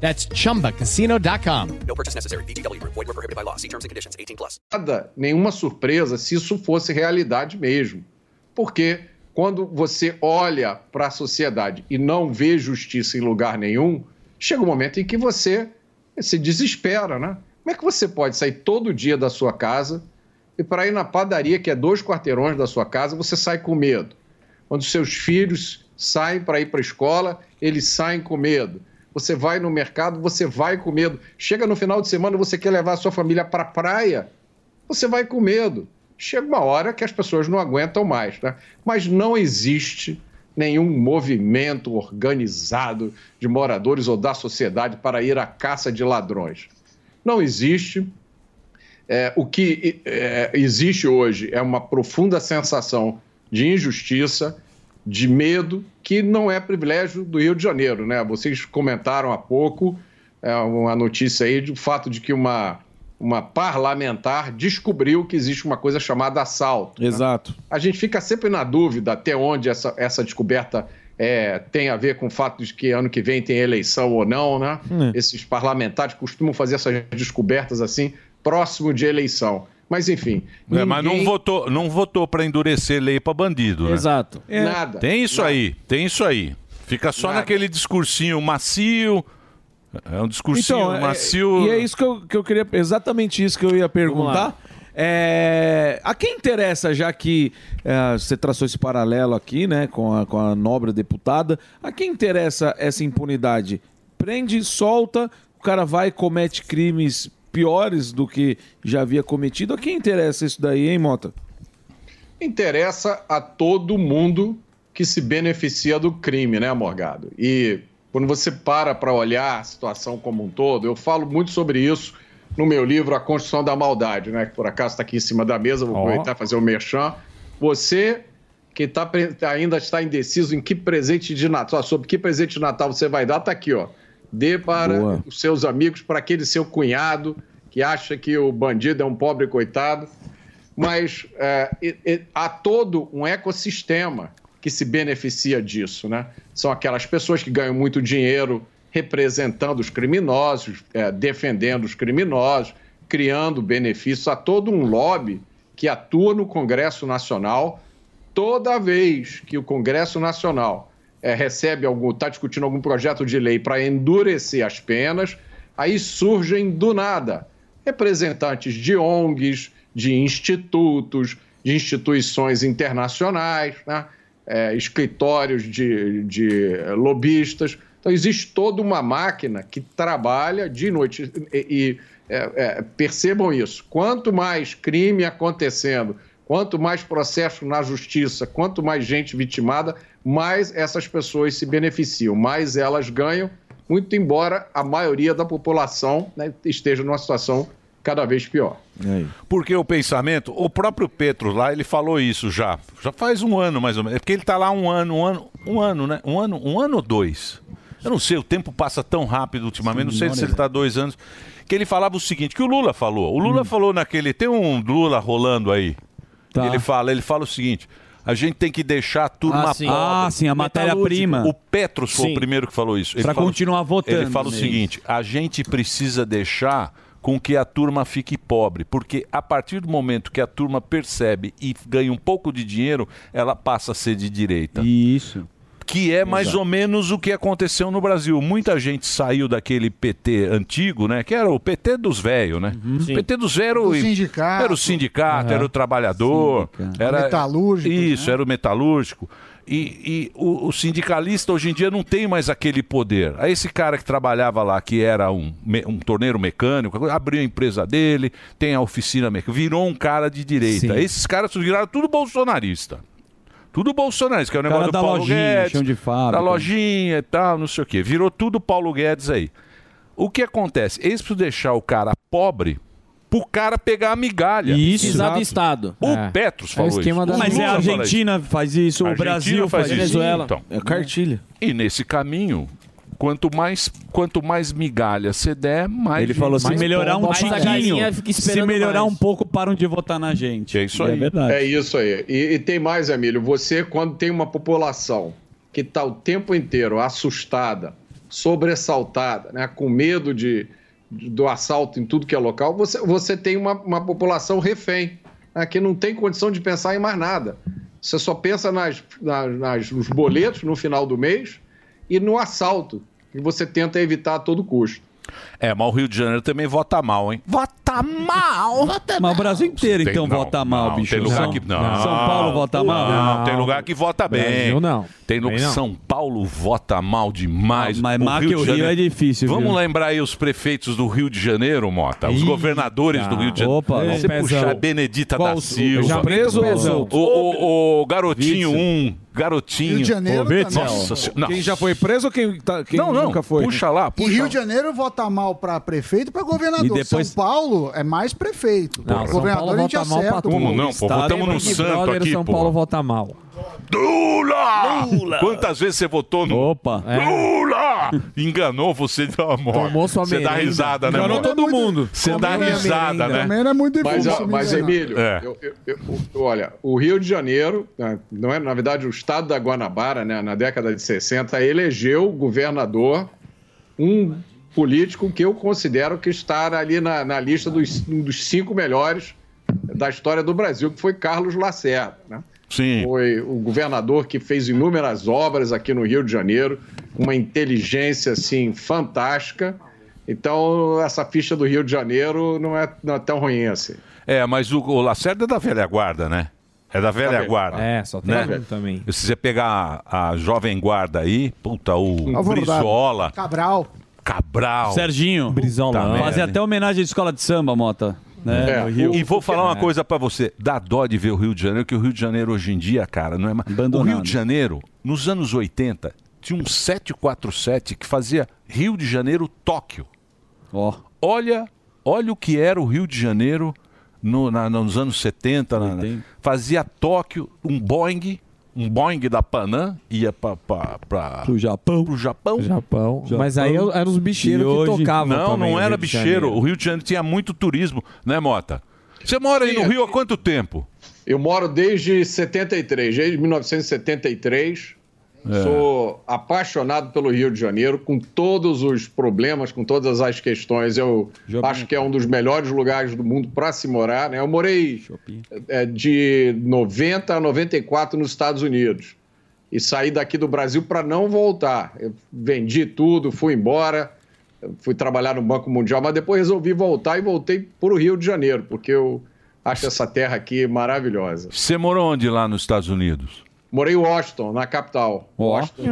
Speaker 23: That's chumbacasino.com.
Speaker 1: No purchase necessary. VGW Group. Void were prohibited by law. See terms and conditions. 18 plus.
Speaker 21: nada, nenhuma surpresa se isso fosse realidade mesmo. Porque quando você olha para a sociedade e não vê justiça em lugar nenhum, chega um momento em que você se desespera, né? Como é que você pode sair todo dia da sua casa e para ir na padaria, que é dois quarteirões da sua casa, você sai com medo? Quando seus filhos saem para ir para a escola, eles saem com medo. Você vai no mercado, você vai com medo. Chega no final de semana, você quer levar a sua família para a praia, você vai com medo. Chega uma hora que as pessoas não aguentam mais. Né? Mas não existe nenhum movimento organizado de moradores ou da sociedade para ir à caça de ladrões. Não existe. É, o que é, existe hoje é uma profunda sensação de injustiça, de medo, que não é privilégio do Rio de Janeiro. Né? Vocês comentaram há pouco é, uma notícia aí do fato de que uma, uma parlamentar descobriu que existe uma coisa chamada assalto. Exato. A gente fica sempre na dúvida até onde essa, essa descoberta é, tem a ver com o fato de que ano que vem tem eleição ou não, né?
Speaker 5: Hum.
Speaker 21: Esses parlamentares costumam fazer essas descobertas assim, próximo de eleição. Mas enfim.
Speaker 6: É, mas não
Speaker 21: ninguém-
Speaker 6: votou, não votou para endurecer lei para bandido, né?
Speaker 21: Exato. É. Nada.
Speaker 6: Tem isso aí, tem isso aí. Fica só naquele discursinho macio. É um discursinho
Speaker 5: Então, é-
Speaker 6: macio.
Speaker 5: E é isso que eu, que eu queria. Exatamente isso que eu ia perguntar. É, a quem interessa, já que é, você traçou esse paralelo aqui, né, com a, com a nobre deputada, a quem interessa essa impunidade? Prende, solta, o cara vai e comete crimes piores do que já havia cometido. A quem interessa isso daí, hein, Mota?
Speaker 21: interessa a todo mundo que se beneficia do crime, né, Morgado? E quando você para para olhar a situação como um todo, eu falo muito sobre isso no meu livro A Construção da Maldade, né? Que por acaso está aqui em cima da mesa, vou
Speaker 24: Ó.
Speaker 21: aproveitar e fazer o merchan. Você que tá, pre- ainda está indeciso em que presente de Natal, sobre que presente de Natal você vai dar, tá aqui, ó. Dê para
Speaker 5: Boa.
Speaker 21: os seus amigos, para aquele seu cunhado que acha que o bandido é um pobre coitado. Mas é, e- e- há todo um ecossistema que se beneficia disso, né? São aquelas pessoas que ganham muito dinheiro representando os criminosos, eh, defendendo os criminosos, criando benefícios a todo um lobby que atua no Congresso Nacional toda vez que o Congresso Nacional eh, recebe algum, está discutindo algum projeto de lei para endurecer as penas, aí surgem do nada representantes de ONGs, de institutos, de instituições internacionais, né? Eh, escritórios de, de eh, lobistas. Então, existe toda uma máquina que trabalha de noite. E, e, eh, eh, percebam isso: quanto mais crime acontecendo, quanto mais processo na justiça, quanto mais gente vitimada, mais essas pessoas se beneficiam, mais elas ganham, muito embora a maioria da população né, esteja numa situação cada vez pior.
Speaker 6: Porque o pensamento, o próprio Petro lá, ele falou isso já. Já faz um ano mais ou menos. É porque ele está lá um ano, um ano, um ano, né? Um ano, um ano ou dois. Eu não sei, o tempo passa tão rápido ultimamente, não sei se ele está dois anos. Que ele falava o seguinte, que o Lula falou. O
Speaker 11: Hum.
Speaker 6: Lula falou naquele. Tem um Lula rolando aí.
Speaker 11: Tá.
Speaker 6: Ele fala, ele fala o seguinte. A gente tem que deixar a turma
Speaker 11: Ah, sim.
Speaker 6: pobre.
Speaker 11: Ah, sim, a matéria-prima.
Speaker 6: O Petros foi
Speaker 11: Sim.
Speaker 6: o primeiro que falou isso. Ele
Speaker 11: Pra
Speaker 6: fala-
Speaker 11: continuar votando
Speaker 6: Ele fala o
Speaker 11: neles.
Speaker 6: seguinte: a gente precisa deixar com que a turma fique pobre, porque a partir do momento que a turma percebe e ganha um pouco de dinheiro, ela passa a ser de direita.
Speaker 11: Isso.
Speaker 6: Que é mais
Speaker 11: Exato.
Speaker 6: ou menos o que aconteceu no Brasil. Muita gente saiu daquele PT antigo, né? Que era o PT dos velhos, né? O PT dos velhos era o
Speaker 12: Do sindicato.
Speaker 6: Era o sindicato, era o trabalhador, era
Speaker 12: Metalúrgico,
Speaker 6: Isso, era o metalúrgico. E, e o, o sindicalista hoje em dia não tem mais aquele poder. Aí esse cara que trabalhava lá, que era um, me- um torneiro mecânico, abriu a empresa dele, tem a oficina mecânica, virou um cara de direita.
Speaker 11: Sim.
Speaker 6: Esses caras viraram tudo bolsonarista. Tudo bolsonarista, que é o
Speaker 11: Cara
Speaker 6: negócio
Speaker 11: da
Speaker 6: do Paulo
Speaker 11: lojinha,
Speaker 6: Guedes,
Speaker 11: chão de fábrica.
Speaker 6: da lojinha e tal, não sei o quê. Virou tudo Paulo Guedes aí. O que acontece? Eles precisam deixar o cara pobre pro cara pegar a migalha.
Speaker 11: Isso. Precisar do Estado.
Speaker 6: O
Speaker 11: É.
Speaker 6: Petros
Speaker 11: É o
Speaker 6: falou
Speaker 11: esquema
Speaker 6: isso.
Speaker 11: da-
Speaker 6: O
Speaker 11: Mas é a
Speaker 6: Lula fala
Speaker 11: Argentina
Speaker 6: isso.
Speaker 11: faz isso, o
Speaker 6: A Argentina
Speaker 11: Brasil faz isso. Venezuela.
Speaker 6: é cartilha. E nesse caminho... Quanto mais, quanto mais migalha você der, mais.
Speaker 11: Ele falou, se
Speaker 6: mais
Speaker 11: melhorar um
Speaker 6: pomba vai dar.
Speaker 11: tiquinho, se melhorar um pouco, param de votar na gente. É
Speaker 6: isso
Speaker 11: É verdade.
Speaker 21: É isso aí. E, e tem mais, Emílio. Você, quando tem uma população que está o tempo inteiro assustada, sobressaltada, né, com medo de, de- do assalto em tudo que é local, você, você tem uma, uma população refém, né, que não tem condição de pensar em mais nada. Você só pensa nas, nas- nas- nos boletos no final do mês e no assalto, que você tenta evitar a todo custo.
Speaker 6: É, mas o Rio de Janeiro também vota mal, hein?
Speaker 14: Vota mal! Vota
Speaker 11: Mas o Brasil inteiro,
Speaker 6: Tem-
Speaker 11: então,
Speaker 6: não,
Speaker 11: vota mal,
Speaker 6: não,
Speaker 11: bicho.
Speaker 6: Tem lugar
Speaker 11: São,
Speaker 6: que não.
Speaker 11: São Paulo vota mal?
Speaker 6: Não, tem lugar que vota bem.
Speaker 11: Brasil, não.
Speaker 6: Tem lugar
Speaker 11: Aí não.
Speaker 6: São Paulo vota mal demais.
Speaker 11: Ah, mas
Speaker 6: O
Speaker 11: má que o
Speaker 6: de
Speaker 11: Rio
Speaker 6: Janeiro-
Speaker 11: é difícil,
Speaker 6: Vamos
Speaker 11: viu?
Speaker 6: lembrar aí os prefeitos do Rio de Janeiro, Mota. Os
Speaker 11: Ih,
Speaker 6: governadores do Rio de Janeiro.
Speaker 11: opa,
Speaker 6: Você
Speaker 11: Pezão.
Speaker 6: puxar a Benedita
Speaker 11: Qual
Speaker 6: da
Speaker 11: os-
Speaker 6: Silva.
Speaker 11: já preso ou os
Speaker 6: o,
Speaker 11: outros?
Speaker 6: o, o garotinho
Speaker 11: Vice.
Speaker 6: um, garotinho.
Speaker 12: Rio de Janeiro também.
Speaker 6: Nossa, senhora. não.
Speaker 5: Quem já foi preso ou quem, tá, quem
Speaker 6: Não, não.
Speaker 5: nunca foi?
Speaker 6: Puxa lá,
Speaker 12: E Rio de Janeiro vota mal para prefeito e para governador.
Speaker 5: E depois-
Speaker 12: São Paulo é mais prefeito.
Speaker 9: Não, São
Speaker 12: governador
Speaker 9: Paulo
Speaker 12: a gente
Speaker 9: vota mal pra
Speaker 12: acerta.
Speaker 9: tudo.
Speaker 6: É, Como não, pô?
Speaker 9: Estado,
Speaker 6: Votamos no
Speaker 9: Big
Speaker 6: santo
Speaker 9: Brother,
Speaker 6: aqui,
Speaker 9: São
Speaker 6: pô.
Speaker 9: Paulo vota mal.
Speaker 6: Lula! Quantas vezes você votou no.
Speaker 11: Opa!
Speaker 9: É.
Speaker 6: Lula! Enganou você de amor.
Speaker 9: Tomou sua
Speaker 6: Você dá
Speaker 9: merenda.
Speaker 6: risada, né?
Speaker 9: Enganou
Speaker 6: amor?
Speaker 9: todo mundo.
Speaker 6: Você
Speaker 21: Comeu
Speaker 6: dá
Speaker 21: minha
Speaker 6: risada,
Speaker 21: merenda. é
Speaker 6: né?
Speaker 21: Também
Speaker 12: era muito
Speaker 21: Mas, ó, mas Emílio,
Speaker 6: É.
Speaker 21: eu- eu- eu- eu- olha, o Rio de Janeiro, né, não é, na verdade, o estado da Guanabara, né, na década de 60, elegeu governador um político que eu considero que está ali na, na lista dos, um dos cinco melhores da história do Brasil, que foi Carlos Lacerda. Né?
Speaker 6: Sim.
Speaker 21: Foi o governador que fez inúmeras obras aqui no Rio de Janeiro, uma inteligência assim fantástica. Então, essa ficha do Rio de Janeiro não é, não é tão ruim assim.
Speaker 6: É, mas o, o Lacerda é da velha guarda, né? É da velha
Speaker 21: Tá bem.
Speaker 6: guarda.
Speaker 21: É, só tem
Speaker 6: né?
Speaker 21: um também.
Speaker 6: Se você pegar a, a jovem guarda aí, puta, o
Speaker 12: Alvorada.
Speaker 6: Brizola, tá
Speaker 12: Cabral.
Speaker 6: Cabral.
Speaker 11: Serginho.
Speaker 6: Tá
Speaker 11: Brizola.
Speaker 6: merda,
Speaker 11: Fazer
Speaker 6: hein?
Speaker 11: até homenagem de escola de samba, Mota. Né?
Speaker 6: É,
Speaker 11: No Rio.
Speaker 6: E vou falar uma
Speaker 11: É.
Speaker 6: coisa pra você. Dá dó de ver o Rio de Janeiro, que o Rio de Janeiro hoje em dia, cara, não é mais. O Rio de Janeiro, nos anos 80, tinha um 747 que fazia Rio de Janeiro, Tóquio. Olha, olha o que era o Rio de Janeiro no- na- nos anos 70. na- na- fazia Tóquio, um Boeing. Um Boeing da Panam ia pra, pra, pra-
Speaker 11: Pro Japão.
Speaker 6: Pro Japão.
Speaker 9: Japão. Mas aí eu- eram os bicheiros
Speaker 6: E
Speaker 9: que
Speaker 6: hoje-
Speaker 9: tocavam
Speaker 6: Não,
Speaker 9: também,
Speaker 6: não era
Speaker 9: Rio de
Speaker 6: bicheiro.
Speaker 9: Janeiro.
Speaker 6: O Rio de Janeiro tinha muito turismo, né, Mota? Você mora aí no
Speaker 21: Sim.
Speaker 6: Rio há quanto tempo?
Speaker 21: Eu moro desde 73, desde 1973. É. Sou apaixonado pelo Rio de Janeiro, com todos os problemas, com todas as questões. Eu acho que é um dos melhores lugares do mundo para se morar. Né? Eu morei eh, de 90 a 94 nos Estados Unidos e saí daqui do Brasil para não voltar. Eu vendi tudo, fui embora, fui trabalhar no Banco Mundial, mas depois resolvi voltar e voltei para o Rio de Janeiro, porque eu acho essa terra aqui maravilhosa.
Speaker 6: Você morou onde lá nos Estados Unidos?
Speaker 21: Morei em Washington, na capital. Washington.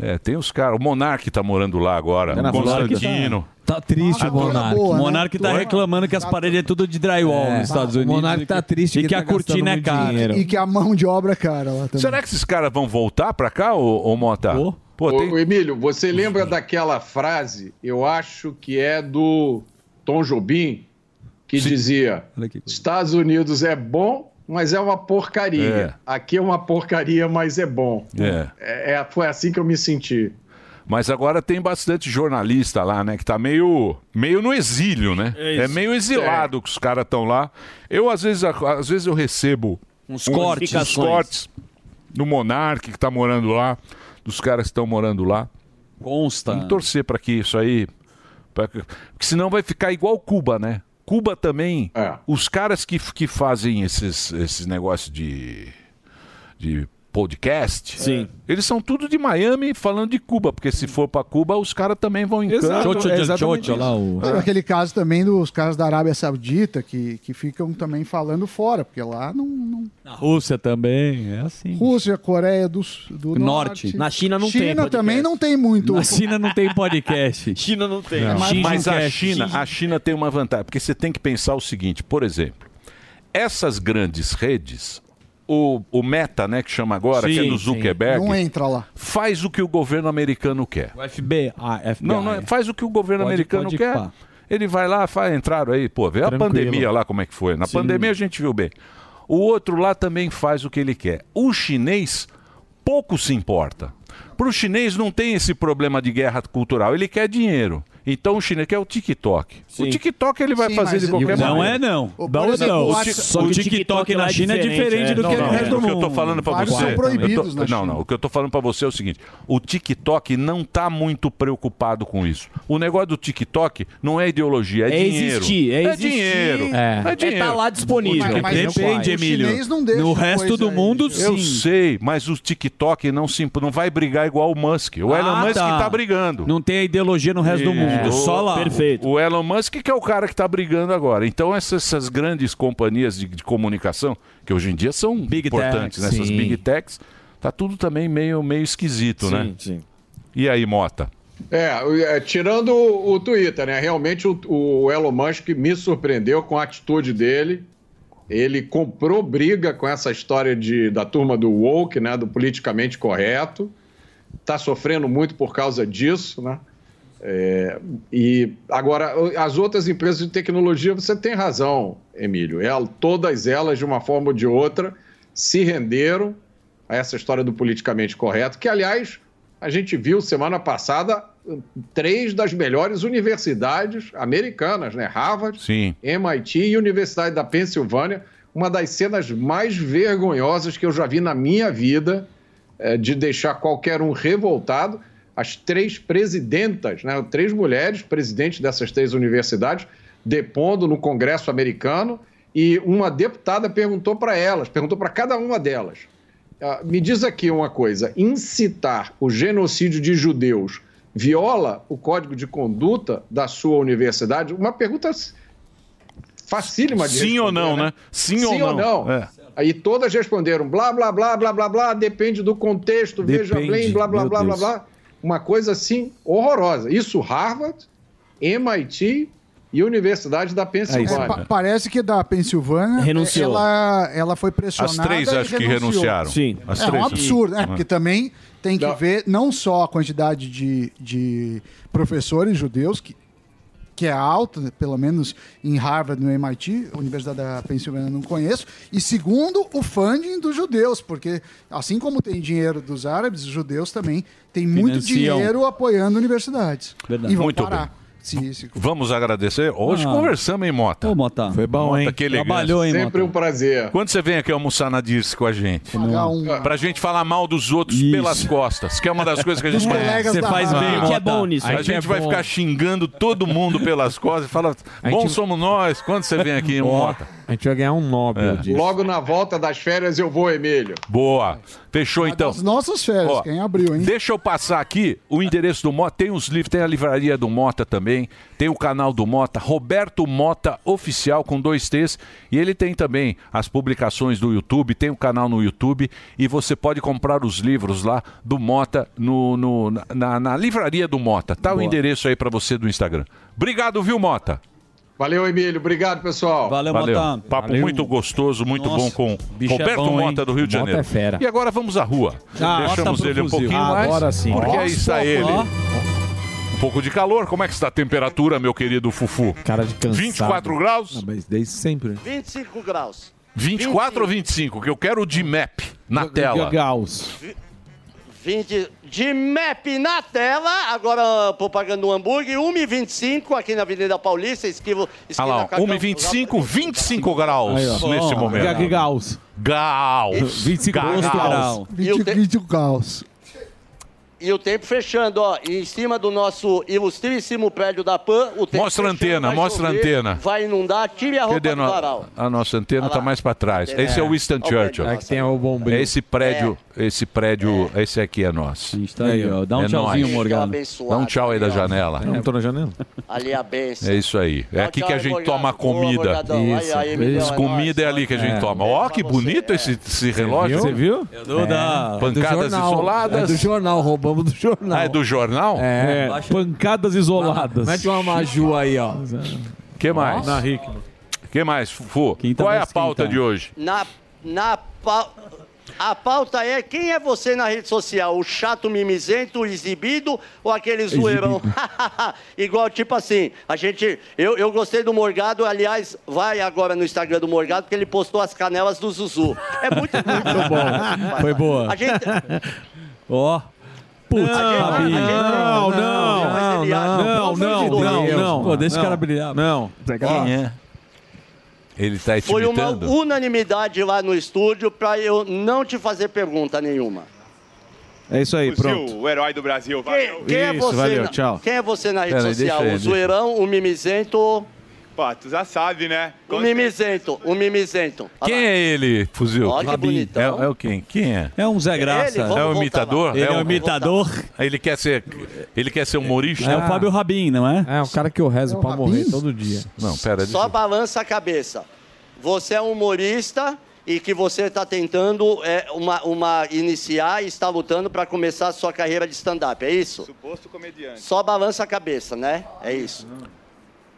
Speaker 6: É. É, tem os caras. O Monark tá morando lá agora.
Speaker 11: É, na
Speaker 6: o Constantino.
Speaker 11: Tá, tá triste o Monark.
Speaker 9: boa, né?
Speaker 11: Monark tá reclamando que as paredes é tudo de drywall
Speaker 9: É.
Speaker 11: nos Estados Unidos.
Speaker 9: Monark
Speaker 11: E
Speaker 9: tá
Speaker 11: que-
Speaker 9: triste
Speaker 11: E
Speaker 9: que
Speaker 11: que,
Speaker 9: tá
Speaker 11: a
Speaker 6: né,
Speaker 11: cortina é
Speaker 9: gastando muito
Speaker 11: cara.
Speaker 9: dinheiro.
Speaker 12: E que a mão de obra é cara
Speaker 9: Tá.
Speaker 12: lá também.
Speaker 6: Será que esses caras vão voltar pra cá, ô, ô Mota? Pô,
Speaker 21: Ô,
Speaker 6: tem...
Speaker 21: Emílio, você lembra daquela frase, eu acho que é do Tom Jobim, que dizia: Estados Unidos é bom, mas é uma porcaria. Aqui é uma porcaria, mas é bom.
Speaker 6: É.
Speaker 21: É, é- foi assim que eu me senti.
Speaker 6: Mas agora tem bastante jornalista lá, né? Que tá meio, meio no exílio, né?
Speaker 21: É
Speaker 6: É,
Speaker 21: isso.
Speaker 6: meio exilado que os caras estão lá. Eu, às vezes, a- às vezes eu recebo
Speaker 11: Uns cortes.
Speaker 6: uns cortes do Monark que tá morando lá, dos caras que estão morando lá.
Speaker 11: Consta.
Speaker 6: Vamos torcer pra que isso aí. pra que- Porque senão vai ficar igual Cuba, né? Cuba também. Os caras que, que fazem esses, esses negócios de de podcast, é,
Speaker 11: Sim.
Speaker 6: eles são tudo de Miami falando de Cuba, porque se for pra Cuba, os caras também vão em
Speaker 11: Exato,
Speaker 6: canto.
Speaker 11: Chocho de é exatamente Chocho, isso. lá, o-
Speaker 12: Teve aquele caso também dos caras da Arábia Saudita que, que ficam também falando fora, porque lá não. não...
Speaker 11: Na Rússia também, é assim.
Speaker 12: Rússia, Coreia do, Su- do Norte.
Speaker 11: Norte. Na China não tem
Speaker 12: China
Speaker 11: podcast.
Speaker 12: também não tem muito.
Speaker 11: Na China não tem podcast.
Speaker 10: China não tem.
Speaker 6: Não.
Speaker 11: Xi
Speaker 6: Mas a
Speaker 11: Jinping.
Speaker 6: China, a China tem uma vantagem, porque você tem que pensar o seguinte, por exemplo, essas grandes redes, o, o Meta, né, que chama agora, que é
Speaker 11: Sim,
Speaker 6: do
Speaker 11: sim.
Speaker 6: Zuckerberg,
Speaker 12: Não entra lá.
Speaker 6: faz o que o governo americano quer.
Speaker 11: O FBI. FBI.
Speaker 6: Não, não, é- faz o que o governo
Speaker 11: Pode-
Speaker 6: americano
Speaker 11: pode
Speaker 6: quer.
Speaker 11: pá.
Speaker 6: Ele vai lá, faz, entraram aí, pô, vê a
Speaker 11: Tranquilo.
Speaker 6: pandemia lá como é que foi. Na
Speaker 11: Sim.
Speaker 6: pandemia a gente viu bem. O outro lá também faz o que ele quer. O chinês pouco se importa. Para o chinês não tem esse problema de guerra cultural, ele quer dinheiro. Então o chinês quer o TikTok. O TikTok ele vai
Speaker 11: Sim,
Speaker 6: fazer
Speaker 11: mas
Speaker 6: de qualquer
Speaker 11: não
Speaker 6: maneira.
Speaker 11: é, não. O- Não por é, exemplo, não. o Whats-
Speaker 6: ti-
Speaker 11: Só que o TikTok lá é diferente, é. Não, não, é.
Speaker 6: O que eu tô falando para
Speaker 11: Vários
Speaker 6: você.
Speaker 11: são
Speaker 6: eu tô-
Speaker 11: proibidos na
Speaker 6: não,
Speaker 11: China.
Speaker 6: não. O que eu tô falando para você é o seguinte: o TikTok não tá muito preocupado com isso. O negócio do TikTok não é ideologia, é,
Speaker 10: É
Speaker 6: dinheiro.
Speaker 10: existir, é existir.
Speaker 6: dinheiro.
Speaker 10: É. É
Speaker 6: dinheiro.
Speaker 10: tá lá disponível.
Speaker 6: Porque
Speaker 10: Mas não faz. O chinês não deixa
Speaker 6: no
Speaker 10: coisa
Speaker 6: resto do
Speaker 10: aí.
Speaker 6: mundo, sim.
Speaker 10: Eu
Speaker 6: Eu sei, mas o TikTok não, se, não vai brigar igual o Musk. O Elon
Speaker 11: Ah,
Speaker 6: Musk
Speaker 11: tá.
Speaker 6: tá brigando.
Speaker 11: Não tem a ideologia no resto do mundo,
Speaker 6: É.
Speaker 11: só lá.
Speaker 6: Perfeito. O Elon Musk que é o cara que está brigando agora. Então essas, essas grandes companhias de, de comunicação, que hoje em dia são importantes,
Speaker 11: techs,
Speaker 6: né? essas
Speaker 11: sim.
Speaker 6: big techs, tá tudo também meio, meio esquisito,
Speaker 21: Sim,
Speaker 6: né?
Speaker 10: Sim.
Speaker 6: E aí, Mota?
Speaker 21: É, o- é, tirando o, o Twitter, né? Realmente o, o Elon Musk me surpreendeu com a atitude dele. Ele comprou briga com essa história de, da turma do woke, né? Do politicamente correto. Está sofrendo muito por causa disso, né? É, e agora o- as outras empresas de tecnologia, você tem razão, Emílio. El- todas elas, de uma forma ou de outra, se renderam a essa história do politicamente correto, que aliás a gente viu semana passada três das melhores universidades americanas, né? Harvard,
Speaker 6: Sim.
Speaker 21: MIT e Universidade da Pensilvânia. Uma das cenas mais vergonhosas que eu já vi na minha vida, eh, de deixar qualquer um revoltado. As três presidentas, né? três mulheres presidentes dessas três universidades, depondo no Congresso americano, e uma deputada perguntou para elas, perguntou para cada uma delas: ah, me diz aqui uma coisa: incitar o genocídio de judeus viola o código de conduta da sua universidade? Uma pergunta s- facílima de
Speaker 6: Sim ou
Speaker 21: responder,
Speaker 6: não, né? Sim ou não. É.
Speaker 21: Aí todas responderam blá, blá, blá, blá, blá, blá, depende do contexto, veja
Speaker 6: Depende,
Speaker 21: bem, blá, blá,
Speaker 6: meu
Speaker 21: blá, blá,
Speaker 6: Deus.
Speaker 21: blá. Uma coisa assim horrorosa. Isso Harvard, MIT e Universidade da
Speaker 12: É,
Speaker 21: Pensilvânia.
Speaker 12: pa- parece que da Pensilvânia
Speaker 21: Renunciou.
Speaker 12: Ela, ela foi pressionada.
Speaker 6: As três
Speaker 12: e
Speaker 6: acho que
Speaker 12: renunciou.
Speaker 6: renunciaram. Sim. As
Speaker 12: é
Speaker 6: três,
Speaker 12: um
Speaker 6: sim.
Speaker 12: absurdo, né?
Speaker 6: Uhum.
Speaker 12: Porque também tem que ver não só a quantidade de, de professores judeus, que, que é alta, pelo menos em Harvard, no MIT, Universidade da Pensilvânia eu não conheço, e segundo, o funding dos judeus, porque assim como tem dinheiro dos árabes, os judeus também têm muito
Speaker 11: Financiam.
Speaker 12: dinheiro apoiando universidades.
Speaker 11: Verdade.
Speaker 12: E vão
Speaker 11: Muito
Speaker 12: parar.
Speaker 11: bem.
Speaker 12: Se, se...
Speaker 6: Vamos agradecer. Hoje
Speaker 12: Ah.
Speaker 6: conversamos, hein, Mota? Ô,
Speaker 11: Mota. Foi
Speaker 6: bom,
Speaker 5: hein?
Speaker 6: Que elegância.
Speaker 5: Trabalhou, hein, Sempre
Speaker 21: um prazer.
Speaker 6: Quando você vem aqui almoçar na Dirce com a gente?
Speaker 12: um-
Speaker 6: Pra gente falar mal dos outros pelas costas, que é uma das coisas que a gente
Speaker 12: Dos colegas Você da faz rádio. bem,
Speaker 6: Ah,
Speaker 12: Mota. é bom nisso.
Speaker 6: A,
Speaker 12: A
Speaker 6: gente,
Speaker 12: gente é
Speaker 6: vai
Speaker 12: bom.
Speaker 6: ficar xingando todo mundo pelas costas e fala,
Speaker 21: A
Speaker 6: bom
Speaker 21: gente-
Speaker 6: somos nós. Quando você vem aqui, Mota?
Speaker 9: A gente vai ganhar um
Speaker 6: É.
Speaker 9: Nobel disso.
Speaker 21: Logo na volta das férias eu vou, Emílio.
Speaker 6: Boa. Fechou então.
Speaker 12: É. Nossas férias,
Speaker 6: Ó,
Speaker 12: quem abriu, hein?
Speaker 6: Deixa eu passar aqui o endereço do Mota. Tem os livros, tem a livraria do Mota também, tem o canal do Mota, Roberto Mota Oficial com dois T's. E ele tem também as publicações do YouTube, tem o canal no YouTube e você pode comprar os livros lá do Mota no, no- na- na, na livraria do Mota. Tá o endereço aí pra você do Instagram. Obrigado, viu, Mota?
Speaker 21: Valeu, Emílio. Obrigado, pessoal.
Speaker 6: Papo
Speaker 21: Valeu.
Speaker 6: muito gostoso, muito
Speaker 21: Nossa,
Speaker 6: bom com
Speaker 21: bicho é
Speaker 6: Roberto
Speaker 21: bom, hein?
Speaker 6: Mota do Rio de
Speaker 21: Mota
Speaker 6: Janeiro.
Speaker 21: é fera.
Speaker 6: E agora vamos à rua.
Speaker 21: Ah,
Speaker 6: Deixamos
Speaker 21: Mota pro
Speaker 6: ele um
Speaker 21: fuzil.
Speaker 6: pouquinho
Speaker 21: Ah,
Speaker 6: mais.
Speaker 21: agora sim.
Speaker 6: Porque
Speaker 21: Nossa,
Speaker 6: aí está ele.
Speaker 21: ó.
Speaker 6: Um pouco de calor. Como é que está a temperatura, meu querido Fufu?
Speaker 9: Cara de cansado.
Speaker 6: 24 graus?
Speaker 9: Ah, mas desde
Speaker 21: né?
Speaker 9: sempre.
Speaker 13: 25 graus.
Speaker 6: 24 ou 25? Que eu quero o de map na tela.
Speaker 5: Gaus.
Speaker 13: 20 de map na tela, agora propaganda do hambúrguer, 1h25 aqui na Avenida Paulista, esquivo,
Speaker 6: Olha
Speaker 13: esquina
Speaker 6: lá, ó, 1h25, 25 graus
Speaker 5: Aí, ó.
Speaker 6: nesse
Speaker 5: Ó,
Speaker 6: momento.
Speaker 5: Gag Gaus.
Speaker 6: Graus.
Speaker 5: 25
Speaker 6: graus.
Speaker 12: 20, 20 graus.
Speaker 13: E o tempo fechando, ó, em cima do nosso ilustríssimo prédio da PAN, o tempo
Speaker 6: Mostra a
Speaker 13: fechando,
Speaker 6: antena,
Speaker 13: vai
Speaker 6: mostra a
Speaker 13: chover,
Speaker 6: antena.
Speaker 13: Vai inundar, tire a roupa
Speaker 6: Cadê
Speaker 13: do
Speaker 6: no-
Speaker 13: varal.
Speaker 6: a nossa antena está mais para trás. Esse é o Winston
Speaker 13: Olha o
Speaker 6: Churchill.
Speaker 13: prédio, É que
Speaker 9: tem o bombril.
Speaker 6: É esse prédio, esse prédio, esse aqui é nosso.
Speaker 11: tá aí, ó. Dá um
Speaker 6: É
Speaker 11: tchauzinho,
Speaker 6: nóis.
Speaker 11: Morgado.
Speaker 6: Dá um tchau aí da janela.
Speaker 9: Eu não tô na janela.
Speaker 13: Ali a benção.
Speaker 6: É isso aí. É aqui que a gente toma comida.
Speaker 13: Morgadão. Aí,
Speaker 6: Isso.
Speaker 13: aí, Emilhão, é
Speaker 6: Comida é ali que a gente toma. Ó, que bonito esse, esse relógio.
Speaker 9: Você viu?
Speaker 6: É.
Speaker 9: É. É do
Speaker 6: Pancadas
Speaker 9: jornal. É
Speaker 6: isoladas.
Speaker 9: do jornal, roubamos do jornal.
Speaker 6: Ah, é do jornal?
Speaker 9: É.
Speaker 5: Pancadas isoladas.
Speaker 9: Mete uma maju aí, ó.
Speaker 6: que mais?
Speaker 9: Na
Speaker 5: Rickman.
Speaker 6: que mais, Fufu? Qual é a
Speaker 9: vai
Speaker 6: pauta
Speaker 9: esquentar.
Speaker 6: de hoje?
Speaker 13: Na, na pau- A pauta é quem é você na rede social? O chato mimizento, o exibido ou aquele zoeirão? Igual, tipo assim, a gente. Eu, eu gostei do Morgado, aliás, vai agora no Instagram do Morgado, porque ele postou as canelas do Zuzu. É muito, muito bom.
Speaker 9: Foi boa.
Speaker 13: A gente-
Speaker 9: Ó. Putz,
Speaker 13: Ah,
Speaker 9: Fabinho.
Speaker 13: a gente-
Speaker 9: não, não, não, não, não, não, não. Pô, deixa o cara brilhar.
Speaker 5: Não.
Speaker 6: Quem é? Ele tá te
Speaker 13: Foi uma
Speaker 6: imitando?
Speaker 13: unanimidade lá no estúdio para eu não te fazer pergunta nenhuma.
Speaker 5: É isso aí, pronto.
Speaker 24: O herói do Brasil.
Speaker 13: Quem, quem é
Speaker 5: Isso,
Speaker 13: você?
Speaker 5: valeu,
Speaker 13: na-
Speaker 5: tchau.
Speaker 13: Quem é você na rede
Speaker 5: Peraí, deixa
Speaker 13: social?
Speaker 5: aí,
Speaker 13: o
Speaker 5: deixa.
Speaker 13: zoeirão, o mimizento?
Speaker 24: Pô, tu já sabe, né?
Speaker 13: O mimizento, o mimizento.
Speaker 6: Quem é ele, Fuzil?
Speaker 13: Ó, que Rabin.
Speaker 6: é, é o quem? Quem é?
Speaker 11: É um Zé
Speaker 13: Graça. vamos
Speaker 6: é um
Speaker 13: voltar
Speaker 6: imitador?
Speaker 11: lá. Ele é um imitador.
Speaker 6: Ele quer ser, ele quer ser humorista?
Speaker 11: É o Fábio Rabin, não é?
Speaker 9: Ah. É, o cara que eu rezo pra morrer todo dia.
Speaker 6: Não, pera.
Speaker 13: Só balança a cabeça. Você é um humorista e que você está tentando é, uma, uma iniciar e está lutando para começar a sua carreira de stand-up, é isso?
Speaker 24: Suposto comediante.
Speaker 13: Só balança a cabeça, né? É isso.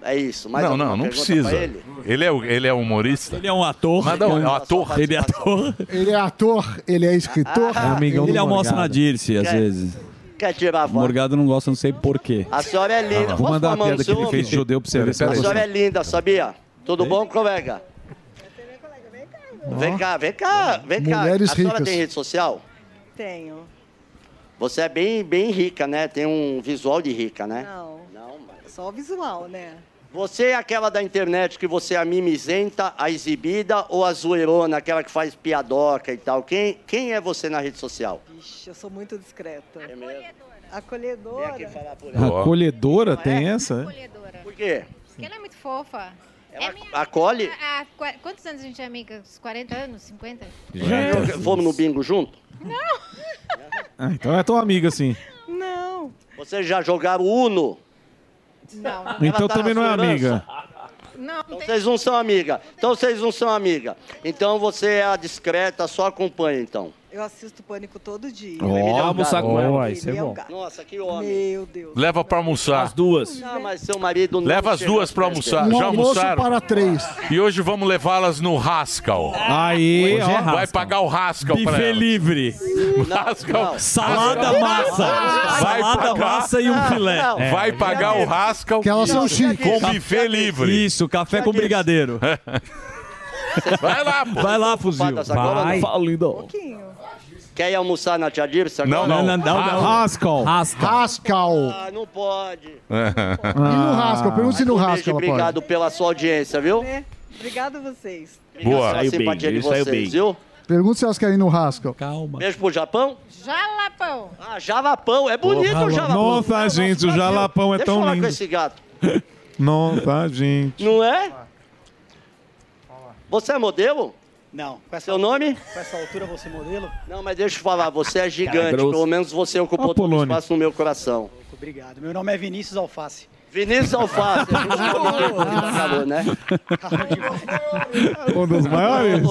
Speaker 13: É isso. Mais
Speaker 6: não,
Speaker 13: alguma
Speaker 6: não, não
Speaker 13: pergunta
Speaker 6: precisa.
Speaker 13: pra Ele?
Speaker 6: Ele? é, o- ele é um humorista? Ele
Speaker 11: é um ator.
Speaker 6: Mas não, é um ator.
Speaker 11: Ele é ator.
Speaker 12: Ele é ator, ele é escritor.
Speaker 11: Ah, Ele almoça
Speaker 6: né?
Speaker 11: na Dirce, às
Speaker 12: Quer-
Speaker 11: vezes.
Speaker 13: Quer tirar a
Speaker 11: O Morgado não gosta, não sei porquê.
Speaker 13: Tá A senhora é linda.
Speaker 11: Tá Vou
Speaker 13: Posso
Speaker 11: mandar a
Speaker 13: tomar um
Speaker 11: piada que ele
Speaker 13: ciúme?
Speaker 11: fez de judeu pra você ver se
Speaker 13: A
Speaker 11: vai
Speaker 13: senhora é
Speaker 11: gostar.
Speaker 13: linda, sabia? Tudo bom, colega? Vem cá, vem cá, vem cá.
Speaker 12: Mulheres
Speaker 13: a senhora
Speaker 12: ricas.
Speaker 13: tem rede social?
Speaker 25: Tenho.
Speaker 13: Você é bem, bem rica, né? Tem um visual de rica, né?
Speaker 25: Não. Só o visual, né?
Speaker 13: Você é aquela da internet que você é a mimizenta, a exibida ou a zoeirona, aquela que faz piadoca e tal? Quem, quem é você na rede social?
Speaker 25: Ixi, eu sou muito discreta.
Speaker 9: É
Speaker 25: Acolhedora. Acolhedora.
Speaker 5: Acolhedora
Speaker 13: é?
Speaker 5: tem essa? né?
Speaker 13: Por quê?
Speaker 26: Porque ela é muito fofofa. é minha
Speaker 13: Acolhe?
Speaker 26: Há qua- quantos anos a gente é amiga? Uns 40 anos? 50?
Speaker 13: Eu- Vamos no bingo junto?
Speaker 5: Ah, então é tua amiga, sim.
Speaker 13: Não. Vocês já jogaram Uno?
Speaker 26: Não.
Speaker 5: Então
Speaker 13: tá
Speaker 5: também
Speaker 13: na
Speaker 5: não é
Speaker 13: sua
Speaker 5: amiga.
Speaker 26: Não, não
Speaker 13: Então vocês não são amiga. Então vocês não são amiga. Então você é a discreta, só acompanha então.
Speaker 25: Eu assisto Pânico todo dia.
Speaker 6: Ó, Ele me deu um almoçar gato. com ela. Ó, isso é
Speaker 25: Ele é um
Speaker 6: bom.
Speaker 25: gato.
Speaker 13: Nossa, que homem.
Speaker 25: Meu Deus.
Speaker 6: Leva pra almoçar. As
Speaker 11: duas.
Speaker 13: Não, mas seu marido não
Speaker 6: Leva as
Speaker 13: chega
Speaker 6: duas
Speaker 13: às
Speaker 6: pra
Speaker 13: festas.
Speaker 5: Um
Speaker 6: almoçar. Já almoçaram?
Speaker 12: para três.
Speaker 6: E hoje vamos levá-las no Rascal.
Speaker 5: Aí,
Speaker 6: Hoje
Speaker 5: ó,
Speaker 6: vai
Speaker 5: Rascal.
Speaker 6: pagar o Rascal pra
Speaker 11: Buffet
Speaker 6: elas.
Speaker 11: é livre.
Speaker 6: Rascal.
Speaker 11: Salada massa.
Speaker 6: Vai
Speaker 11: Salada
Speaker 6: pagar.
Speaker 11: massa e um
Speaker 6: Não,
Speaker 11: filé.
Speaker 6: não. Vai pagar o Rascal. Que
Speaker 11: um
Speaker 6: elas são chiques. Com buffet livre.
Speaker 11: Isso, café com brigadeiro.
Speaker 6: Vai lá, pô.
Speaker 11: Vai lá, fuzil.
Speaker 13: agora,
Speaker 11: Vai.
Speaker 13: não?
Speaker 11: Fala, lindão.
Speaker 13: Quer ir almoçar na Tia Dirce agora?
Speaker 5: Rascal.
Speaker 12: Rascal.
Speaker 13: Ah, não pode.
Speaker 25: É.
Speaker 12: E no
Speaker 5: Ah.
Speaker 12: Rascal, pergunta se no
Speaker 13: um Beijo,
Speaker 12: Rascal ela pode.
Speaker 13: Obrigado pela sua audiência, viu?
Speaker 25: Obrigado a vocês.
Speaker 13: Obrigado pela
Speaker 12: Saiu bem,
Speaker 13: é simpatia
Speaker 12: ele
Speaker 13: de
Speaker 12: saiu
Speaker 13: vocês,
Speaker 12: bem.
Speaker 13: viu?
Speaker 12: Pergunta se elas querem ir no Rascal.
Speaker 11: Calma.
Speaker 13: Beijo pro Japão.
Speaker 26: Jalapão.
Speaker 13: Ah, Jalapão. É bonito
Speaker 5: Porra,
Speaker 13: o Jalapão.
Speaker 5: nossa,
Speaker 13: Nossa,
Speaker 5: gente, o Jalapão é
Speaker 13: Deixa
Speaker 5: tão
Speaker 13: eu falar
Speaker 5: lindo.
Speaker 13: com esse gato.
Speaker 5: Não, tá, gente.
Speaker 13: Não é? Você é modelo?
Speaker 17: Não. Com
Speaker 13: Seu nome?
Speaker 17: Com essa altura é você modelo?
Speaker 13: Não, mas deixa eu falar, você é
Speaker 17: Cara,
Speaker 13: gigante.
Speaker 17: grosso.
Speaker 13: Pelo menos você ocupou
Speaker 17: Ó,
Speaker 13: todo o
Speaker 17: Polônio.
Speaker 13: espaço no meu coração.
Speaker 17: Obrigado. Meu nome é Vinícius Alface.
Speaker 13: Vinícius Alface. Falou, né?
Speaker 5: Um dos maiores?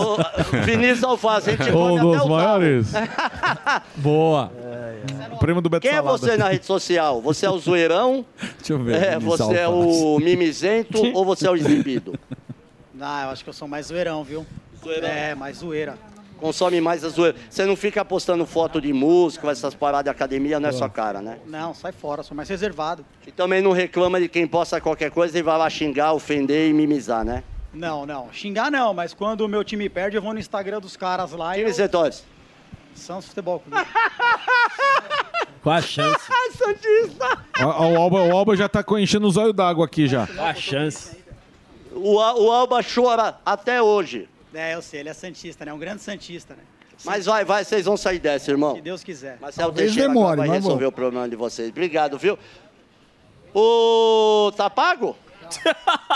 Speaker 13: Vinícius Alface, a gente
Speaker 5: Um
Speaker 13: come até
Speaker 5: dos
Speaker 13: o
Speaker 5: maiores? Ah. Boa. Primo do Beto
Speaker 13: Quem é
Speaker 5: Salada.
Speaker 13: você na rede social? Você é o zoeirão?
Speaker 11: Deixa eu
Speaker 13: É, você é o mimizento ou você é o exibido?
Speaker 17: Ah, eu acho que eu sou mais zoeirão, viu?
Speaker 13: Zoeirão?
Speaker 17: É, mais zoeira.
Speaker 13: Consome mais a zoeira. Você não fica postando foto de músico, essas paradas de academia, não é sua cara, né?
Speaker 17: Não, sai fora, sou mais reservado.
Speaker 13: E também não reclama de quem posta qualquer coisa e vai lá xingar, ofender e mimizar, né?
Speaker 17: Não, não. Xingar não, mas quando o meu time perde, eu vou no Instagram dos caras lá e.
Speaker 13: Time você
Speaker 17: Eu...
Speaker 13: torce?
Speaker 17: Santos Futebol Clube.
Speaker 5: Qual a chance?
Speaker 17: Santista!
Speaker 5: O, Alba, o Alba já tá enchendo os olhos d'água aqui já.
Speaker 17: a
Speaker 5: chance.
Speaker 13: O, Al- o Alba chora até hoje.
Speaker 17: É, eu sei, ele é Santista, né? Um grande Santista, né?
Speaker 13: Mas vai, vai, vocês vão sair dessa, irmão.
Speaker 17: Se Deus quiser.
Speaker 13: Marcelo
Speaker 17: Talvez
Speaker 13: Teixeira
Speaker 17: demore,
Speaker 13: agora vai
Speaker 17: mas
Speaker 13: resolver o problema de vocês. Obrigado, viu? Ô, tá pago?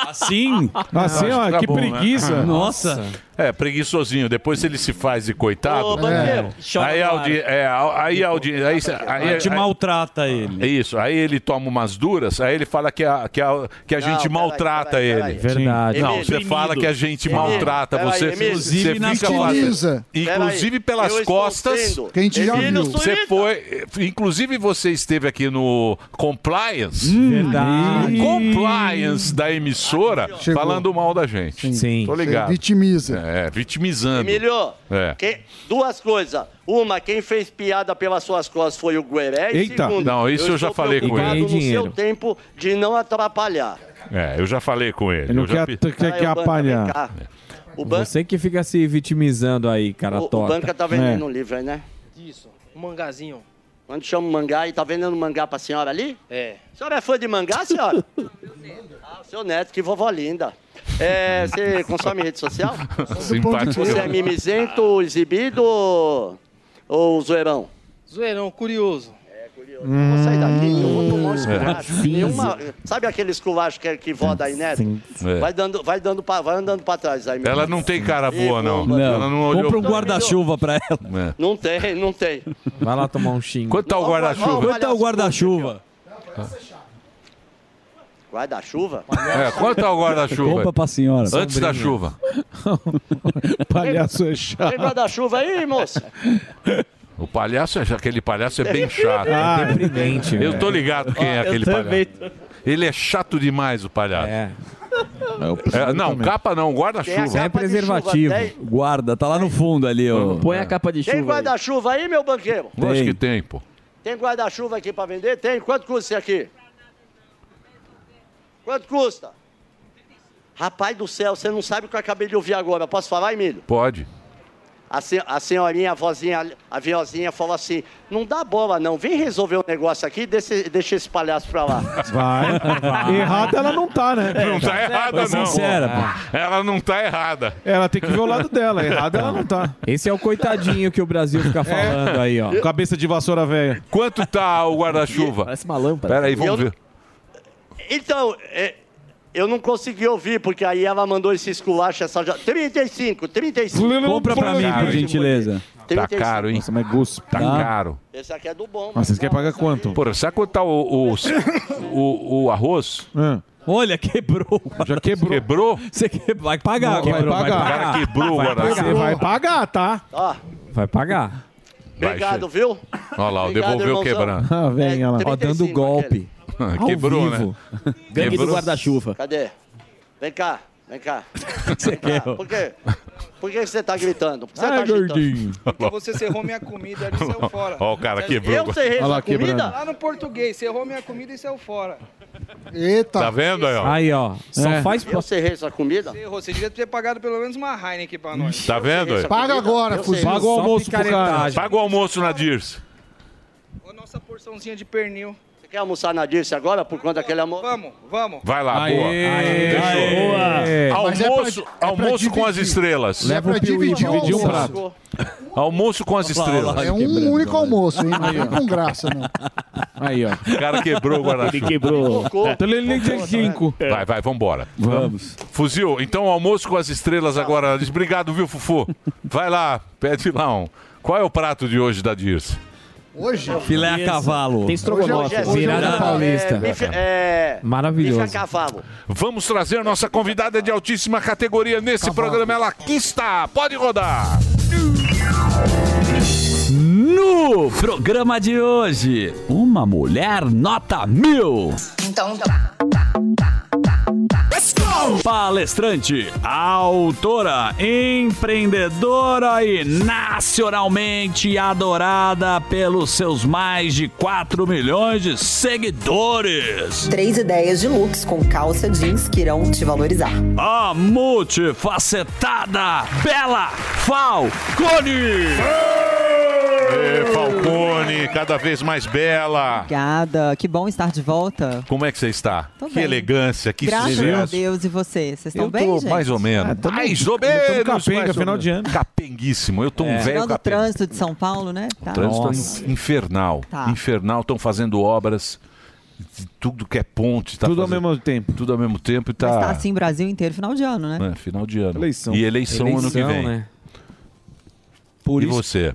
Speaker 11: Assim?
Speaker 5: Assim, ó, que preguiça.
Speaker 11: Nossa.
Speaker 6: tá né? É, preguiçosinho. Depois ele se faz de coitado. né?
Speaker 11: Ô, banqueiro. Chora
Speaker 6: Aí, a
Speaker 11: no
Speaker 6: audi-
Speaker 11: ar.
Speaker 6: é, a- aí, a audi- aí, cê- aí,
Speaker 11: Aí te maltrata ele.
Speaker 6: É Isso, aí ele toma umas duras, aí ele fala que a, que a, que a
Speaker 11: Não,
Speaker 6: gente
Speaker 11: peraí,
Speaker 6: maltrata
Speaker 11: peraí,
Speaker 6: ele.
Speaker 11: peraí. Verdade.
Speaker 6: Não,
Speaker 11: Emílio.
Speaker 6: você fala que a gente
Speaker 11: Emílio,
Speaker 6: maltrata
Speaker 11: peraí,
Speaker 6: você.
Speaker 11: Emílio.
Speaker 6: você
Speaker 11: Inclusive nas
Speaker 6: fazendo-
Speaker 11: costas.
Speaker 6: Inclusive
Speaker 11: Peraí, eu
Speaker 6: pelas
Speaker 11: estou
Speaker 6: costas.
Speaker 11: sendo. Que a gente já Emílio viu.
Speaker 6: Você foi. Inclusive você esteve aqui no Compliance.
Speaker 11: Hum, Verdade.
Speaker 6: Compliance da emissora
Speaker 11: Chegou.
Speaker 6: falando mal da gente.
Speaker 11: Sim.
Speaker 6: Tô ligado.
Speaker 11: Você
Speaker 12: vitimiza.
Speaker 6: É, vitimizando.
Speaker 13: Emílio,
Speaker 6: É.
Speaker 13: que- duas coisas. Uma, quem fez piada pelas suas costas foi o Gueré. E
Speaker 6: Eita.
Speaker 13: segundo,
Speaker 6: Não, isso eu já
Speaker 13: estou
Speaker 6: falei com
Speaker 13: preocupado
Speaker 6: ele.
Speaker 13: no
Speaker 6: Ganhei dinheiro.
Speaker 13: seu tempo de não atrapalhar.
Speaker 6: É, eu já falei com ele.
Speaker 5: Ele não
Speaker 6: eu já
Speaker 5: quer
Speaker 6: pe-
Speaker 5: t- quer
Speaker 13: Aí, ô, Banca, vem cá. O Ban-
Speaker 9: Você que fica se vitimizando aí, cara
Speaker 13: O, o
Speaker 9: torta. É.
Speaker 13: Banca tá vendendo um livro aí, né?
Speaker 19: Isso, um mangazinho.
Speaker 13: Quando chama um mangá e tá vendendo mangá pra senhora ali?
Speaker 19: É.
Speaker 13: A senhora é fã de mangá, senhora? ah, seu neto, que vovó linda. É, você consome rede social?
Speaker 19: Simpático.
Speaker 13: Você é mimizento, exibido ou, ou zoeirão?
Speaker 19: Zoeirão, curioso. É, curioso.
Speaker 13: Vou sair daqui, eu vou tomar um
Speaker 9: Hum.
Speaker 13: uns
Speaker 19: É.
Speaker 13: culachos. Nenhuma- Sabe aqueles culachos que, que roda aí, neto?
Speaker 6: É.
Speaker 13: Vai, dando, vai, dando pra, vai andando pra trás aí. meu
Speaker 6: Ela
Speaker 13: irmão.
Speaker 6: não tem cara boa, não.
Speaker 11: Não.
Speaker 6: Ela não olhou-
Speaker 11: Compra um guarda-chuva pra ela.
Speaker 13: Não tem, não tem.
Speaker 11: Vai lá tomar um xingo.
Speaker 6: É. Quanto tá o guarda-chuva?
Speaker 11: Quanto tá o guarda-chuva?
Speaker 9: Tá.
Speaker 13: Guarda-chuva?
Speaker 6: É, quanto tá o guarda-chuva?
Speaker 11: Compra pra senhora.
Speaker 6: Antes da chuva.
Speaker 5: Palhaço é
Speaker 13: Tem guarda-chuva aí, moça?
Speaker 6: O palhaço, é- aquele palhaço é bem chato.
Speaker 13: Ah, é
Speaker 11: deprimente,
Speaker 6: Eu
Speaker 11: velho.
Speaker 6: tô ligado quem é
Speaker 11: Eu
Speaker 6: aquele
Speaker 11: também
Speaker 6: palhaço. Ele é chato demais, o palhaço. É. não, capa não,
Speaker 13: Tem a
Speaker 6: guarda-chuva.
Speaker 13: capa É preservativo. de chuva,
Speaker 11: Guarda, tá lá no fundo ali, ó.
Speaker 10: Põe a capa de
Speaker 13: Tem guarda-chuva aí, meu banqueiro?
Speaker 6: Acho que tem, pô.
Speaker 13: Tem guarda-chuva aqui pra vender? Tem? Quanto custa isso aqui? Quanto custa? Rapaz do céu, você não sabe o que eu acabei de ouvir agora. Posso falar, Emílio?
Speaker 6: Pode.
Speaker 13: A, sen- a senhorinha, a vozinha, a viozinha falou assim: não dá bola não, vem resolver o negócio aqui e deixa, deixa esse palhaço pra lá.
Speaker 5: Vai. Errada ela não tá, né?
Speaker 6: Não tá errada, não. Ela não tá errada.
Speaker 5: Ela tem que ver o lado dela. Errada ela não tá.
Speaker 9: Esse é o coitadinho que o Brasil
Speaker 13: É.
Speaker 9: fica Tá falando aí, ó.
Speaker 5: Cabeça de vassoura velha.
Speaker 6: Quanto tá o guarda-chuva?
Speaker 10: Parece uma lâmpada.
Speaker 6: Pera aí, vamos
Speaker 13: Eu-
Speaker 6: ver.
Speaker 13: Então, é, eu não consegui ouvir, porque aí ela mandou esse esculacho, essa. ja- 35, 35.
Speaker 11: Compra pra mim, por gentileza.
Speaker 19: um
Speaker 6: Tá caro, hein? Nossa,
Speaker 5: mas gosto.
Speaker 6: Tá caro.
Speaker 13: Esse aqui é do bom.
Speaker 5: Nossa, vocês querem pagar quanto?
Speaker 6: Porra, sabe quanto tá o, o, o, o arroz?
Speaker 11: Olha, quebrou.
Speaker 5: Já quebrou.
Speaker 6: Quebrou?
Speaker 11: Você que- vai pagar,
Speaker 5: Vai
Speaker 11: quebrou,
Speaker 5: pagar.
Speaker 11: vai
Speaker 5: O cara quebrou o
Speaker 11: Vai
Speaker 5: guarda-chuva.
Speaker 11: pagar.
Speaker 5: Você vai pagar, tá?
Speaker 13: Ó,
Speaker 11: Vai pagar.
Speaker 13: obrigado, viu?
Speaker 6: Olha lá, o
Speaker 13: Obrigado,
Speaker 6: devolveu
Speaker 13: irmãozão.
Speaker 6: quebrando.
Speaker 5: Ah, vem,
Speaker 13: é
Speaker 5: olha lá.
Speaker 11: Ó, dando golpe. Ao
Speaker 6: Quebrou, né?
Speaker 11: vivo.
Speaker 6: Gangue do Quebrou. guarda-chuva.
Speaker 13: Cadê? Vem cá, vem cá.
Speaker 11: Você
Speaker 13: Vem
Speaker 11: quer?
Speaker 13: cá. Por quê? Por que que você tá gritando? Por que você
Speaker 11: Ai,
Speaker 13: tá
Speaker 11: gordinho.
Speaker 13: Porque
Speaker 19: Você é cerrou minha comida, ele saiu fora. Tá
Speaker 6: Ó, o cara quebrou.
Speaker 13: Eu cerrei
Speaker 6: Olha lá,
Speaker 13: sua comida?
Speaker 6: quebrando.
Speaker 19: Lá no português, cerrou minha comida e saiu fora.
Speaker 12: Eita.
Speaker 6: Tá vendo aí, ó?
Speaker 9: Aí, ó. Só
Speaker 6: É.
Speaker 9: faz...
Speaker 13: Eu serrei essa comida?
Speaker 19: Você errou, você devia ter pagado pelo menos uma Heineken pra nós.
Speaker 6: Tá vendo? aí?
Speaker 12: Paga agora,
Speaker 19: Fuzil. Paga o almoço pro cara.
Speaker 6: Paga o almoço na Dirce.
Speaker 19: Essa porçãozinha de pernil.
Speaker 13: Você quer almoçar na Dirce agora por conta daquele amor?
Speaker 19: Vamos, vamos.
Speaker 6: Vai lá, boa. Fechou.
Speaker 19: Mas é pra-
Speaker 6: Almoço,
Speaker 19: é pra
Speaker 6: almoço com as
Speaker 19: dividir.
Speaker 6: estrelas.
Speaker 12: Leva É pra o piuí, dividir o dividir um almoço.
Speaker 6: Almoço com as estrelas.
Speaker 12: É um único almoço, hein? Não tem com graça, não.
Speaker 6: Aí, ó. O cara quebrou o guarda-chuva.
Speaker 12: Ele quebrou.
Speaker 6: Então ele tem cinco. Vai, vai, vambora.
Speaker 11: Vamos.
Speaker 6: Fuzil, então almoço com as estrelas agora. Obrigado, viu, Fufu? Vai lá, pede lá um. Qual é o prato de hoje da Dirce?
Speaker 12: Hoje?
Speaker 11: Filé a cavalo.
Speaker 6: Tem estrogonofe.
Speaker 13: Hoje é- hoje é-
Speaker 6: Virada
Speaker 13: é-
Speaker 6: paulista.
Speaker 13: bife- É,
Speaker 6: Maravilhoso.
Speaker 13: Bife a cavalo.
Speaker 6: Vamos trazer nossa convidada de altíssima categoria nesse programa. Ela aqui está. Pode rodar.
Speaker 11: No programa de hoje, uma mulher nota mil.
Speaker 14: Então tá.
Speaker 11: Palestrante, autora, empreendedora e nacionalmente adorada pelos seus mais de 4 milhões de seguidores.
Speaker 18: Três ideias de looks com calça jeans que irão te valorizar.
Speaker 11: A multifacetada Bela Falcone.
Speaker 6: Ê, Falcone, cada vez mais bela.
Speaker 27: Obrigada, que bom estar de volta.
Speaker 6: Como é que você está?
Speaker 27: Tô
Speaker 6: que
Speaker 27: bem.
Speaker 6: elegância, que
Speaker 27: Graças a
Speaker 6: sucesso.
Speaker 27: Deus e você. Vocês estão
Speaker 6: Eu
Speaker 27: bem,
Speaker 6: tô
Speaker 27: gente?
Speaker 6: mais ou menos.
Speaker 27: Ah, tamo-
Speaker 6: mais ou
Speaker 27: eu tô
Speaker 6: menos.
Speaker 27: capenga,
Speaker 6: mais ou
Speaker 27: final
Speaker 6: menos.
Speaker 27: de ano. É.
Speaker 6: Capenguíssimo. Eu tô um velho
Speaker 27: Tirando o
Speaker 6: capenga.
Speaker 27: trânsito de São Paulo, né? Tá.
Speaker 6: Trânsito é in- infernal.
Speaker 27: Tá.
Speaker 6: Infernal. Estão fazendo obras. de Tudo que é ponte. Tá tudo ao mesmo
Speaker 5: tempo.
Speaker 6: Tudo ao mesmo tempo. E tá,
Speaker 27: Tá assim, Brasil inteiro, final de ano, né?
Speaker 6: né, final de ano.
Speaker 27: Eleição.
Speaker 6: E eleição, ano que
Speaker 27: Eleição,
Speaker 6: vem.
Speaker 27: né?
Speaker 6: e você?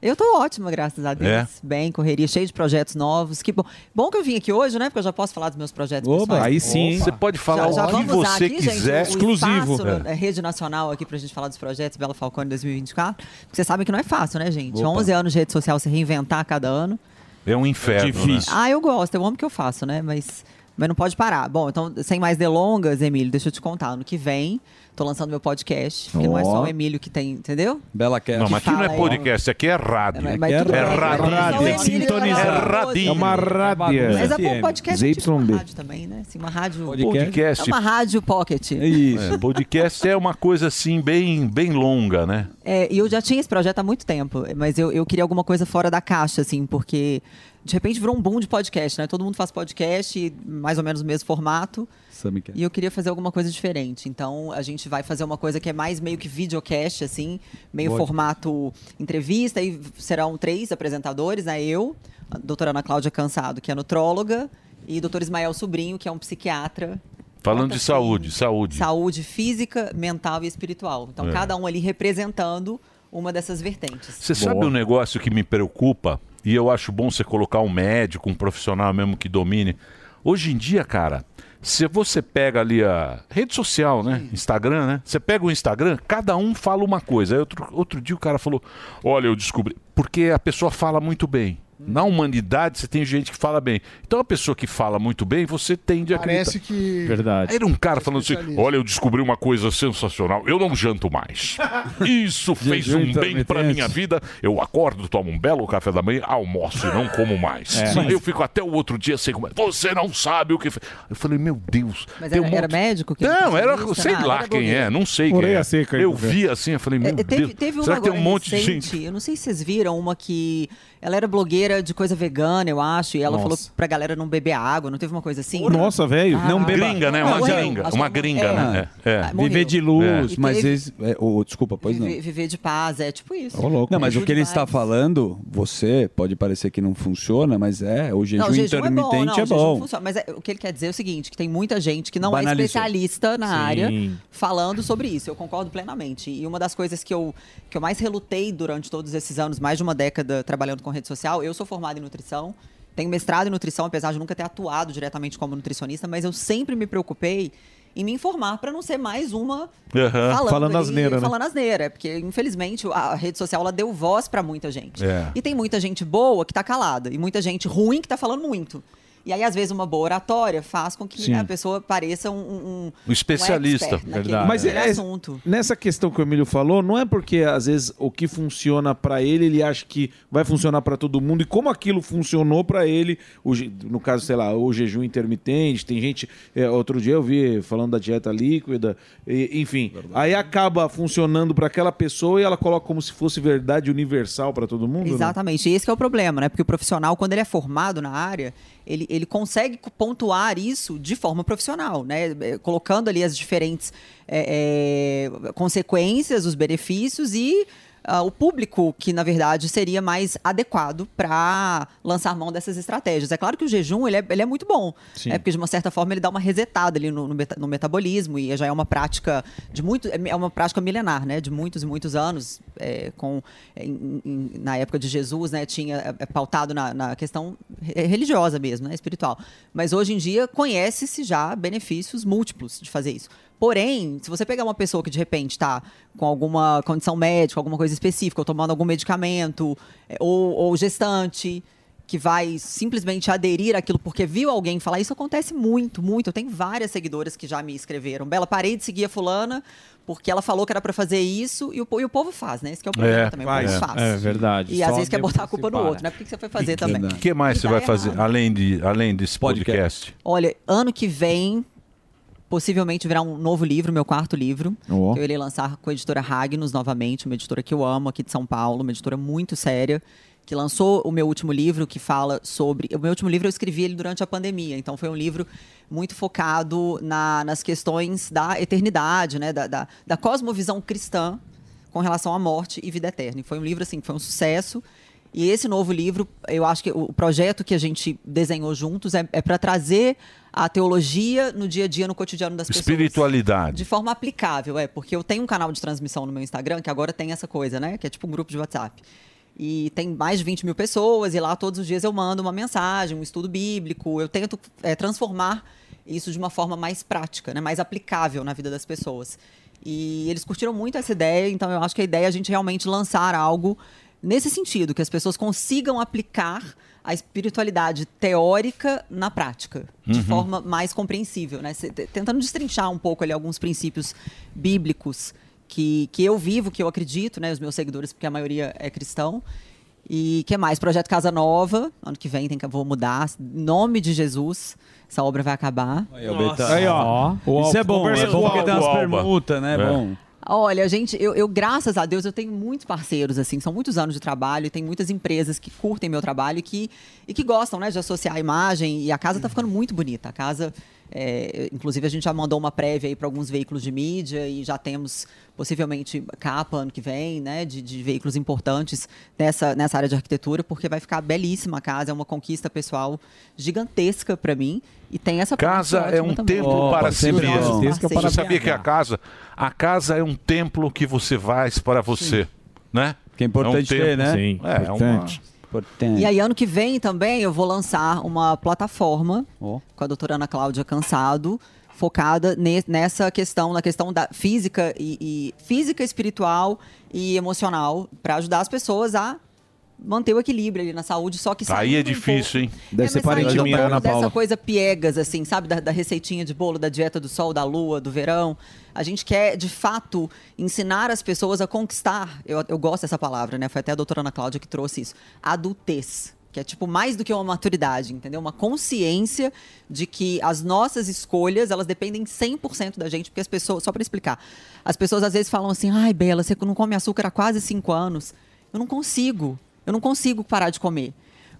Speaker 27: Eu tô ótima, graças a Deus.
Speaker 6: É?
Speaker 27: Bem, correria, cheio de projetos novos. Que bom. Bom que eu vim aqui hoje, né? Porque eu já posso falar dos meus projetos pessoais.
Speaker 6: Você pode falar
Speaker 27: Já- já
Speaker 6: o que
Speaker 27: vamos usar
Speaker 6: você
Speaker 27: aqui,
Speaker 6: quiser.
Speaker 27: Gente, o espaço na- na Rede Nacional aqui pra gente falar dos projetos Bela Falcone 2024. Porque vocês sabem que não é fácil, né, gente?
Speaker 6: Opa.
Speaker 27: 11 anos de rede social se reinventar a cada ano.
Speaker 6: É um inferno. Né?
Speaker 27: Ah, eu gosto, eu amo o que eu faço, né? Mas, mas não pode parar. Bom, então, sem mais delongas, Emílio, deixa eu te contar. Ano que vem, tô lançando meu podcast, porque não é só
Speaker 6: Ó.
Speaker 27: o Emílio que tem, entendeu?
Speaker 11: Bela Cat.
Speaker 6: Não,
Speaker 27: Que
Speaker 6: mas aqui não é
Speaker 27: fala aí.
Speaker 6: podcast, aqui é rádio.
Speaker 27: É, mas
Speaker 6: é
Speaker 27: tudo bem, mas
Speaker 6: rádio.
Speaker 27: não é só o Emílio que
Speaker 5: Sintonizar. É
Speaker 27: fala do outro.
Speaker 5: radinho. É uma rádio.
Speaker 27: Mas é bom
Speaker 5: FM.
Speaker 27: podcast é tipo
Speaker 5: ZYB.
Speaker 27: uma rádio também, né? Assim, uma rádio...
Speaker 6: Podcast.
Speaker 27: É uma rádio pocket.
Speaker 6: É, podcast é uma coisa assim, bem, bem longa, né?
Speaker 27: É, e eu já tinha esse projeto há muito tempo, mas eu, eu queria alguma coisa fora da caixa, assim, porque de repente virou um boom de podcast, né? Todo mundo faz podcast, e mais ou menos o mesmo formato.
Speaker 6: é?
Speaker 27: E eu queria fazer alguma coisa diferente. Então, a gente vai fazer uma coisa que é mais meio que videocast, assim, meio
Speaker 18: Ótimo.
Speaker 27: formato entrevista. E serão três apresentadores, né? Eu, a doutora Ana Cláudia Cansado, que é nutróloga, e o doutor Ismael Sobrinho, que é um psiquiatra
Speaker 6: Falando de saúde, saúde.
Speaker 27: saúde física, mental e espiritual. Então,
Speaker 6: É.
Speaker 27: cada um ali representando uma dessas vertentes.
Speaker 6: Você sabe um negócio que me preocupa? E eu acho bom você colocar um médico, um profissional mesmo que domine. Hoje em dia, cara, se você pega ali a rede social, né? Instagram, né? Você pega o Instagram, cada um fala uma coisa. Aí outro, outro dia o cara falou: Olha, eu descobri. Porque a pessoa fala muito bem.
Speaker 12: Hum.
Speaker 6: Na humanidade, você tem gente que fala bem. Então, a pessoa que fala muito bem, você tende a acreditar.
Speaker 12: Parece que.
Speaker 6: Aí Era um cara falando assim: olha, eu descobri uma coisa sensacional. Eu não janto mais. Isso fez
Speaker 14: Jejum
Speaker 6: um bem pra
Speaker 14: intermitente.
Speaker 6: minha vida. Eu acordo, tomo um belo café da manhã, almoço e não como mais.
Speaker 14: É.
Speaker 6: Aí Eu fico até o outro dia sem comer. Você não sabe o que fez. Eu falei, meu Deus.
Speaker 27: Mas
Speaker 6: tem
Speaker 27: era,
Speaker 6: um monte-
Speaker 27: era médico? Que
Speaker 6: Não, era,
Speaker 27: nutricionista?
Speaker 6: sei
Speaker 27: Nada,
Speaker 6: lá
Speaker 27: era
Speaker 6: quem
Speaker 27: bobeira.
Speaker 6: é, não sei quem
Speaker 5: Orelha
Speaker 6: é.
Speaker 5: seca aí,
Speaker 6: eu
Speaker 5: Café.
Speaker 6: vi assim, eu falei, meu
Speaker 27: É, teve,
Speaker 6: Deus,
Speaker 27: teve uma
Speaker 6: será que tem um
Speaker 27: agora
Speaker 6: monte
Speaker 27: recente,
Speaker 6: de gente?
Speaker 27: Eu não sei se vocês viram uma que. Ela era blogueira de coisa vegana, eu acho, e ela
Speaker 5: Nossa.
Speaker 27: falou pra galera não beber água, não teve uma coisa assim?
Speaker 5: Nossa, velho. Não beba.
Speaker 6: Gringa, né? Uma gringa, uma gringa, né? É, é.
Speaker 11: é. Viver de luz,
Speaker 27: E
Speaker 11: mas
Speaker 27: teve-
Speaker 11: eles. é, ô, desculpa, pois não.
Speaker 27: Vi- Viver de paz, é tipo isso.
Speaker 11: Não, mas o que ele
Speaker 27: Jejum de
Speaker 11: está falando, você pode parecer que não funciona, mas é, o jejum,
Speaker 27: não, o jejum é bom,
Speaker 11: intermitente
Speaker 27: não,
Speaker 11: é
Speaker 27: o jejum
Speaker 11: bom.
Speaker 27: funciona. Mas é- o que ele quer dizer é o seguinte, que tem muita gente que não
Speaker 11: Banalizou.
Speaker 27: é especialista na
Speaker 11: Sim.
Speaker 27: área falando sobre isso. Eu concordo plenamente. E uma das coisas que eu, que eu mais relutei durante todos esses anos, mais de uma década trabalhando com rede social, eu sou formada em nutrição, tenho mestrado em nutrição, apesar de nunca ter atuado diretamente como nutricionista, mas eu sempre me preocupei em me informar para não ser mais uma
Speaker 2: Ah,
Speaker 27: falando,
Speaker 5: Falando
Speaker 27: ali,
Speaker 5: asneira, né?
Speaker 27: falando asneira, porque infelizmente a rede social ela deu voz para muita gente.
Speaker 5: É.
Speaker 27: E tem muita gente boa que tá calada e muita gente ruim que tá falando muito. E aí, às vezes, uma boa oratória faz com que
Speaker 5: Sim.
Speaker 27: a pessoa pareça um, um, um-
Speaker 6: Um especialista,
Speaker 27: expert naquele-
Speaker 5: Mas
Speaker 27: naquele
Speaker 5: é-
Speaker 27: assunto.
Speaker 5: nessa questão que o Emílio falou, não é porque às vezes o que funciona pra ele, ele acha que vai funcionar pra todo mundo e como aquilo funcionou pra ele, o je- no caso, sei lá, o jejum intermitente, tem gente, é, outro dia eu vi falando da dieta líquida, e- enfim, aí acaba funcionando pra aquela pessoa e ela coloca como se fosse verdade universal pra todo mundo, né?
Speaker 27: Exatamente. E esse que é o problema, né? Porque o profissional, quando ele é formado na área, ele, ele consegue pontuar isso de forma profissional, né? Eh, Colocando ali as diferentes eh, eh, consequências, os benefícios e ah, o público que, na verdade, seria mais adequado para lançar mão dessas estratégias. É claro que o jejum ele é, ele é muito bom,
Speaker 15: Sim.
Speaker 27: né? porque de uma certa forma ele dá uma resetada ali no, no meta- no metabolismo e já é uma prática de muito é uma prática milenar, né? De muitos e muitos anos, é, com em- em- na época de Jesus, né? Tinha é, é, pautado na, na questão re- religiosa mesmo, né? Espiritual. Mas hoje em dia conhece-se já benefícios múltiplos de fazer isso. Porém, se você pegar uma pessoa que de repente está com alguma condição médica, alguma coisa específica, ou tomando algum medicamento, é, ou- ou gestante, que vai simplesmente aderir àquilo porque viu alguém falar. Isso acontece muito, muito. Eu tenho várias seguidoras que já me escreveram. Bela, parei de seguir a fulana porque ela falou que era pra fazer isso e o, po- e o povo faz, né? Esse que é o problema também. o povo faz.
Speaker 6: é verdade.
Speaker 27: E às
Speaker 6: Só
Speaker 27: vezes quer
Speaker 6: depois
Speaker 27: botar a culpa no
Speaker 6: para.
Speaker 27: outro, né? Por que que você foi fazer também? é
Speaker 6: O que mais você vai fazer além, de, além desse podcast?
Speaker 27: Olha, ano que vem possivelmente virá um novo livro, meu quarto livro.
Speaker 6: Ó.
Speaker 27: Que eu irei lançar com a editora Ragnos novamente, uma editora que eu amo aqui de São Paulo, uma editora muito séria, que lançou o meu último livro que fala sobre. O meu último livro eu escrevi ele durante a pandemia, então foi um livro muito focado na- nas questões da eternidade, né? Da, da, da cosmovisão cristã com relação à morte e vida eterna. E foi um livro assim, que foi um sucesso. E esse novo livro, eu acho que o projeto que a gente desenhou juntos é, para trazer a teologia no dia a dia, no cotidiano das pessoas.
Speaker 6: Espiritualidade.
Speaker 27: De forma aplicável, é, porque eu tenho um canal de transmissão no meu Instagram que agora tem essa coisa, né? Que é tipo um grupo de WhatsApp. E tem mais de 20 mil pessoas, e lá todos os dias eu mando uma mensagem, um estudo bíblico. Eu tento é, transformar isso de uma forma mais prática, né? mais aplicável na vida das pessoas. E eles curtiram muito essa ideia, então eu acho que a ideia é a gente realmente lançar algo nesse sentido, que as pessoas consigam aplicar a espiritualidade teórica na prática, de
Speaker 16: Uhum.
Speaker 27: forma mais compreensível, né? Se- te- Tentando destrinchar um pouco ali alguns princípios bíblicos que, que eu vivo, que eu acredito, né? Os meus seguidores, porque a maioria é cristão. E que mais? Projeto Casa Nova. Ano que vem tem que, vou mudar. Em Nome de Jesus. Essa obra vai acabar.
Speaker 11: Aí, ó, Betão. Aí, ó. Isso é bom, é bom porque dá umas permutas, né? É bom.
Speaker 27: Olha, gente, eu, eu, graças a Deus, eu tenho muitos parceiros, assim, são muitos anos de trabalho, e tem muitas empresas que curtem meu trabalho e que, e que gostam, né, de associar a imagem, e a casa tá ficando muito bonita, a casa... é, inclusive, a gente já mandou uma prévia aí para alguns veículos de mídia e já temos possivelmente capa ano que vem, né? De, de veículos importantes nessa, nessa área de arquitetura, porque vai ficar belíssima a casa. É uma conquista pessoal gigantesca para mim. E tem essa parte
Speaker 6: Casa é
Speaker 27: ótima
Speaker 6: um
Speaker 27: também.
Speaker 6: templo para si mesmo. Você sabia que a casa, a casa é um templo que você faz para você, né? Que é
Speaker 11: importante
Speaker 6: um
Speaker 11: ter,
Speaker 6: templo.
Speaker 11: né? Sim,
Speaker 6: é,
Speaker 11: importante.
Speaker 6: Importante.
Speaker 27: E aí, ano que vem também, eu vou lançar uma plataforma com a doutora Ana Cláudia Cansado, focada ne- nessa questão, na questão da física e, e- física, espiritual e emocional, para ajudar as pessoas a manter o equilíbrio ali na saúde, só que
Speaker 6: Aí
Speaker 27: saindo
Speaker 6: é
Speaker 27: um pouco-
Speaker 6: difícil, hein?
Speaker 27: É, mas saindo um pouco dessa coisa piegas, assim, sabe? Da, da receitinha de bolo, da dieta do sol, da lua, do verão. A gente quer, de fato, ensinar as pessoas a conquistar. Eu, eu gosto dessa palavra, né? Foi até a doutora Ana Cláudia que trouxe isso. Adultez. Que é tipo mais do que uma maturidade, entendeu? Uma consciência de que as nossas escolhas, elas dependem 100% da gente, porque as pessoas, só para explicar, as pessoas às vezes falam assim: ai, Bela, você não come açúcar há quase cinco anos. Eu não consigo. Eu não consigo parar de comer.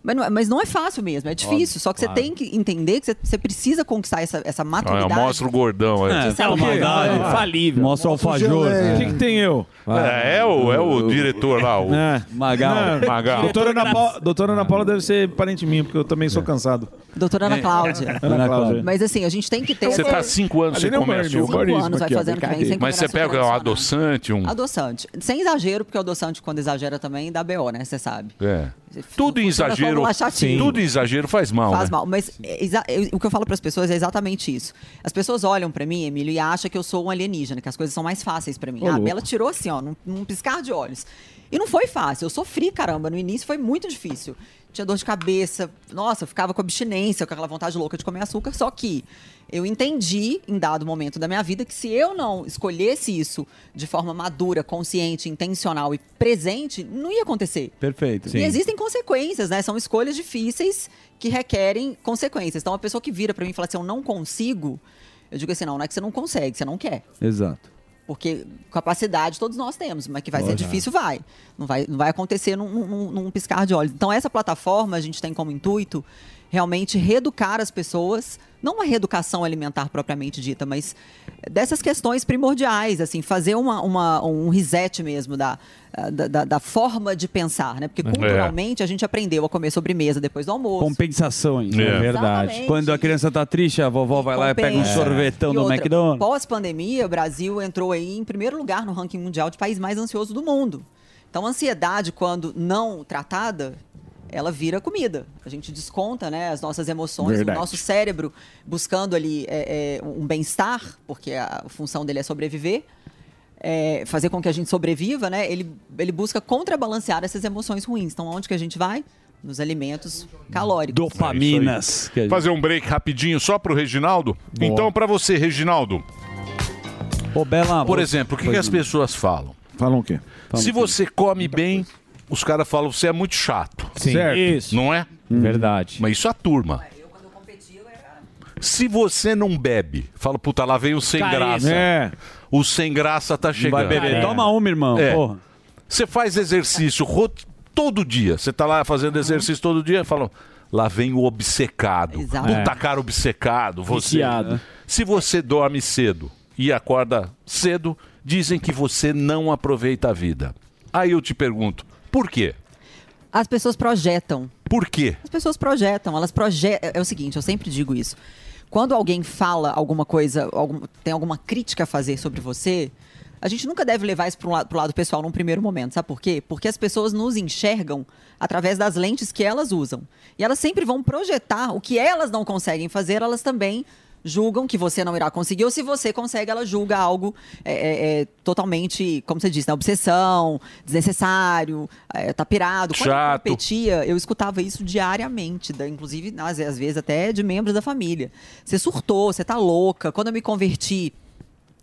Speaker 27: Mas não, é- mas não é fácil mesmo, é difícil.
Speaker 6: Óbvio,
Speaker 27: só que
Speaker 6: claro.
Speaker 27: você tem que entender que você, você precisa conquistar essa, essa
Speaker 6: Olha,
Speaker 27: maturidade.
Speaker 6: mostra Ah, o gordão. aí.
Speaker 27: É, fala maldade,
Speaker 11: falível. Mostra o alfajor. né?
Speaker 5: O que, que tem eu?
Speaker 6: É, é o, é o diretor lá, o
Speaker 5: É. Não, é
Speaker 6: Magal.
Speaker 5: Doutora Ana, Paula, doutora Ana Paula deve ser parente minha, porque eu também sou cansado.
Speaker 27: Doutora Ana Cláudia.
Speaker 5: Ana Cláudia.
Speaker 27: Mas assim, a gente tem que ter.
Speaker 6: Você
Speaker 27: essa-
Speaker 6: está cinco anos sem
Speaker 5: Ali não
Speaker 6: comer
Speaker 5: morde,
Speaker 6: açúcar.
Speaker 5: morde isso
Speaker 27: anos, vai
Speaker 5: aqui, ó,
Speaker 27: fazendo que vem
Speaker 5: brincadeira.
Speaker 27: sem
Speaker 6: Mas você
Speaker 27: comer açúcar
Speaker 6: pega um adoçante, um...
Speaker 27: Adoçante. Sem exagero, porque o adoçante, quando exagera também, dá BO, né? Você sabe.
Speaker 6: É. Tudo em
Speaker 27: funciona como
Speaker 6: exagero.
Speaker 27: uma chatinha.
Speaker 6: Tudo em exagero faz mal.
Speaker 27: Faz
Speaker 6: né?
Speaker 27: mal. Mas é exa- eu- o que eu falo para as pessoas é exatamente isso. As pessoas olham para mim, Emílio, e acham que eu sou um alienígena, que as coisas são mais fáceis para mim.
Speaker 16: Ô,
Speaker 27: ah, a
Speaker 16: louco.
Speaker 27: Bela tirou assim, ó, num, num piscar de olhos. E não foi fácil. Eu sofri, caramba. No início foi muito difícil. tinha dor de cabeça. Nossa, eu ficava com abstinência, com aquela vontade louca de comer açúcar. Só que eu entendi, em dado momento da minha vida, que se eu não escolhesse isso de forma madura, consciente, intencional e presente, não ia acontecer.
Speaker 11: Perfeito.
Speaker 27: E existem consequências, né? São escolhas difíceis que requerem consequências. Então, a pessoa que vira pra mim e fala assim, eu não consigo, eu digo assim, não, não é que você não consegue, você não quer.
Speaker 11: Exato.
Speaker 27: Porque capacidade todos nós temos, mas que vai ser
Speaker 11: Lógico.
Speaker 27: difícil, vai. Não vai, não vai acontecer num, num- num piscar de olhos. Então, essa plataforma a gente tem como intuito realmente reeducar as pessoas, não uma reeducação alimentar propriamente dita, mas dessas questões primordiais, assim, fazer uma, uma- um reset mesmo da, da, da- da forma de pensar, né? Porque
Speaker 11: É.
Speaker 27: culturalmente a gente aprendeu a comer sobremesa depois do almoço.
Speaker 11: Compensações, né?
Speaker 27: É. Verdade.
Speaker 11: Quando a criança tá triste, a vovó vai lá e pega um
Speaker 27: Compensa.
Speaker 11: sorvetão
Speaker 27: E
Speaker 11: no
Speaker 27: outra,
Speaker 11: McDonald's.
Speaker 27: Pós-pandemia, o Brasil entrou aí em primeiro lugar no ranking mundial de país mais ansioso do mundo. Então, a ansiedade, quando não tratada, ela vira comida. A gente desconta né, as nossas emoções,
Speaker 15: Verdade.
Speaker 27: o nosso cérebro buscando ali é, é, um bem-estar, porque a função dele é sobreviver. é, fazer com que a gente sobreviva, né? Ele, ele busca contrabalancear essas emoções ruins. Então, onde que a gente vai? Nos alimentos calóricos.
Speaker 11: É Dopaminas. que a gente-
Speaker 6: Fazer um break rapidinho só pro Reginaldo? Então, pra você, Reginaldo.
Speaker 11: Ô, Bela. um-
Speaker 6: Por
Speaker 11: vou-
Speaker 6: exemplo, o que,
Speaker 11: Pois
Speaker 6: que as
Speaker 11: não.
Speaker 6: pessoas falam?
Speaker 5: Falam o quê?
Speaker 11: um
Speaker 6: Se você come bem, os caras falam você é muito chato.
Speaker 5: Sim. Certo. Isso.
Speaker 6: Não é?
Speaker 11: Hum.
Speaker 9: Verdade.
Speaker 6: Mas isso é a turma. Se você não bebe, fala, puta, lá vem o sem
Speaker 11: Caído.
Speaker 6: graça.
Speaker 11: É.
Speaker 6: O sem graça tá chegando.
Speaker 11: vai beber. Toma uma, irmão.
Speaker 6: É.
Speaker 11: Porra.
Speaker 6: Você faz exercício ro- todo dia. Você tá lá
Speaker 10: Uhum.
Speaker 6: fazendo exercício todo dia, falam, lá vem o obcecado.
Speaker 14: Exato.
Speaker 10: É.
Speaker 6: Puta cara obcecado, você. né?
Speaker 14: Viciado.
Speaker 6: Se você dorme cedo e acorda cedo, dizem que você não aproveita a vida. Aí eu te pergunto, por quê?
Speaker 27: As pessoas projetam
Speaker 6: Por quê?
Speaker 27: As pessoas projetam, elas projetam. É o seguinte, eu sempre digo isso. Quando alguém fala alguma coisa, algum- tem alguma crítica a fazer sobre você, a gente nunca deve levar isso para o lado pessoal num primeiro momento. Sabe por quê? Porque as pessoas nos enxergam através das lentes que elas usam. E elas sempre vão projetar o que elas não conseguem fazer, elas também julgam que você não irá conseguir, ou se você consegue, ela julga algo é, é, é, totalmente, como você disse, né? obsessão, desnecessário, é, tá pirado. Quando eu
Speaker 6: Chato.
Speaker 27: competia, eu escutava isso diariamente, da- inclusive, às, às vezes, até de membros da família. Você surtou, você tá louca. Quando eu me converti,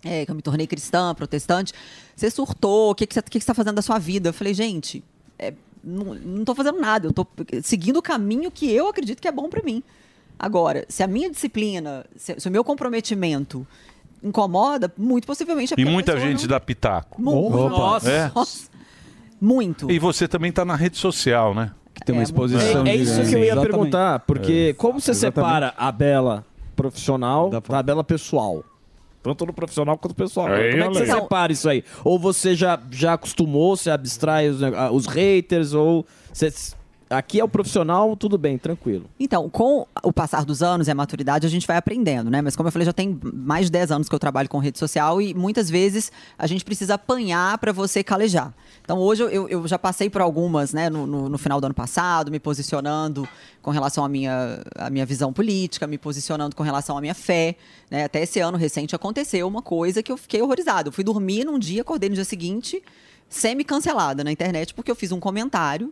Speaker 27: é, que eu me tornei cristã, protestante, você surtou, o que, que, você, o que que você tá fazendo da sua vida? Eu falei, gente, é, não, não tô fazendo nada, eu tô seguindo o caminho que eu acredito que é bom para mim. Agora, se a minha disciplina, se, se o meu comprometimento incomoda, muito possivelmente é
Speaker 6: E
Speaker 27: porque a
Speaker 6: muita
Speaker 27: pessoa
Speaker 6: gente dá pitaco.
Speaker 27: Muito.
Speaker 6: Opa.
Speaker 27: Nossa.
Speaker 6: É.
Speaker 27: Nossa. Muito.
Speaker 6: E você também tá na rede social, né? Que
Speaker 11: tem uma É, exposição
Speaker 10: É isso que eu ia perguntar, porque como você separa a bela profissional da bela pessoal? Tanto no profissional quanto no pessoal.
Speaker 14: Aí,
Speaker 10: como é que você
Speaker 14: Ale.
Speaker 10: separa isso aí? Ou você já, já acostumou, você abstrai os, neg- ah, os haters, ou... você- aqui é o profissional, tudo bem, tranquilo.
Speaker 27: Então, com o passar dos anos e a maturidade, a gente vai aprendendo, né? Mas como eu falei, já tem mais de 10 anos que eu trabalho com rede social e muitas vezes a gente precisa apanhar para você calejar. Então, hoje eu- eu, eu já passei por algumas, né? No, no- no final do ano passado, me posicionando com relação à minha, à minha visão política, me posicionando com relação à minha fé, né? Até esse ano recente aconteceu uma coisa que eu fiquei horrorizada. Eu fui dormir num dia, acordei no dia seguinte semi-cancelada na internet porque eu fiz um comentário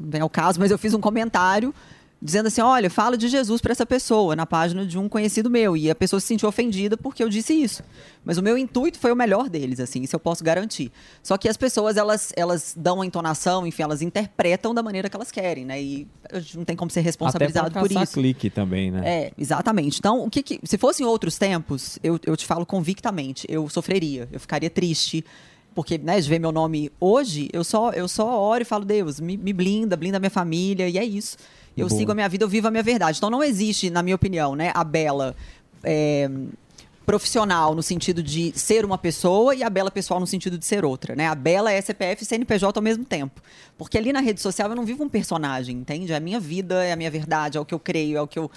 Speaker 27: não é o caso, mas eu fiz um comentário dizendo assim: olha, fala de Jesus para essa pessoa, na página de um conhecido meu. E a pessoa se sentiu ofendida porque eu disse isso. Mas o meu intuito foi o melhor deles, assim, isso eu posso garantir. Só que as pessoas, elas, elas dão a entonação, enfim, elas interpretam da maneira que elas querem, né? E a gente não tem como ser responsabilizado
Speaker 9: Até pra
Speaker 27: por
Speaker 9: caçar
Speaker 27: isso.
Speaker 9: clique também, né?
Speaker 27: É, exatamente. Então, o que, que- se fossem outros tempos, eu, eu te falo convictamente, eu sofreria, eu ficaria triste. Porque, né, de ver meu nome hoje, eu só, eu só oro e falo, Deus, me, me blinda, blinda a minha família, e é isso. Eu
Speaker 16: Boa.
Speaker 27: sigo a minha vida, eu vivo a minha verdade. Então não existe, na minha opinião, né, a bela é, profissional no sentido de ser uma pessoa e a bela pessoal no sentido de ser outra, né? A bela é CPF e CNPJ ao mesmo tempo. Porque ali na rede social eu não vivo um personagem, entende? É a minha vida, é a minha verdade, é o que eu creio, é o que eu...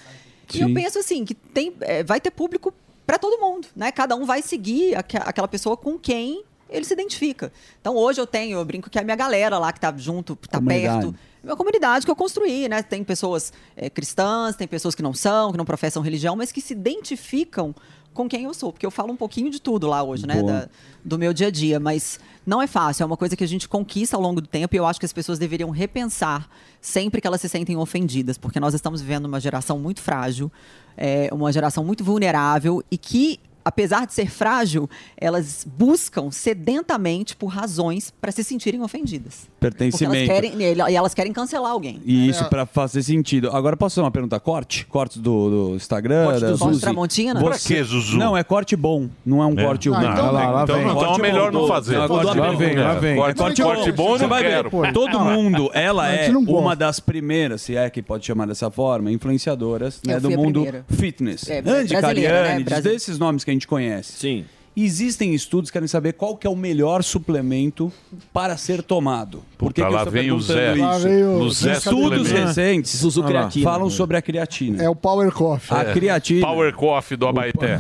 Speaker 27: E eu
Speaker 16: Sim.
Speaker 27: penso assim, que tem, é, vai ter público para todo mundo, né? Cada um vai seguir aque- aquela pessoa com quem ele se identifica. Então hoje eu tenho, eu brinco que é a minha galera lá que tá junto, tá
Speaker 16: Comunidade.
Speaker 27: perto. É uma comunidade que eu construí, né? Tem pessoas é, cristãs, tem pessoas que não são, que não professam religião, mas que se identificam com quem eu sou, porque eu falo um pouquinho de tudo lá hoje, né?
Speaker 18: Boa.
Speaker 27: da- do meu dia a dia, mas não é fácil, é uma coisa que a gente conquista ao longo do tempo e eu acho que as pessoas deveriam repensar sempre que elas se sentem ofendidas, porque nós estamos vivendo uma geração muito frágil, é, uma geração muito vulnerável e que, apesar de ser frágil, elas buscam sedentamente por razões para se sentirem ofendidas. Porque elas
Speaker 11: Pertencimento.
Speaker 27: querem, e elas querem cancelar alguém.
Speaker 11: E
Speaker 6: É.
Speaker 11: isso pra fazer sentido. Agora posso fazer uma pergunta? Corte? Corte do, do Instagram?
Speaker 27: Corte do
Speaker 11: da
Speaker 27: Zuzu
Speaker 11: Zuzi?
Speaker 27: Tramontina?
Speaker 11: Você-
Speaker 27: Pra quê, Zuzu?
Speaker 11: Não, é corte bom. Não é um corte ruim.
Speaker 6: Ah, então Lá, lá, então- vem. então é
Speaker 11: Corte
Speaker 6: melhor
Speaker 11: bom.
Speaker 6: não fazer.
Speaker 11: é corte
Speaker 6: Lá
Speaker 11: bom.
Speaker 6: vem, lá
Speaker 11: É,
Speaker 6: vem.
Speaker 11: Corte, corte,
Speaker 6: Corte bom eu
Speaker 11: Você
Speaker 6: não
Speaker 11: vai ver.
Speaker 6: quero. Pô,
Speaker 11: Todo
Speaker 6: não,
Speaker 11: mundo, ela
Speaker 6: a gente
Speaker 11: é
Speaker 6: não gosta.
Speaker 11: uma das primeiras, se é que pode chamar dessa forma, influenciadoras né,
Speaker 27: Eu
Speaker 11: do
Speaker 27: fui a
Speaker 11: mundo
Speaker 27: primeira.
Speaker 11: fitness.
Speaker 27: É,
Speaker 11: Andy
Speaker 27: brasileira, né?
Speaker 11: Cariani,
Speaker 27: Brasi-
Speaker 11: desses nomes que a gente conhece. Sim. Existem estudos que querem saber qual que é o melhor suplemento para ser tomado. Por
Speaker 6: Puta,
Speaker 11: que, que eu
Speaker 6: lá
Speaker 11: estou
Speaker 6: vem o
Speaker 11: perguntando
Speaker 6: Zé.
Speaker 11: isso?
Speaker 6: Lá vem o- o Zé
Speaker 11: Estudos
Speaker 6: suplemento.
Speaker 11: recentes
Speaker 6: Zuzu
Speaker 11: olha lá,
Speaker 6: creatina.
Speaker 11: falam sobre a creatina.
Speaker 12: É o Power Coffee.
Speaker 11: A criatina.
Speaker 6: Power Coffee do Abaeté.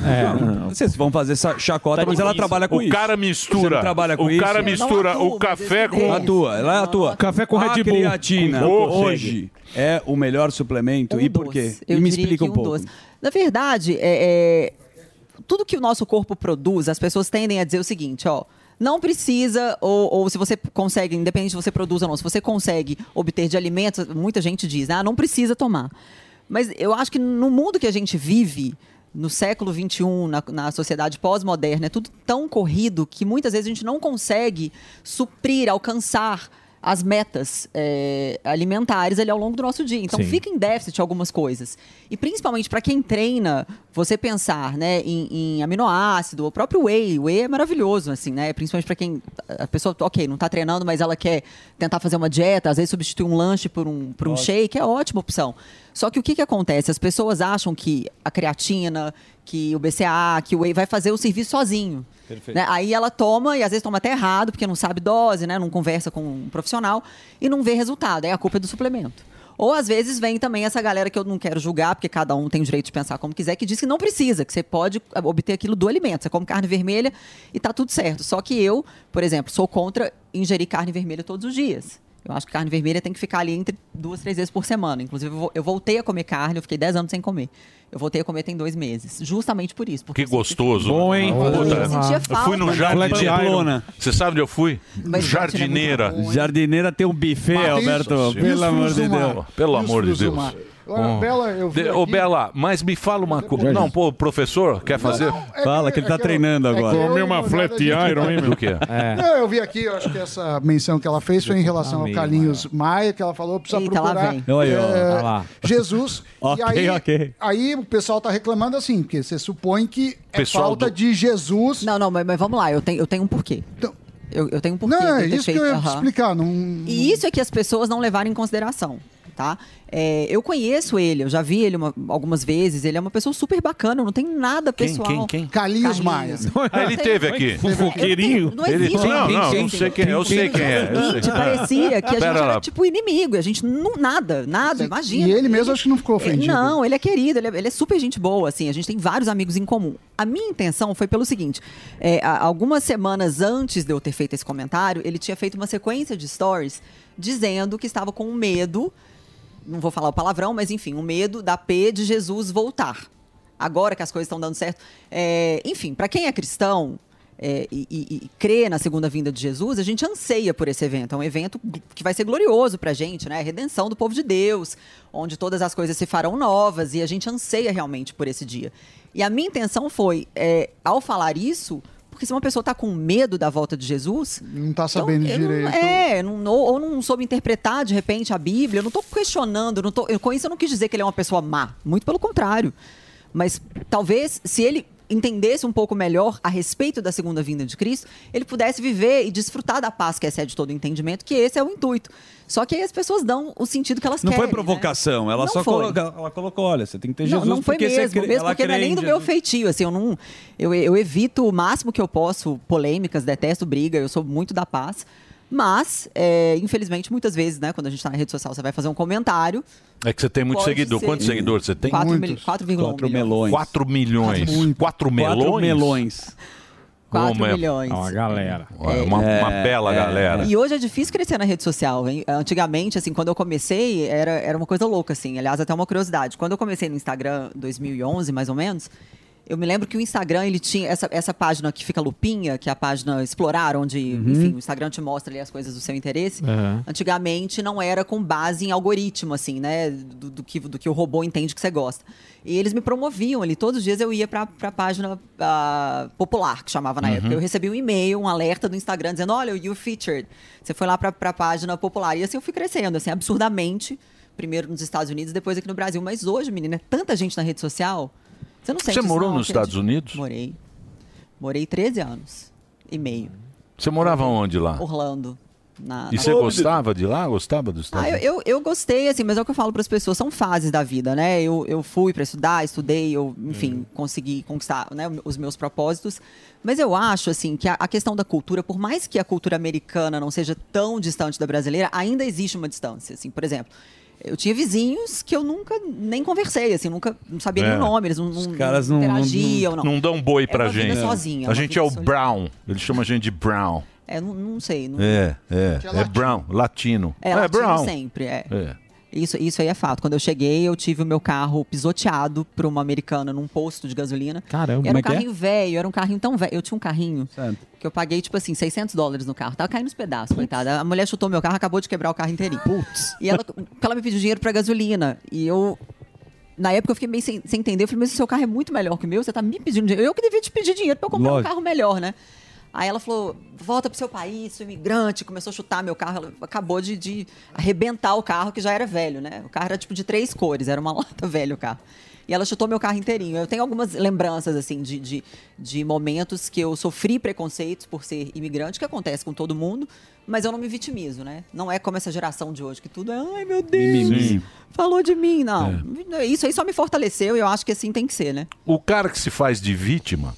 Speaker 11: Vocês vão fazer essa chacota,
Speaker 6: Tá
Speaker 11: mas ela
Speaker 6: difícil.
Speaker 11: trabalha com
Speaker 6: O
Speaker 11: isso.
Speaker 6: cara mistura.
Speaker 11: Você não trabalha com
Speaker 6: O
Speaker 11: isso.
Speaker 6: cara mistura Não atua, o café mas eu com-
Speaker 11: A tua, é ela atua.
Speaker 5: Café com
Speaker 11: a
Speaker 5: Red Bull.
Speaker 11: creatina
Speaker 5: Com coco.
Speaker 11: hoje é o melhor suplemento e por quê?
Speaker 27: Um Eu
Speaker 11: e me
Speaker 27: diria
Speaker 11: explica
Speaker 27: que
Speaker 11: um pouco.
Speaker 27: doce. Na verdade, é, é, tudo que o nosso corpo produz, as pessoas tendem a dizer o seguinte, ó. Não precisa, ou, ou se você consegue, independente se você produz ou não, se você consegue obter de alimentos, muita gente diz, ah, não precisa tomar. Mas eu acho que no mundo que a gente vive, no século XXI, na, na sociedade pós-moderna, é tudo tão corrido que muitas vezes a gente não consegue suprir, alcançar as metas é, alimentares ali ao longo do nosso dia. Então
Speaker 15: Sim.
Speaker 27: fica fica em déficit algumas coisas. E principalmente para quem treina, você pensar né, em, em aminoácido, o próprio whey. O whey é maravilhoso, assim, né? Principalmente para quem. A pessoa, ok, não tá treinando, mas ela quer tentar fazer uma dieta, às vezes substituir um lanche por um, por um shake, é ótima opção. Só que o que, que acontece? As pessoas acham que a creatina, que o BCA, que o whey vai fazer o serviço sozinho.
Speaker 16: Perfeito.
Speaker 27: Né? Aí ela toma, e às vezes toma até errado, porque não sabe dose, né? Não conversa com um profissional e não vê resultado. Aí a culpa é do suplemento. Ou às vezes vem também essa galera que eu não quero julgar, porque cada um tem o direito de pensar como quiser, que diz que não precisa, que você pode eh, obter aquilo do alimento. Você come carne vermelha e tá tudo certo. Só que eu, por exemplo, sou contra ingerir carne vermelha todos os dias. Eu acho que carne vermelha tem que ficar ali entre duas, três vezes por semana. Inclusive, eu vo- eu voltei a comer carne, eu fiquei 10 anos sem comer. Eu voltei a comer tem dois meses, justamente por isso. Porque
Speaker 6: Que gostoso.
Speaker 5: Bom, hein?
Speaker 6: Puta,
Speaker 5: Eu sentia
Speaker 6: eu fui no
Speaker 5: falta.
Speaker 6: jardineiro.
Speaker 5: Pamplona.
Speaker 6: Você sabe onde eu fui?
Speaker 27: Mas
Speaker 6: Jardineira.
Speaker 11: Jardineira tem um buffet,
Speaker 6: Mas
Speaker 11: Alberto.
Speaker 6: isso,
Speaker 11: pelo
Speaker 6: isso,
Speaker 11: amor de
Speaker 6: Zumar.
Speaker 11: Deus.
Speaker 6: Pelo amor de Deus.
Speaker 12: Agora,
Speaker 6: Bom.
Speaker 12: Bela, eu vi
Speaker 6: De- Ô,
Speaker 12: aqui-
Speaker 6: Bela, mas me fala uma coisa. Não, pô, o professor quer fazer?
Speaker 11: Fala, que ele tá treinando agora.
Speaker 12: Comi uma flat iron, hein, meu?
Speaker 6: Do quê?
Speaker 12: Não, eu vi aqui, eu acho que essa menção que ela fez foi em relação ao
Speaker 6: meio,
Speaker 12: Carlinhos Maia, que ela falou, precisa
Speaker 27: Eita, lá
Speaker 12: procurar
Speaker 27: vem.
Speaker 11: Olha aí, ó,
Speaker 12: eh,
Speaker 11: olha lá.
Speaker 12: Jesus.
Speaker 11: Ok,
Speaker 12: e aí,
Speaker 11: ok.
Speaker 12: aí o pessoal tá reclamando assim, porque você supõe que é
Speaker 27: Pessoal
Speaker 12: falta
Speaker 27: do-
Speaker 12: de Jesus. Então,
Speaker 27: Não, não, mas, mas vamos lá, eu tenho, eu tenho um porquê. eu, eu tenho um porquê.
Speaker 12: Não, é
Speaker 27: de ter
Speaker 12: isso que
Speaker 27: feito,
Speaker 12: eu ia te
Speaker 27: aham.
Speaker 12: explicar. Não...
Speaker 27: E isso é que as pessoas não levaram em consideração, tá? É, eu conheço ele, eu já vi ele uma- algumas vezes, ele é uma pessoa super bacana, não tem nada
Speaker 6: Quem,
Speaker 27: pessoal.
Speaker 6: quem, quem?
Speaker 12: Carlinhos Maia.
Speaker 6: Ah, ele teve aqui.
Speaker 5: Fofoqueirinho?
Speaker 27: Não
Speaker 6: Ele-
Speaker 27: existe.
Speaker 6: Não, não,
Speaker 27: Tem
Speaker 6: eu
Speaker 27: gente.
Speaker 6: sei quem é, eu sei quem é. eu sei.
Speaker 27: Gente, parecia que a gente
Speaker 6: Pera
Speaker 27: era
Speaker 6: lá.
Speaker 27: tipo inimigo, e a gente não, nada, nada, imagina.
Speaker 12: E ele mesmo acho que não ficou
Speaker 27: Ele-
Speaker 12: ofendido.
Speaker 27: Não, ele é querido, ele é, ele é super gente boa, assim, a gente tem vários amigos em comum. A minha intenção foi pelo seguinte: é, a- algumas semanas antes de eu ter feito esse comentário, ele tinha feito uma sequência de stories dizendo que estava com medo, não vou falar o palavrão, mas enfim, o medo da P de Jesus voltar. Agora que as coisas estão dando certo. É, enfim, para quem é cristão. é, e, e- e crê na segunda vinda de Jesus, a gente anseia por esse evento. É um evento gl- que vai ser glorioso pra gente, né? A redenção do povo de Deus, onde todas as coisas se farão novas e a gente anseia realmente por esse dia. E a minha intenção foi, é, ao falar isso, porque se uma pessoa tá com medo da volta de Jesus,
Speaker 12: Não tá sabendo
Speaker 27: eu
Speaker 12: direito.
Speaker 27: Não,
Speaker 11: Então,
Speaker 27: é, não- ou, ou não soube interpretar de repente a Bíblia. Eu não tô questionando, não tô, eu, com isso eu não quis dizer que ele é uma pessoa má. Muito pelo contrário. Mas talvez se ele entendesse um pouco melhor a respeito da segunda vinda de Cristo, ele pudesse viver e desfrutar da paz que excede todo o entendimento, que esse é o intuito. Só que aí as pessoas dão o sentido que elas
Speaker 11: Não foi
Speaker 27: querem. né?
Speaker 11: provocação, ela
Speaker 27: Não
Speaker 11: só
Speaker 27: foi.
Speaker 11: coloca- ela colocou, olha, você tem que ter
Speaker 27: Não,
Speaker 11: Jesus
Speaker 27: não foi
Speaker 11: porque você
Speaker 27: mesmo,
Speaker 11: crê-
Speaker 27: mesmo
Speaker 11: ela
Speaker 27: porque não é
Speaker 11: crê
Speaker 27: nem
Speaker 11: em
Speaker 27: do meu
Speaker 11: Jesus.
Speaker 27: feitio, assim, eu não... Eu, eu evito o máximo que eu posso polêmicas, detesto briga, eu sou muito da paz. Mas, é, infelizmente, muitas vezes, né, quando a gente tá na rede social, você vai fazer um comentário...
Speaker 6: É que você tem muito
Speaker 27: Pode
Speaker 6: seguidor.
Speaker 27: ser.
Speaker 6: Quantos seguidores você tem?
Speaker 27: 4 mil, 4,1
Speaker 6: Quatro
Speaker 27: milhões.
Speaker 6: melões. 4 milhões.
Speaker 27: Muito.
Speaker 6: 4 melões?
Speaker 11: Quatro melões.
Speaker 6: Como
Speaker 27: 4
Speaker 6: é?
Speaker 27: milhões.
Speaker 6: É uma galera. É uma, uma bela galera.
Speaker 27: E hoje é difícil crescer na rede social. hein? Antigamente, assim, quando eu comecei, era, era uma coisa louca, assim. Aliás, até uma curiosidade. Quando eu comecei no Instagram, 2011, mais ou menos, Eu me lembro que o Instagram, ele tinha essa, essa página que fica lupinha, que é a página explorar, onde,
Speaker 15: Uhum.
Speaker 27: enfim, o Instagram te mostra ali as coisas do seu interesse.
Speaker 15: Aham.
Speaker 27: Antigamente não era com base em algoritmo, assim, né? Do, do que, do que o robô entende que você gosta. E eles me promoviam ali. Todos os dias eu ia pra, pra página ah, popular, que chamava na
Speaker 15: Uhum.
Speaker 27: época. Eu recebi um e-mail, um alerta do Instagram dizendo: olha, o You Featured. Você foi lá pra, pra página popular. E assim eu fui crescendo, assim, absurdamente. Primeiro nos Estados Unidos, depois aqui no Brasil. Mas hoje, menina, é tanta gente na rede social. Você não sente
Speaker 6: Você
Speaker 27: isso,
Speaker 6: morou
Speaker 27: não,
Speaker 6: nos
Speaker 27: Pedro?
Speaker 6: Estados Unidos?
Speaker 27: Morei. Morei 13 anos e meio.
Speaker 6: Você morava onde lá?
Speaker 27: Orlando. Na,
Speaker 6: E
Speaker 27: na-
Speaker 6: você gostava de lá? Gostava dos Estados
Speaker 27: Ah, eu,
Speaker 6: Unidos?
Speaker 27: eu, eu gostei, assim, mas é o que eu falo para as pessoas, são fases da vida, né? Eu, eu fui para estudar, estudei, eu, enfim,
Speaker 6: Uhum.
Speaker 27: consegui conquistar né, os meus propósitos. Mas eu acho, assim, que a, a questão da cultura, por mais que a cultura americana não seja tão distante da brasileira, ainda existe uma distância, assim. Por exemplo, eu tinha vizinhos que eu nunca nem conversei, assim, nunca não sabia nem
Speaker 6: É.
Speaker 27: o nome, eles não, não
Speaker 6: Os caras não,
Speaker 27: interagiam,
Speaker 6: não, não dão boi
Speaker 27: É
Speaker 6: pra
Speaker 27: uma vida
Speaker 6: gente.
Speaker 27: sozinha, é
Speaker 6: a
Speaker 27: uma
Speaker 6: gente
Speaker 27: vida
Speaker 6: é o
Speaker 27: solitária.
Speaker 6: Brown. Eles chamam a gente de Brown.
Speaker 27: É, não, não sei. Não,
Speaker 6: É, é.
Speaker 27: Gente é
Speaker 6: É,
Speaker 27: latino.
Speaker 6: Brown, latino.
Speaker 27: É, latino
Speaker 6: Brown.
Speaker 27: sempre, é.
Speaker 6: É.
Speaker 27: Isso, isso aí é fato. Quando eu cheguei, eu tive o meu carro pisoteado por uma americana num posto de gasolina.
Speaker 11: Caramba, como
Speaker 27: Era um
Speaker 11: é que é?
Speaker 27: carrinho velho, era um carrinho tão velho. Eu tinha um carrinho que eu paguei, tipo assim, 600 dólares no carro. Tava caindo os pedaços, coitada. A mulher chutou meu carro, acabou de quebrar o carro inteirinho. Putz. E ela, porque ela me pediu dinheiro pra gasolina. E eu... Na época eu fiquei meio sem, sem entender. Eu falei, mas o seu carro é muito melhor que o meu, você tá me pedindo dinheiro. Eu que devia te pedir dinheiro pra eu comprar
Speaker 15: Lógico.
Speaker 27: um carro melhor, né? Aí ela falou, volta pro seu país, sou imigrante. Começou a chutar meu carro. Ela acabou de, de arrebentar o carro, que já era velho, né? O carro era tipo de três cores, era uma lata velha o carro. E ela chutou meu carro inteirinho. Eu tenho algumas lembranças, assim, de, de, de momentos que eu sofri preconceitos por ser imigrante, que acontece com todo mundo, mas eu não me vitimizo, né? Não é como essa geração de hoje, que tudo é, ai meu Deus,
Speaker 6: Mimimi.
Speaker 27: falou de mim. Não,
Speaker 6: É.
Speaker 27: isso aí só me fortaleceu e eu acho que assim tem que ser, né?
Speaker 6: O cara que se faz de vítima,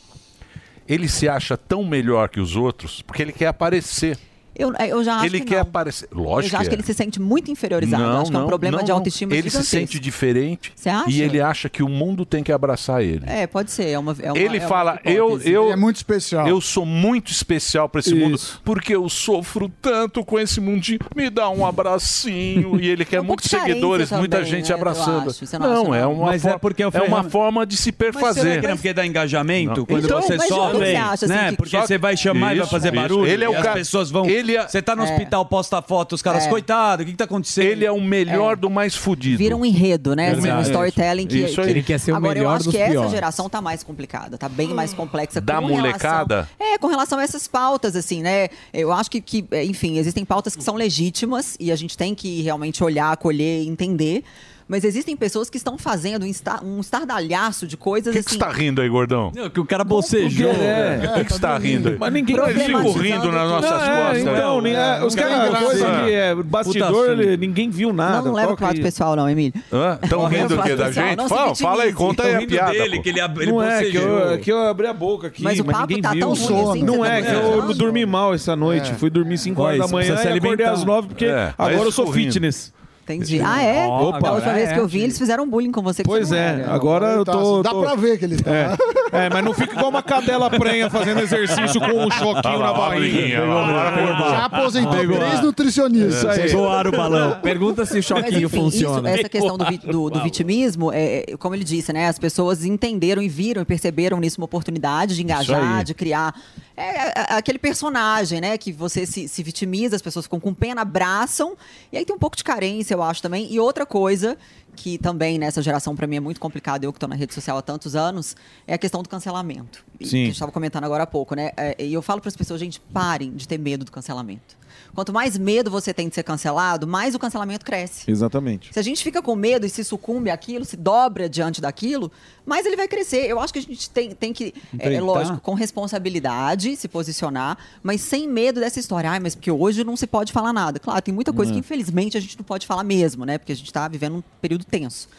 Speaker 6: ele se acha tão melhor que os outros porque ele quer aparecer.
Speaker 27: Eu, é, eu já acho
Speaker 6: ele
Speaker 27: que
Speaker 6: quer
Speaker 27: não.
Speaker 6: aparecer. Lógico
Speaker 27: eu já acho que ele
Speaker 6: é.
Speaker 27: se sente muito inferiorizado. Eu acho que é um problema
Speaker 6: não,
Speaker 27: de
Speaker 6: não.
Speaker 27: autoestima
Speaker 6: Ele se
Speaker 27: gigantesco.
Speaker 6: sente diferente
Speaker 27: Você acha?
Speaker 6: e ele acha que o mundo tem que abraçar ele.
Speaker 27: É, pode ser. É uma, é uma-
Speaker 6: ele
Speaker 27: é uma
Speaker 6: fala,
Speaker 27: hipótese.
Speaker 6: eu, eu.
Speaker 12: é muito especial.
Speaker 6: Eu sou muito especial pra esse mundo, porque eu sofro tanto com esse mundinho. Me dá um abracinho. e ele
Speaker 27: Um
Speaker 6: quer muitos
Speaker 11: carência
Speaker 6: seguidores, muita
Speaker 11: também,
Speaker 6: gente
Speaker 11: né, eu
Speaker 6: abraçando.
Speaker 11: acho. Você não
Speaker 6: Não,
Speaker 11: acha,
Speaker 6: é
Speaker 11: não?
Speaker 6: uma,
Speaker 11: Mas é porque eu
Speaker 6: é
Speaker 11: falei-
Speaker 6: uma forma de se
Speaker 11: Mas será
Speaker 6: perfazer.
Speaker 11: que não é porque dá engajamento
Speaker 6: Não.
Speaker 11: quando
Speaker 6: Então,
Speaker 11: você
Speaker 6: mas o que
Speaker 11: sofre?
Speaker 6: você acha, assim,
Speaker 11: né?
Speaker 6: que-
Speaker 11: Porque
Speaker 6: Só-
Speaker 11: você vai chamar e vai
Speaker 6: Isso,
Speaker 11: fazer
Speaker 6: isso.
Speaker 11: barulho.
Speaker 6: Ele é o
Speaker 11: e as
Speaker 6: cara-
Speaker 11: pessoas vão.
Speaker 6: ele é-
Speaker 11: Você tá no
Speaker 6: É.
Speaker 11: hospital, posta foto, os caras,
Speaker 27: É.
Speaker 11: coitado, o que, que tá acontecendo? Ele
Speaker 6: é o melhor do mais fudido.
Speaker 27: Vira um enredo, né? Assim, um
Speaker 11: Verdade.
Speaker 27: storytelling que,
Speaker 11: Isso aí.
Speaker 27: que-
Speaker 11: Ele quer ser o
Speaker 27: Agora,
Speaker 11: melhor
Speaker 27: eu acho
Speaker 11: dos
Speaker 27: que essa
Speaker 11: piores.
Speaker 27: geração tá mais complicada, tá bem mais complexa.
Speaker 6: Da
Speaker 27: com relação-
Speaker 6: molecada?
Speaker 27: É, com relação a essas pautas, assim, né? Eu acho que, que, é, enfim, existem pautas que são legítimas e a gente tem que realmente olhar, acolher, e entender. Mas existem pessoas que estão fazendo um, esta- um estardalhaço de coisas
Speaker 6: Por que, que
Speaker 27: assim.
Speaker 6: você tá rindo aí, gordão?
Speaker 11: Não, que o cara bocejou.
Speaker 14: é.
Speaker 6: Por que, que você tá rindo aí?
Speaker 11: Mas ninguém
Speaker 6: Eles ficam rindo nas nossas
Speaker 5: Não, é,
Speaker 6: costas.
Speaker 5: Então,
Speaker 6: né?
Speaker 5: nem- é, os caras
Speaker 6: engraçado.
Speaker 5: coisa que
Speaker 11: Ah.
Speaker 5: é
Speaker 6: Puta
Speaker 5: bastidor,
Speaker 6: assunto.
Speaker 5: ele- ninguém viu nada.
Speaker 27: Não, não leva
Speaker 5: qual
Speaker 27: pro lado
Speaker 5: que-
Speaker 27: pessoal, não, Emílio.
Speaker 6: Estão
Speaker 27: é
Speaker 5: Não,
Speaker 6: rindo o quê?
Speaker 5: não,
Speaker 6: Da
Speaker 5: pessoal,
Speaker 6: gente?
Speaker 27: não se
Speaker 6: Fala,
Speaker 27: vitimize.
Speaker 6: fala aí, conta aí
Speaker 27: Tão
Speaker 6: a
Speaker 27: rindo
Speaker 6: piada.
Speaker 11: dele,
Speaker 6: pô.
Speaker 11: que ele ab- ele
Speaker 5: Não é, que eu,
Speaker 11: bocejou.
Speaker 5: que eu abri a boca aqui,
Speaker 11: Mas
Speaker 5: mas,
Speaker 11: o papo
Speaker 5: ninguém
Speaker 11: tá
Speaker 5: viu.
Speaker 11: tão ruim assim que
Speaker 5: não
Speaker 11: você
Speaker 5: é,
Speaker 11: tá
Speaker 5: que eu
Speaker 11: falando.
Speaker 5: dormi mal essa noite.
Speaker 11: É.
Speaker 5: Fui dormir 5
Speaker 11: Olha,
Speaker 5: horas da
Speaker 11: isso precisa
Speaker 5: manhã
Speaker 11: se
Speaker 5: e acordei
Speaker 11: alimentar.
Speaker 5: às 9, porque
Speaker 11: É, vai
Speaker 5: agora eu sou
Speaker 11: escorrendo.
Speaker 5: fitness.
Speaker 27: Entendi. Ah, é?
Speaker 5: Opa.
Speaker 27: da última
Speaker 5: É,
Speaker 27: vez que eu
Speaker 5: é,
Speaker 27: vi, eles fizeram um bullying com você. que
Speaker 5: Pois
Speaker 27: você não
Speaker 5: é,
Speaker 27: era.
Speaker 5: agora eu tô.
Speaker 12: Dá
Speaker 5: tô-
Speaker 12: pra ver que ele tá.
Speaker 5: É. É, mas não fica igual uma cadela prenha fazendo exercício com um choquinho
Speaker 12: Olha lá, olha
Speaker 5: na
Speaker 12: o
Speaker 5: barriga.
Speaker 12: amiguinho, olha lá, olha o amiguinho. Já aposentou três nutricionistas.
Speaker 5: Isso aí.
Speaker 9: Zoaram o balão. Pergunta se o
Speaker 27: Mas,
Speaker 9: choquinho
Speaker 27: enfim,
Speaker 9: funciona.
Speaker 27: isso- essa questão do, vi- do- do vitimismo, é, é, como ele disse, né? As pessoas entenderam e viram e perceberam nisso uma oportunidade de
Speaker 15: Isso aí.
Speaker 27: engajar, de criar. É, é, é, aquele personagem, né? Que você se, se vitimiza, as pessoas ficam com pena, abraçam. E aí tem um pouco de carência, eu acho também. E outra coisa que também nessa geração pra mim é muito complicado, eu que tô na rede social há tantos anos, é a questão do cancelamento. E
Speaker 15: Sim.
Speaker 27: Que a gente estava comentando agora há pouco, né? É, E eu falo para as pessoas, gente, parem de ter medo do cancelamento. Quanto mais medo você tem de ser cancelado, mais o cancelamento cresce.
Speaker 5: Exatamente.
Speaker 27: Se a gente fica com medo e se sucumbe àquilo, se dobra diante daquilo, mas ele vai crescer. Eu acho que a gente tem, tem que, é, é
Speaker 15: Enfrentar.
Speaker 27: lógico, com responsabilidade, se posicionar, mas sem medo dessa história. Ai, mas porque hoje não se pode falar nada. Claro, tem muita coisa
Speaker 15: Não. é.
Speaker 27: que, infelizmente, a gente não pode falar mesmo, né? Porque a gente está vivendo um período tenso.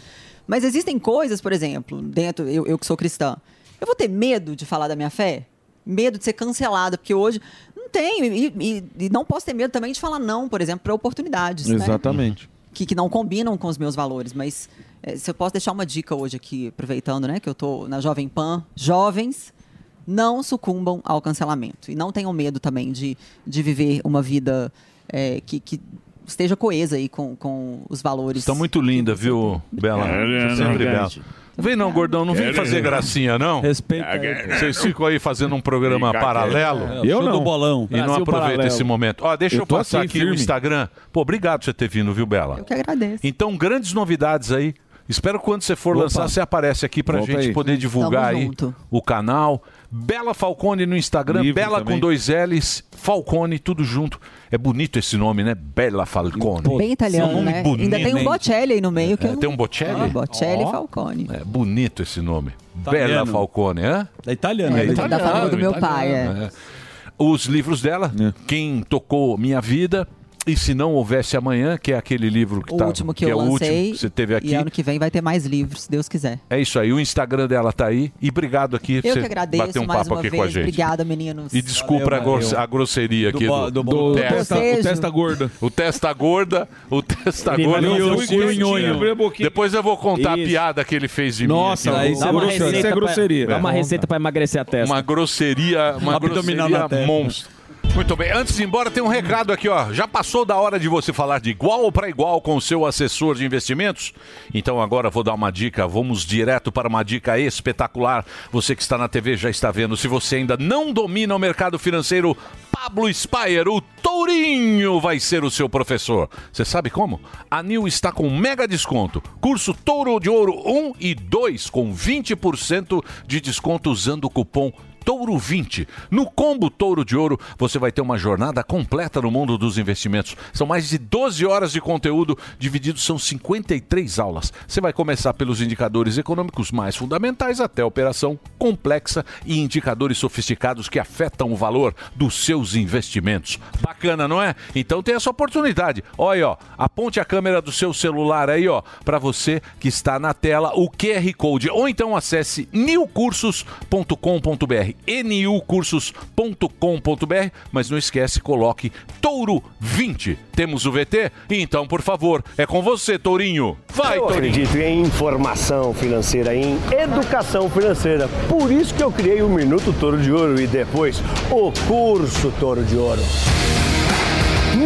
Speaker 27: Mas existem coisas, por exemplo, dentro, eu, eu que sou cristã, eu vou ter medo de falar da minha fé? Medo de ser cancelada, porque hoje não tenho. E, e- e não posso ter medo também de falar não, por exemplo, para oportunidades. né?
Speaker 5: Exatamente.
Speaker 27: que, que não combinam com os meus valores. Mas eh, se eu posso deixar uma dica hoje aqui, aproveitando, né, que eu tô na Jovem Pan, jovens, não sucumbam ao cancelamento. E não tenham medo também de, de viver uma vida eh, que, que esteja coesa aí com, com os valores.
Speaker 6: Está muito linda, Tá viu, Bela?
Speaker 14: É,
Speaker 6: Sempre
Speaker 14: é,
Speaker 6: bela.
Speaker 14: é.
Speaker 6: Vem não, gordão, não vem
Speaker 11: Quero
Speaker 6: fazer
Speaker 11: ir.
Speaker 6: gracinha, não. É,
Speaker 11: Respeita.
Speaker 6: Vocês ficam aí fazendo um programa
Speaker 11: Fica
Speaker 6: paralelo.
Speaker 11: quieto. Eu não.
Speaker 6: do bolão. E não
Speaker 11: Brasil
Speaker 6: aproveita
Speaker 11: paralelo.
Speaker 6: esse momento. Ó, deixa eu,
Speaker 11: Eu tô
Speaker 6: passar
Speaker 11: aqui,
Speaker 6: aqui o
Speaker 11: firme.
Speaker 6: Instagram. Pô, obrigado por você ter vindo, viu, Bela?
Speaker 27: Eu que agradeço.
Speaker 6: Então, grandes novidades aí. Espero que quando você for
Speaker 11: Opa.
Speaker 6: lançar, você aparece aqui pra
Speaker 11: Volta
Speaker 6: gente
Speaker 11: aí.
Speaker 6: poder divulgar
Speaker 11: Tamo
Speaker 6: aí
Speaker 11: junto.
Speaker 6: o canal. Bela Falcone no Instagram,
Speaker 11: Livro
Speaker 6: Bela
Speaker 11: também.
Speaker 6: com dois L's, Falcone, tudo junto. É bonito esse nome, né? Bela Falcone.
Speaker 27: Bem italiano,
Speaker 6: É um nome
Speaker 27: né?
Speaker 6: bonito,
Speaker 27: Ainda tem um
Speaker 6: hein?
Speaker 27: Bocelli aí no meio. Que
Speaker 6: É,
Speaker 27: eu não-
Speaker 6: tem um Bocelli?
Speaker 27: Ah, Bocelli
Speaker 6: Ó.
Speaker 27: e Falcone.
Speaker 6: É bonito esse nome.
Speaker 11: Italiano.
Speaker 6: Bela Falcone, hã? né?
Speaker 11: É italiano, É, né? da família do meu pai, é.
Speaker 6: Os livros dela, Quem Tocou Minha Vida e Se Não Houvesse Amanhã, que é aquele livro que
Speaker 27: O
Speaker 6: tá,
Speaker 27: último que,
Speaker 6: é
Speaker 27: eu
Speaker 6: o último
Speaker 27: lancei.
Speaker 6: que você teve aqui.
Speaker 27: E ano que vem vai ter mais livros, se Deus quiser.
Speaker 6: É isso aí, o Instagram dela tá aí. E obrigado aqui por
Speaker 27: Eu
Speaker 6: você
Speaker 27: que agradeço
Speaker 6: bater um
Speaker 27: mais
Speaker 6: papo
Speaker 27: uma
Speaker 6: aqui
Speaker 27: vez.
Speaker 6: com a gente.
Speaker 27: Obrigada, meninos.
Speaker 6: E desculpa a,
Speaker 11: Valeu,
Speaker 6: gros-
Speaker 11: valeu.
Speaker 6: a grosseria aqui
Speaker 11: Do bo-
Speaker 6: do,
Speaker 11: do bo- do testa- o Bocejo. testa
Speaker 6: gorda. assim, O testa gorda, o testa
Speaker 11: Ele
Speaker 6: gorda.
Speaker 11: vai
Speaker 6: e o
Speaker 11: fazer um
Speaker 6: Cunhonho.
Speaker 11: curtinho. Abriu a
Speaker 6: Depois eu vou contar a
Speaker 10: Isso.
Speaker 6: piada que ele fez de
Speaker 10: Nossa,
Speaker 6: mim. aqui.
Speaker 10: aí você é grosseria. Isso é grosseria. Dá uma receita
Speaker 6: pra emagrecer a testa. Uma grosseria, uma
Speaker 10: Abdominal na
Speaker 6: grosseria
Speaker 10: testa.
Speaker 6: monstro. Muito bem, antes de ir embora, tem um recado aqui, ó. Já passou da hora de você falar de igual para igual com o seu assessor de investimentos? Então agora vou dar uma dica, vamos direto para uma dica espetacular. Você que está na TV já está vendo. Se você ainda não domina o mercado financeiro, Pablo Spire, o Tourinho, vai ser o seu professor. Você sabe como? A Nil está com mega desconto. Curso Touro de Ouro 1 e 2 com 20% de desconto usando o cupom Touro 20. No combo Touro de Ouro, você vai ter uma jornada completa no mundo dos investimentos. São mais de 12 horas de conteúdo, divididos são 53 aulas. Você vai começar pelos indicadores econômicos mais fundamentais até a operação complexa e indicadores sofisticados que afetam o valor dos seus investimentos. Bacana, não é? Então tem essa oportunidade. Olha, ó, aponte a câmera do seu celular aí, ó, para você que está na tela o QR Code ou então acesse newcursos.com.br, newcursos.com.br, mas não esquece, coloque Touro 20. Temos o VT? Então, por favor, é com você, Tourinho. Vai,
Speaker 15: eu
Speaker 6: Tourinho.
Speaker 15: acredito em informação financeira, em educação financeira. Por isso que eu criei o Minuto Touro de Ouro e depois o curso Touro de Ouro.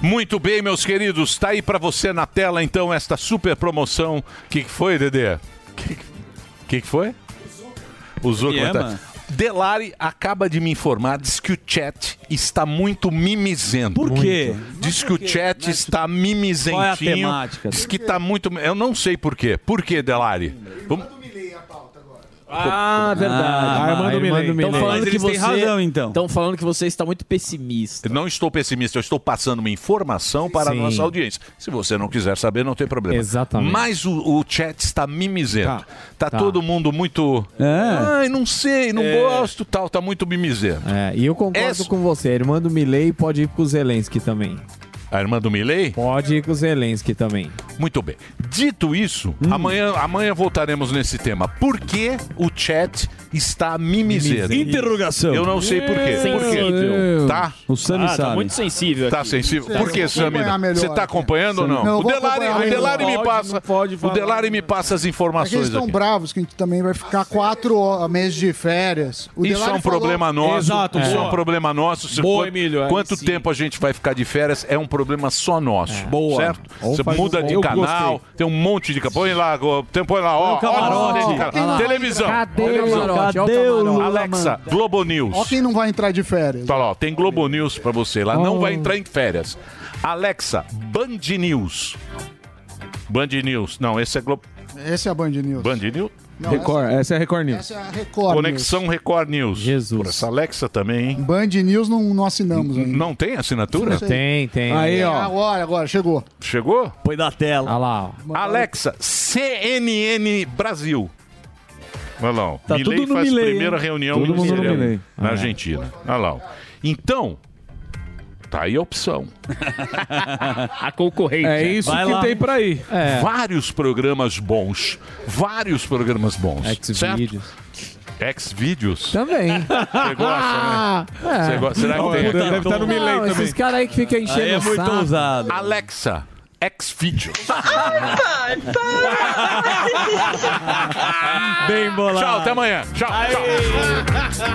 Speaker 6: Muito bem, meus queridos, tá aí pra você na tela então esta super promoção. O que, que foi, Dedê? O que, que, que foi? O Zuko.
Speaker 11: Ele
Speaker 6: tá-
Speaker 11: ama?
Speaker 6: Delari acaba de me informar, diz que o chat está muito mimizento. Por
Speaker 11: quê?
Speaker 6: Diz que o chat está mimizentinho.
Speaker 11: Qual é a temática?
Speaker 6: Diz que está muito... Eu não sei por quê. Por quê, Delari? Vamos...
Speaker 10: Ah, verdade.
Speaker 11: Ah, Armando Milei.
Speaker 10: Estão
Speaker 11: Mas
Speaker 10: Então, falando
Speaker 11: eles
Speaker 10: que
Speaker 11: têm
Speaker 10: você...
Speaker 11: razão,
Speaker 10: então. Estão falando que você está muito pessimista.
Speaker 6: Não estou pessimista, eu estou passando uma informação para
Speaker 10: Sim.
Speaker 6: a nossa audiência. Se você não quiser saber, não tem problema.
Speaker 10: Exatamente.
Speaker 6: Mas o, o chat está mimizento. Tá,
Speaker 9: Tá.
Speaker 6: todo mundo muito. Ai, não sei, não
Speaker 9: É.
Speaker 6: gosto, tal, tá muito mimizento.
Speaker 9: É, e eu concordo com você. A irmã do Milley pode ir com o Zelensky também.
Speaker 6: A irmã do Milley?
Speaker 9: Pode ir com o Zelensky também. Hum.
Speaker 6: Muito bem. Dito isso,
Speaker 11: Hum.
Speaker 6: amanhã, amanhã voltaremos nesse tema. Por que o chat está mimizento?
Speaker 11: Interrogação.
Speaker 6: Eu não sei por quê.
Speaker 11: Meu
Speaker 6: Por quê?
Speaker 11: Deus.
Speaker 6: Tá?
Speaker 11: O Sami Ah, tá sabe. muito
Speaker 6: sensível. Tá sensível.
Speaker 11: Vocês
Speaker 6: Por
Speaker 11: vão
Speaker 6: que, Sami?
Speaker 11: acompanhar melhor
Speaker 6: Você tá
Speaker 11: aqui.
Speaker 6: acompanhando ou não?
Speaker 12: Não,
Speaker 6: o
Speaker 12: vou
Speaker 6: Delari,
Speaker 12: acompanhar
Speaker 6: o Delari
Speaker 12: melhor.
Speaker 6: me passa. o
Speaker 12: falar.
Speaker 6: Delari me passa
Speaker 12: É
Speaker 6: as
Speaker 12: que eles
Speaker 6: informações
Speaker 12: estão
Speaker 6: aqui.
Speaker 12: bravos que a gente também vai ficar quatro ho- meses de férias. O
Speaker 6: Isso é
Speaker 12: Delari
Speaker 6: um
Speaker 12: falou-
Speaker 6: problema nosso.
Speaker 12: Exato,
Speaker 6: Isso é
Speaker 12: boa.
Speaker 6: um problema nosso. Se
Speaker 12: Boa,
Speaker 6: quanto-
Speaker 12: Emílio, aí
Speaker 6: Quanto
Speaker 12: sim.
Speaker 6: tempo a gente vai ficar de férias é um problema só nosso. Boa. Certo?
Speaker 11: Ou
Speaker 6: Você
Speaker 11: faz
Speaker 6: muda
Speaker 11: um-
Speaker 6: de
Speaker 11: eu
Speaker 6: canal,
Speaker 11: gostei.
Speaker 6: tem um monte de. ca- Põe lá, go- tem- põe lá, ó.
Speaker 11: Põe o
Speaker 6: ó,
Speaker 11: camarote.
Speaker 6: ó, cara.
Speaker 11: Olha lá.
Speaker 6: televisão.
Speaker 11: Cadê o
Speaker 6: televisão.
Speaker 11: camarote? Olha o Cadê o camarote. Lula,
Speaker 6: Alexa,
Speaker 11: mano?
Speaker 6: Globo
Speaker 12: Ó
Speaker 6: News.
Speaker 12: quem não vai entrar de férias.
Speaker 6: Tá lá, ó, tem Globo News pra você lá. Não
Speaker 12: Oh.
Speaker 6: vai entrar em férias. Alexa, Band News. Band News. Não, esse é Globo.
Speaker 12: Esse é a Band News.
Speaker 6: Band News?
Speaker 5: Record, essa, é a Record News.
Speaker 12: Essa é a Record.
Speaker 6: Conexão Record News. Jesus. Por essa Alexa também, hein?
Speaker 12: News. Band News não, não assinamos ainda.
Speaker 6: Não tem assinatura?
Speaker 12: Não sei. Tem,
Speaker 6: tem.
Speaker 12: É, Agora, agora, chegou.
Speaker 6: Chegou?
Speaker 11: Põe na tela. Olha lá.
Speaker 6: Alexa, CNN Brasil. Olha lá. ó.
Speaker 11: Tá
Speaker 6: Milei
Speaker 11: tudo no
Speaker 6: faz
Speaker 11: Milei,
Speaker 6: primeira
Speaker 11: hein?
Speaker 6: reunião
Speaker 11: Todo
Speaker 6: em
Speaker 11: mundo no
Speaker 6: Israel,
Speaker 11: Milei. Ah, é.
Speaker 6: na Argentina. Olha lá. ó. Então, tá aí a opção.
Speaker 16: A concorrente.
Speaker 6: É isso Vai que lá. tem
Speaker 5: pra ir.
Speaker 16: É.
Speaker 6: Vários programas bons. Vários programas bons. Ex-vídeos. Ex-vídeos?
Speaker 16: Também.
Speaker 6: Você gosta, né? Você gosta- será que tem?
Speaker 16: Deve estar no Milei também. Então Esses caras aí que ficam enchendo
Speaker 6: Aí é
Speaker 16: o
Speaker 6: muito
Speaker 16: saco.
Speaker 6: ousado. Alexa, X-Videos.
Speaker 11: Bem bolado.
Speaker 6: Tchau, até amanhã. Tchau. tchau.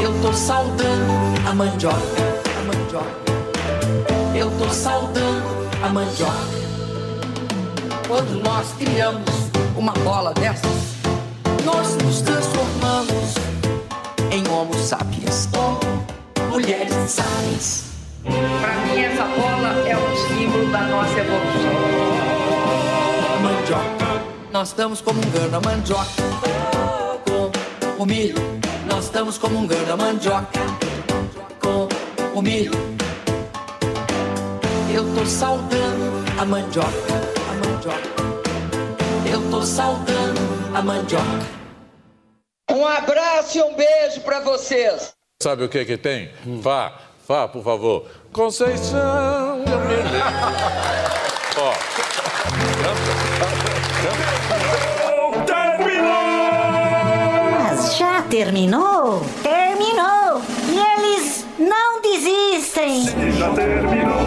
Speaker 14: Eu tô saudando a mandioca, a mandioca. Eu tô saudando a mandioca. Quando nós criamos uma bola dessas, nós nos transformamos em homo sapiens ou mulheres sapiens. Pra mim essa bola é um símbolo da nossa evolução. Mandioca. Nós estamos comungando a mandioca com o milho. Nós estamos comungando a mandioca com o milho. Eu tô saudando a mandioca, a mandioca. Eu tô saudando a mandioca. Um abraço e um beijo pra vocês.
Speaker 8: Sabe o que que tem? Vá, vá, por favor. Conceição, eu me lembro. Ó.
Speaker 2: Mas já terminou? Terminou! E eles não desistem!
Speaker 14: Já terminou,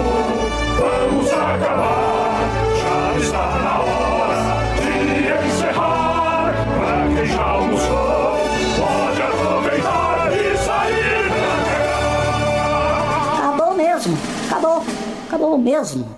Speaker 14: vamos acabar. Já está na hora de encerrar. Pra quem já almoçou, pode aproveitar e sair.
Speaker 2: Acabou mesmo! Acabou! Acabou mesmo!